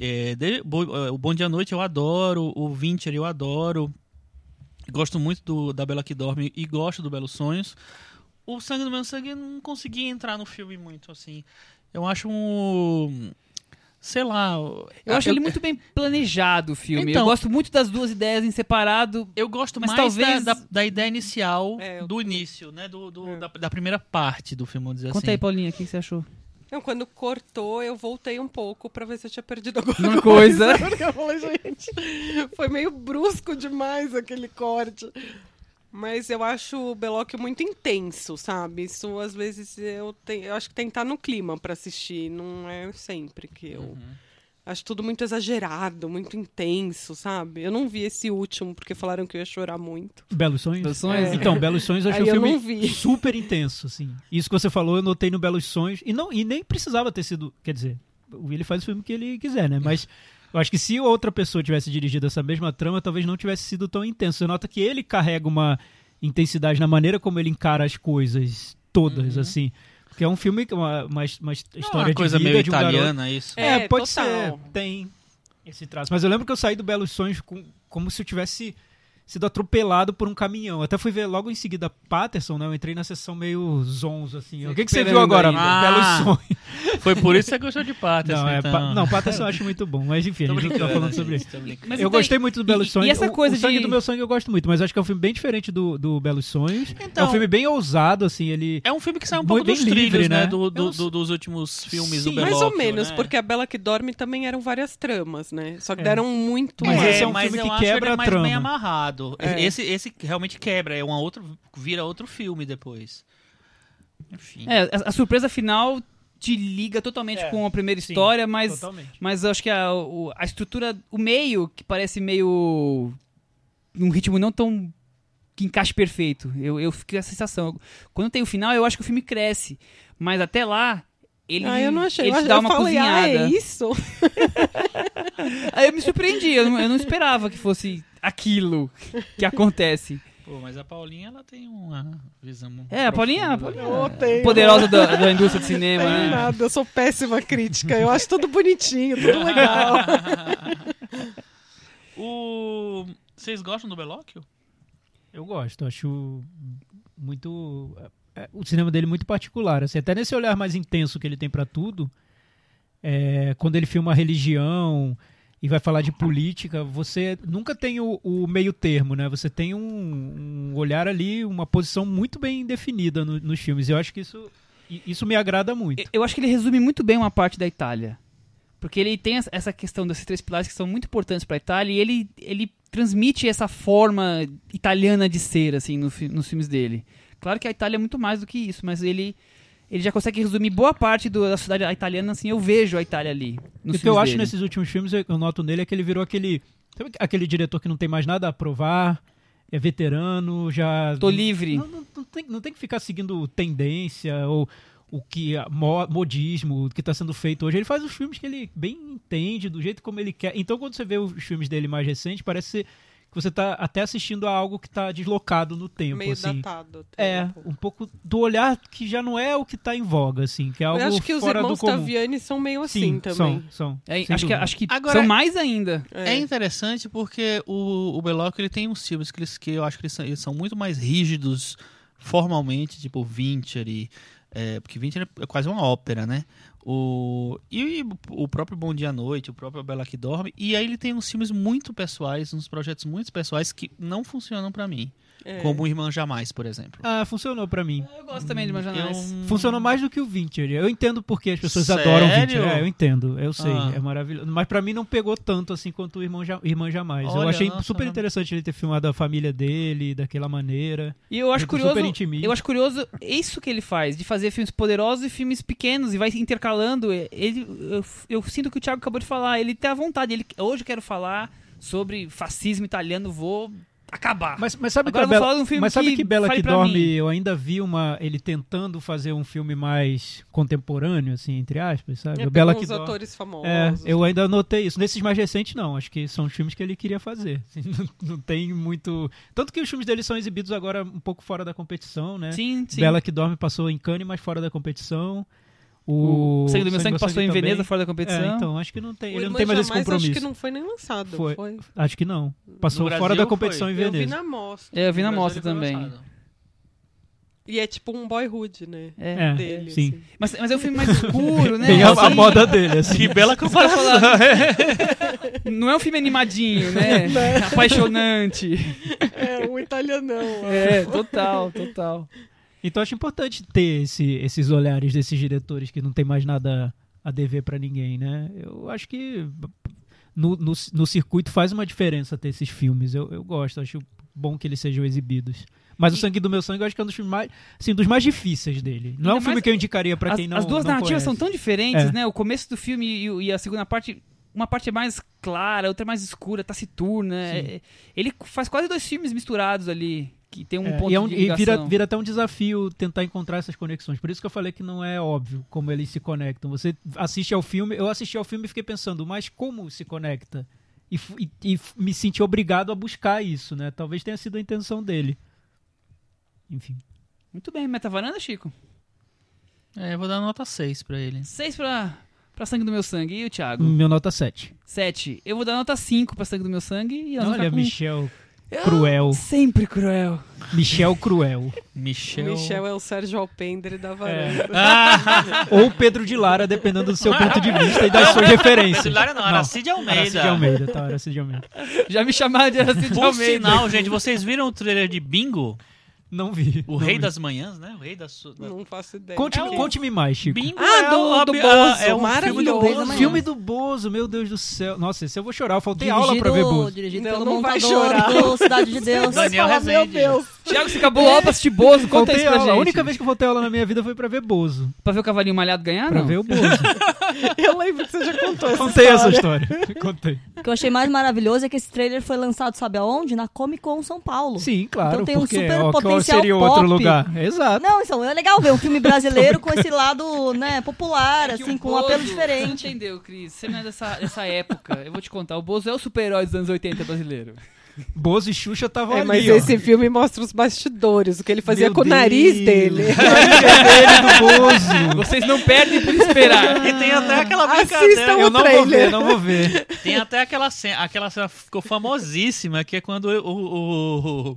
É, de- Bo- é, o Bom Dia à Noite eu adoro, o Vinter eu adoro. Gosto muito do, da Bela que Dorme e gosto do Belos Sonhos. O Sangue do Meu Sangue eu não consegui entrar no filme muito assim. Eu acho um sei lá,
Ah, Eu acho ele muito bem planejado, o filme. eu
Então-
gosto muito das duas ideias em separado.
Eu gosto
Mas
mais
talvez-
da, da- da ideia inicial
É, eu
do início, né? Do, do-
É.
da, da primeira parte do filme, vamos dizer
Conta aí,
assim.
Paulinha, o que que você achou?
Não, quando cortou, eu voltei um pouco pra ver se eu tinha perdido alguma
Uma coisa.
Porque eu falei, gente, foi meio brusco demais aquele corte. Mas eu acho o Belocchio muito intenso, sabe? Isso às vezes eu tenho, eu acho que tem que estar no clima pra assistir, não é sempre que eu
Uhum.
acho tudo muito exagerado, muito intenso, sabe? Eu não vi esse último porque falaram que eu ia chorar muito.
Belos Sonhos?
Belos Sonhos?
É. Então, Belos Sonhos eu achei
Aí
um
eu
filme
não vi.
super intenso, assim. Isso que você falou, eu notei no Belos Sonhos. E, não, e nem precisava ter sido. Quer dizer, o Willi faz o filme que ele quiser, né? Mas eu acho que se outra pessoa tivesse dirigido essa mesma trama, talvez não tivesse sido tão intenso. Você nota que ele carrega uma intensidade na maneira como ele encara as coisas todas, assim. Porque é um filme, que é uma, uma, uma
Não é
história
uma coisa
de vida
meio
de um garoto.
italiana, isso.
É,
É, pode
total.
ser. Tem esse traço. Mas eu lembro que eu saí do Belos Sonhos com- como se eu tivesse sido atropelado por um caminhão. Até fui ver logo em seguida Patterson, né? Eu entrei na sessão meio zonzo, assim. O que, que você viu
Esperando
agora?
ainda.
Ah,
Belos Sonhos.
Foi por isso que você gostou de Patterson,
Não, é,
então.
Pa- não, Patterson eu acho muito bom. Mas enfim, a gente não tá falando sobre isso.
Mas
eu
então-
gostei muito do Belos
e-
Sonhos.
e essa
O-
coisa
o sangue
de-
do meu sangue eu gosto muito, mas acho que é um filme bem diferente do, do Belos Sonhos. é
Então-
um filme bem ousado, assim. Ele
É um filme que sai um
Muito
pouco
bem
dos trilhos,
livre,
né?
né?
do- do-
Eu não
do- dos últimos filmes do
Sim,
Belocchio,
Mais ou menos,
né?
porque a Bela que dorme também eram várias tramas, né? Só que
É.
deram muito
Mas
mais.
esse é um
mas
filme
eu
que
acho ele
quebra a
mais bem
trama.
amarrado.
É.
Esse, esse realmente quebra, é uma outra, vira outro filme depois. Enfim.
É, a, a surpresa final te liga totalmente
É,
com a primeira
sim,
história, mas
Totalmente.
Mas eu acho que a, o- a estrutura, o meio, que parece meio. num ritmo não tão. que encaixe perfeito. Eu, eu fiquei com essa sensação. Quando tem o final, eu acho que o filme cresce. Mas até lá, ele,
Ah, eu não achei.
ele
eu
te dá
eu
uma
falei, ah,
cozinhada.
é isso?
Aí eu me surpreendi, eu não, eu não esperava que fosse aquilo que acontece.
Pô, mas a Paulinha, ela tem uma visão
É, a Paulinha, a
né?
profunda. né?
Paulinha
Eu odeio.
poderosa da, da indústria do cinema,
Tem
né?
é nada, eu sou péssima crítica. Eu acho tudo bonitinho, tudo legal.
O... Vocês gostam do Belocchio?
Eu gosto, acho muito. é, o cinema dele é muito particular. Assim, até nesse olhar mais intenso que ele tem pra tudo, é, quando ele filma religião e vai falar de política, você nunca tem o, o meio termo, né? Você tem um, um olhar ali, uma posição muito bem definida no- nos filmes. E eu acho que isso, i- isso me agrada muito.
Eu- Eu acho que ele resume muito bem uma parte da Itália. Porque ele tem essa- essa questão desses três pilares que são muito importantes para a Itália e ele, ele transmite essa forma italiana de ser, assim, no fi- nos filmes dele. Claro que a Itália é muito mais do que isso, mas ele, ele já consegue resumir boa parte do- da cidade italiana, assim, eu vejo a Itália ali. Nos
o que Então, eu
filmes
acho
dele.
nesses últimos filmes, eu eu noto nele, é que ele virou aquele. Sabe aquele diretor que não tem mais nada a provar, é veterano, já.
Tô livre.
Não, não- não tem, não tem que ficar seguindo tendência ou o que a mo- modismo o que está sendo feito hoje. Ele faz os filmes que ele bem entende, do jeito como ele quer. Então, quando você vê os filmes dele mais recentes, parece ser que você está até assistindo a algo que está deslocado no tempo,
meio
assim.
datado. né, o
É,
tempo.
um pouco do olhar que já não é o que está em voga, assim, que é algo
Eu acho que os
fora
irmãos
do comum.
Taviani são meio assim
Sim,
também.
são, são.
É, acho, que,
sem dúvida.
acho que
Agora-
são mais ainda.
É.
É interessante porque o, o Belloc ele tem uns filmes que, eles, que eu acho que eles são, eles são muito mais rígidos formalmente, tipo Vincher e. É, porque Vincher é quase uma ópera, né? O, e o próprio Bom Dia à Noite, o próprio Bela que Dorme. E aí ele tem uns filmes muito pessoais, uns projetos muito pessoais que não funcionam pra mim.
É.
Como o Irmão Jamais, por exemplo.
Ah, funcionou pra mim.
Eu gosto também de
Eu-
Majanais.
Funcionou mais do que o Vintage. Eu entendo porque as pessoas adoram o Vintage.
Sério?
É, eu entendo, eu sei,
Ah.
é maravilhoso. Mas pra mim não pegou tanto assim quanto o Irmão ja Irmã Jamais. eu
Olha,
achei
nossa,
super
não-
interessante ele ter filmado a família dele daquela maneira.
E eu acho
Super
curioso.
intimista.
Eu acho curioso isso que ele faz, de fazer filmes poderosos e filmes pequenos e vai intercalando. Ele, eu, eu sinto que o Thiago acabou de falar, ele tem a vontade. Ele, hoje eu quero falar sobre fascismo italiano, vou acabar.
Mas, mas sabe
Agora
que a
eu vou
Bela-
falar de um filme
mas sabe
que
que Bela
fale
que
pra
dorme,
mim.
eu ainda vi uma ele tentando fazer um filme mais contemporâneo assim, entre aspas, sabe?
É,
O Bela
pegam
que
uns
dorme.
atores famosos.
É, eu
assim.
ainda notei isso. Nesses mais recentes, não. Acho que são os filmes que ele queria fazer. Assim, não, não tem muito. Tanto que os filmes dele são exibidos agora um pouco fora da competição, né?
sim, sim.
Bela que dorme passou em Cannes, mas fora da competição. O,
o Sangue do Meu Sangue
Meu
passou em
também.
Veneza fora da competição.
É, então, acho que não tem. Ele
O
não
Irmã
tem mais esse
Jamais
compromisso.
acho que não foi nem lançado.
Foi.
Foi.
não. Passou
No Brasil,
fora da competição em
Eu vi
Veneza.
na mostra.
É, eu vi na
No Brasil
mostra
ele foi
também.
lançado.
E é tipo um boyhood, né?
É.
É,
Dele,
sim.
assim.
Mas, mas é um filme mais escuro, né?
Tem a, a
Assim,
moda dele, assim.
Que bela
os caras
comparação.
falaram, Não é um filme animadinho, né? Apaixonante.
É, um italianão.
É, total, total.
Então acho importante ter esse- esses olhares desses diretores que não tem mais nada a dever pra ninguém, né? Eu acho que no, no- no circuito faz uma diferença ter esses filmes. Eu, eu gosto, acho bom que eles sejam exibidos. Mas O Sangue do Meu Sangue eu acho que é um dos filmes mais, assim, dos mais difíceis dele. Não é um
Ainda
filme
mais-
que eu indicaria pra
as,
quem não
as duas
não
narrativas
conhece.
são tão diferentes,
É.
né? O começo do filme e, o- e a segunda parte, uma parte é mais clara, outra é mais escura, taciturna. É- ele faz quase dois filmes misturados ali, que tem um
É,
ponto
e é um-
de
e vira,
ligação.
vira até um desafio tentar encontrar essas conexões. Por isso que eu falei que não é óbvio como eles se conectam. Você assiste ao filme, eu assisti ao filme e fiquei pensando, mas como se conecta? E, fu- e- e f- me senti obrigado a buscar isso, né? Talvez tenha sido a intenção dele. Enfim.
Muito bem, metavaranda, Chico.
É, eu vou dar nota 6 pra ele.
Seis pra, pra Sangue do Meu Sangue. E o Thiago?
Meu nota 7.
Sete. Eu vou dar nota cinco pra Sangue do Meu Sangue. E nós vamos
tá
ficar
Olha,
com-
Michel Cruel.
Sempre cruel.
Michel Cruel.
Michel.
Michel é o Sérgio Alpendre da varanda.
Ou Pedro de Lara, dependendo do seu ponto de vista e das suas referências.
Pedro Lara não, Aracide Almeida.
Aracide Almeida, tá, Aracide Almeida.
Já me chamaram de Aracide
Por
Almeida.
sinal, gente, vocês viram o trailer de Bingo?
Não vi.
O
não
Rei
vi.
das Manhãs, né? O Rei das... su- da-
Não faço ideia.
Conte-me
É o-
conte-me mais, Chico.
Bingo
Ah,
é
do-
o-
do
a-
Bozo,
é um filme do
maravilhoso. né?
Bozo.
Amanhã.
Filme do Bozo, meu Deus do céu. Nossa, esse eu vou chorar. Eu faltei
dirigido,
aula pra ver Bozo.
Dirigido
Não,
pelo
não vai chorar.
montador do Cidade de Deus.
Daniel Rezende.
Thiago, você acabou ó pra assistir Bozo. Conta
Faltei
isso pra
aula.
gente.
A única vez que eu faltei aula na minha vida foi pra ver Bozo.
Pra ver o Cavalinho Malhado
Ah,
ganhar,
Pra
não?
ver o Bozo.
Eu lembro que você já contou essa
Contei essa
história.
história. Contei.
O que eu achei mais maravilhoso é que esse trailer foi lançado, sabe aonde? Na Comic Con São Paulo.
Sim, claro.
Então tem um
porque
super
ó, qual
potencial
seria o
pop.
outro lugar? Exato.
Não, então, é legal ver um filme brasileiro com esse lado, né, popular,
É que
assim,
o
com um apelo
Bozo- Você
diferente.
não entendeu, Cris? Você não é dessa, dessa época. Eu vou te contar. O Bozo é o super-herói dos anos 80 brasileiro.
Bozo e Xuxa estavam
Né? É,
ali.
mas
ó.
esse filme mostra os bastidores, o que ele fazia
Meu
com o nariz
Deus.
dele.
Bozo.
Vocês não perdem por esperar.
Ah, E tem até aquela
Assistam
brincadeira.
o
Eu não vou
trailer.
ver, não vou ver.
Tem até aquela cena, aquela cena ficou famosíssima, que é quando o, o,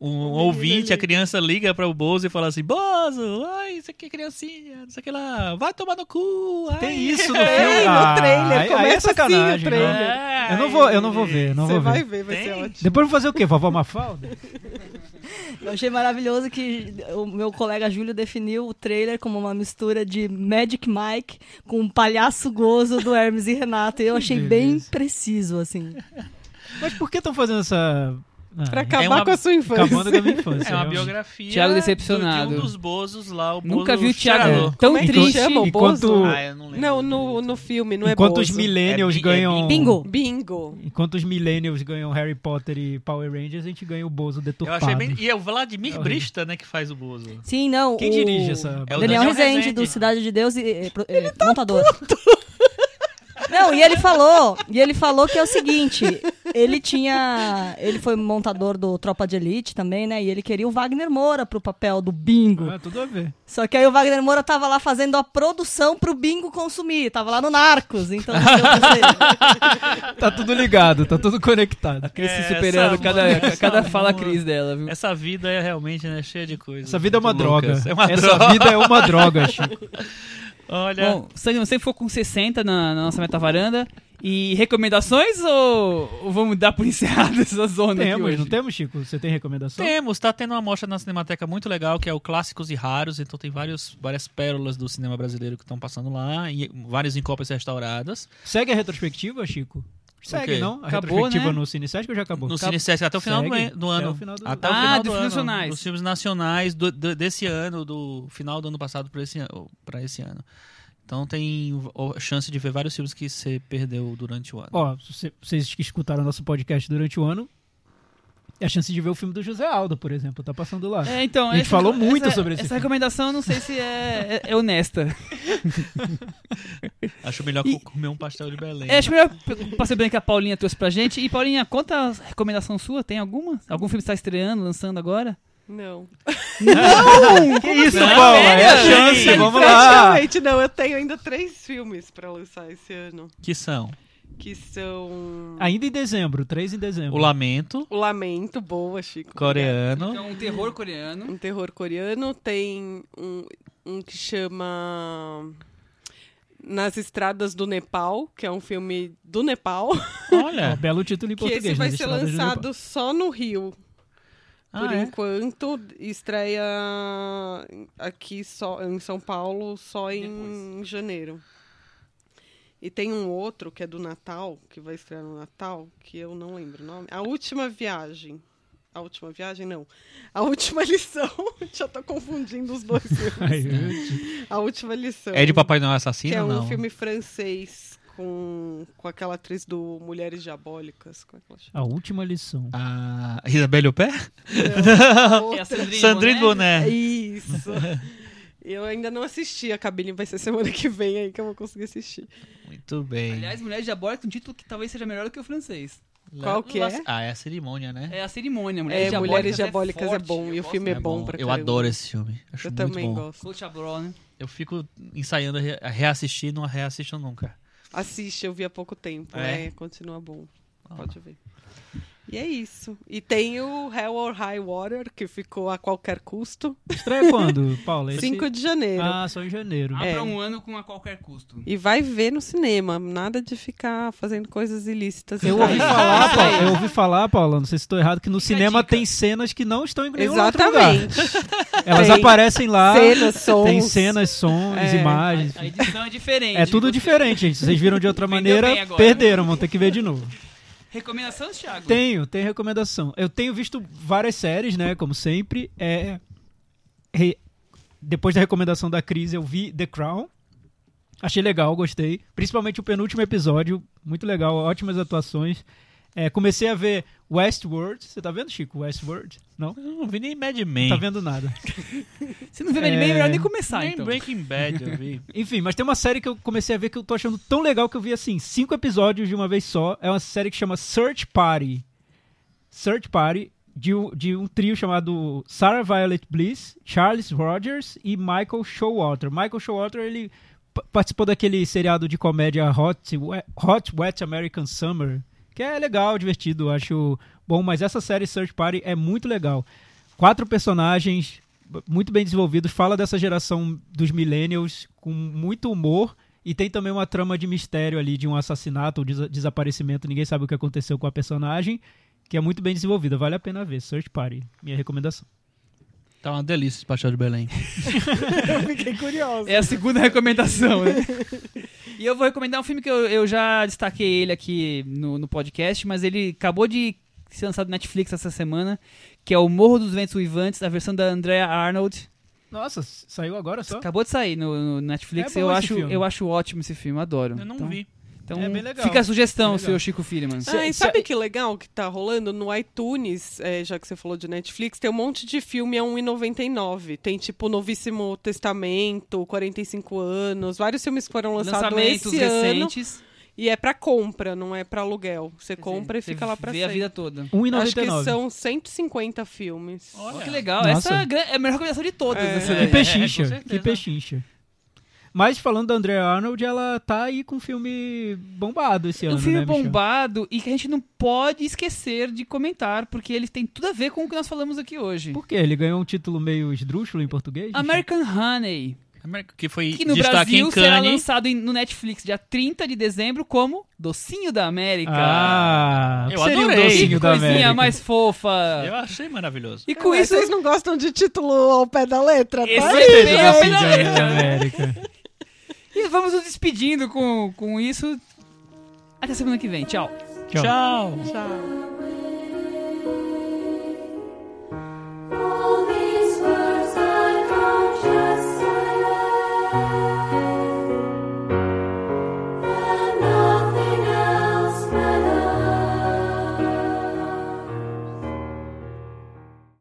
um ouvinte, a criança liga para o Bozo e fala assim: Bozo, ai, isso aqui é criancinha, não sei o que lá, vai tomar no cu. ai."
Tem isso no filme.
Tem
Ah,
no trailer,
aí- aí é
começa assim
sacanagem,
o
né?
trailer.
É.
Eu não vou, eu não vou ver, eu não
Você
vou
vai
ver.
ver, vai ser
Tem?
ótimo.
Depois eu vou fazer o quê? Vovó Mafalda?
Eu achei maravilhoso que o meu colega Júlio definiu o trailer como uma mistura de Magic Mike com o palhaço gozo do Hermes e Renato. E eu achei bem
delícia.
preciso, assim.
Mas por que estão fazendo essa... Ah,
Pra acabar
uma-
com a sua infância.
acabando com a minha infância. né?
É uma
realmente.
biografia.
Thiago
do-
decepcionado.
De um dos Bozos lá, o
Nunca
Bozo
vi o Thiago
Charalô.
tão
Como é que
triste.
chama o
Enquanto-
Bozo?
Ah, eu não lembro.
Não, no, no filme, não é
Enquanto os
Bozo.
É
millennials
bi- é
ganham...
bingo.
Bingo.
Enquanto os millennials ganham Harry Potter e Power Rangers, a gente ganha o Bozo
Eu
deturpado.
achei bem... E é o Vladimir
É horrível.
Brista, né, que faz o Bozo.
Sim, não.
Quem
o-
dirige essa...
É o Daniel
Daniel, Rezende, do
Rezende.
Cidade de Deus e é, pro- é,
tá
montador. Não, e ele falou, e ele falou que é o seguinte, ele tinha, ele foi montador do Tropa de Elite também, né? E ele queria o Wagner Moura pro papel do Bingo.
Ah, tudo a ver.
Só que aí o Wagner Moura tava lá fazendo a produção pro Bingo consumir, tava lá no Narcos, então não sei o que seria.
Tá tutudo ligado, tá tudo conectado.
Cris se
É,
superando
essa
cada,
mulher,
cada
essa
fala
mulher.
Cris dela, viu?
Essa vida é realmente né, cheia de coisas.
Essa vida é uma
muito
droga.
loucas. É uma
Essa
droga.
vida é uma droga, Chico.
Olha,
Bom, se você for com 60 na, na nossa meta varanda, e recomendações ou, ou vamos dar por encerrada essa zona aqui
Temos,
hoje?
não temos, Chico? Você tem recomendação?
temos. Tá tendo uma mostra na Cinemateca muito legal, que é o Clássicos e Raros. Então tem vários, várias pérolas do cinema brasileiro que estão passando lá. E várias encópias restauradas.
Segue a retrospectiva, Chico? Segue,
Ok.
não? A
Acabou,
retrospectiva
né?
no Cine Sesc ou já acabou?
No
Acabou.
Cine Sesc, até o final do,
Segue.
do
Até
ano.
o final do-
Até o
Ah,
final
dos
do
filmes
ano.
nacionais.
Dos filmes nacionais do- do- desse ano, do final do ano passado para esse, ano- pra esse ano. Então tem o- a chance de ver vários filmes que você perdeu durante o ano.
Ó, se- vocês que escutaram nosso podcast durante o ano, é a chance de ver o filme do José Aldo, por exemplo, tá passando lá.
É, então,
A gente
essa-
falou muito
essa-
sobre esse
Essa
filme.
recomendação eu não sei se é, é- é honesta.
Acho melhor
E-
co- comer um pastel de Belém.
É, acho melhor p- passei bem que a Paulinha trouxe pra gente. E Paulinha, conta a recomendação sua, tem alguma? Algum filme que está estreando, lançando agora?
Não.
que isso,
Não,
Paula?
velho,
É a
gente.
chance, vamos lá!
Praticamente não, eu tenho ainda três filmes pra lançar esse ano,
Que são
que são
Ainda em dezembro, 3 em dezembro.
O Lamento,
O Lamento, boa, Chico.
coreano.
um terror coreano.
Um terror coreano, tem um, um que chama Nas Estradas do Nepal, que é um filme do Nepal,
Ó,
Olha.
belo É título em
que
português. né?
esse vai
nas
ser
estradas de
lançado só no Rio. Por
Ah, é?
enquanto, estreia aqui só em São Paulo só em janeiro. E tem um outro que é do Natal, que vai estrear no Natal, que eu não lembro o nome. A Última Viagem. A Última Viagem, não. A Última Lição. Já tô confundindo os dois
Nepal. Ai,
filmes.
eu-
A Última Lição.
É de Papai Noel Assassino?
Que é um
não.
filme francês com, com aquela atriz do Mulheres Diabólicas. Como é que ela chama?
A última lição.
Ah, Isabelle Pé?
É a Sandrine,
Sandrine
É
Boné.
Isso. Eu ainda não assisti a cabine, vai ser semana que vem aí que eu vou conseguir assistir.
Muito bem.
Aliás, Mulher Diabólica é um título que talvez seja melhor do que o francês.
La-
qual que
la-
é?
Ah, é a cerimônia, né?
É a cerimônia. Né?
É,
Mulheres Diabólicas,
Mulheres Diabólicas é,
forte,
bom e o
gosto
filme é, bom pra
Eu
caramba.
adoro esse filme. Acho
Eu
muito
também
bom.
gosto.
Claude Chabrol, né?
Eu fico ensaiando a re- a reassistir, não a reassisto nunca.
Assiste, eu vi há pouco tempo.
É?
É, continua bom.
Ah.
Pode ver. E é isso. E tem o Hell or High Water, que ficou a qualquer custo.
Estreia quando, Paula? Esse-
5 de janeiro.
Ah, só em janeiro.
Abra
É.
um ano com a qualquer custo.
E vai ver no cinema. Nada de ficar fazendo coisas ilícitas.
Eu
Então,
ouvi falar, Paulo, eu ouvi falar, Paula, não sei se estou errado, que no cinema tem cenas que não estão em nenhum outro
Exatamente.
lugar. Elas
Tem
aparecem lá,
Cenas, sons.
tem cenas, sons,
É.
imagens.
A edição é diferente.
É tudo
Você-
diferente, gente. Vocês viram de outra
Vendeu
maneira,
bem agora.
perderam, vão ter que ver de novo.
Recomendação, Thiago?
Tenho, tenho recomendação. Eu tenho visto várias séries, né, como sempre. É, re- depois da recomendação da Cris, eu vi The Crown. Achei legal, gostei. Principalmente o penúltimo episódio, muito legal, ótimas atuações. É, comecei a ver Westworld. Você tá vendo, Chico? Westworld? Não?
Eu não vi nem Mad
Não
Men.
tá vendo nada.
Se não vê anime, é
É.
melhor nem começar,
nem
então.
Breaking Bad eu vi.
Enfim, mas tem uma série que eu comecei a ver que eu tô achando tão legal que eu vi assim, cinco episódios de uma vez só. É uma série que chama Search Party. Search Party de um, de um trio chamado Sarah Violet Bliss, Charles Rogers e Michael Showalter. Michael Showalter, ele pa- participou daquele seriado de comédia Hot Wet, Hot Wet American Summer, que é legal, divertido, acho bom, mas essa série Search Party é muito legal. Quatro personagens b- muito bem desenvolvidos, fala dessa geração dos millennials com muito humor e tem também uma trama de mistério ali de um assassinato ou desa- desaparecimento, ninguém sabe o que aconteceu com a personagem, que é muito bem desenvolvida, vale a pena ver. Search Party, minha recomendação.
Tá uma delícia esse pastel de Belém.
Eu fiquei curiosa.
É a segunda recomendação, né? e eu vou recomendar um filme que eu, eu já destaquei ele aqui no, no podcast, mas ele acabou de ser lançado na Netflix essa semana, que é o Morro dos Ventos Uivantes, a versão da Andrea Arnold.
Nossa, s- saiu agora só?
Acabou de sair no, no Netflix.
É bom
eu,
esse
acho,
filme.
eu acho ótimo esse filme, adoro.
Eu não
Então-
vi.
Então,
É bem legal.
fica a sugestão,
É legal.
seu Chico Firman.
Ah, e
Se-
sabe que legal que tá rolando? No iTunes, é, já que você falou de Netflix, tem um monte de filme a 1,99. Tem tipo Novíssimo Testamento, 45 anos, vários filmes que foram lançados
Lançamentos
esse ano.
recentes.
E é pra compra, não é pra aluguel. Você
Quer
compra
dizer,
e fica lá pra
Vê a
sempre.
vida um toda.
Acho que
1,99.
são 150 filmes.
Olha que legal.
Nossa.
Essa é a gran- é a melhor recomendação de todas.
É.
essa
Que
daí.
pechincha,
é, com certeza.
que pechincha. Mas falando da Andrea Arnold, ela tá aí com um filme bombado esse ano,
um filme
né, Michel?
bombado e que a gente não pode esquecer de comentar, porque ele tem tudo a ver com o que nós falamos aqui hoje.
Por quê? Ele ganhou um título meio esdrúxulo em português? Michel?
American Honey,
América- Que foi
que no
destaque
Brasil
em
será
Cannes.
lançado em- no Netflix dia 30 de dezembro como Docinho da América.
Ah,
Eu
o que seria um
adorei.
docinho
que
da
coisinha
América.
mais fofa.
Eu achei maravilhoso.
E com isso,
não gostam de título ao pé da letra, tá?
Perfeito,
exatamente,
docinho da
exatamente.
América.
E vamos nos despedindo com, com isso. Até semana que vem. Tchau.
Tchau.
Tchau.
Tchau.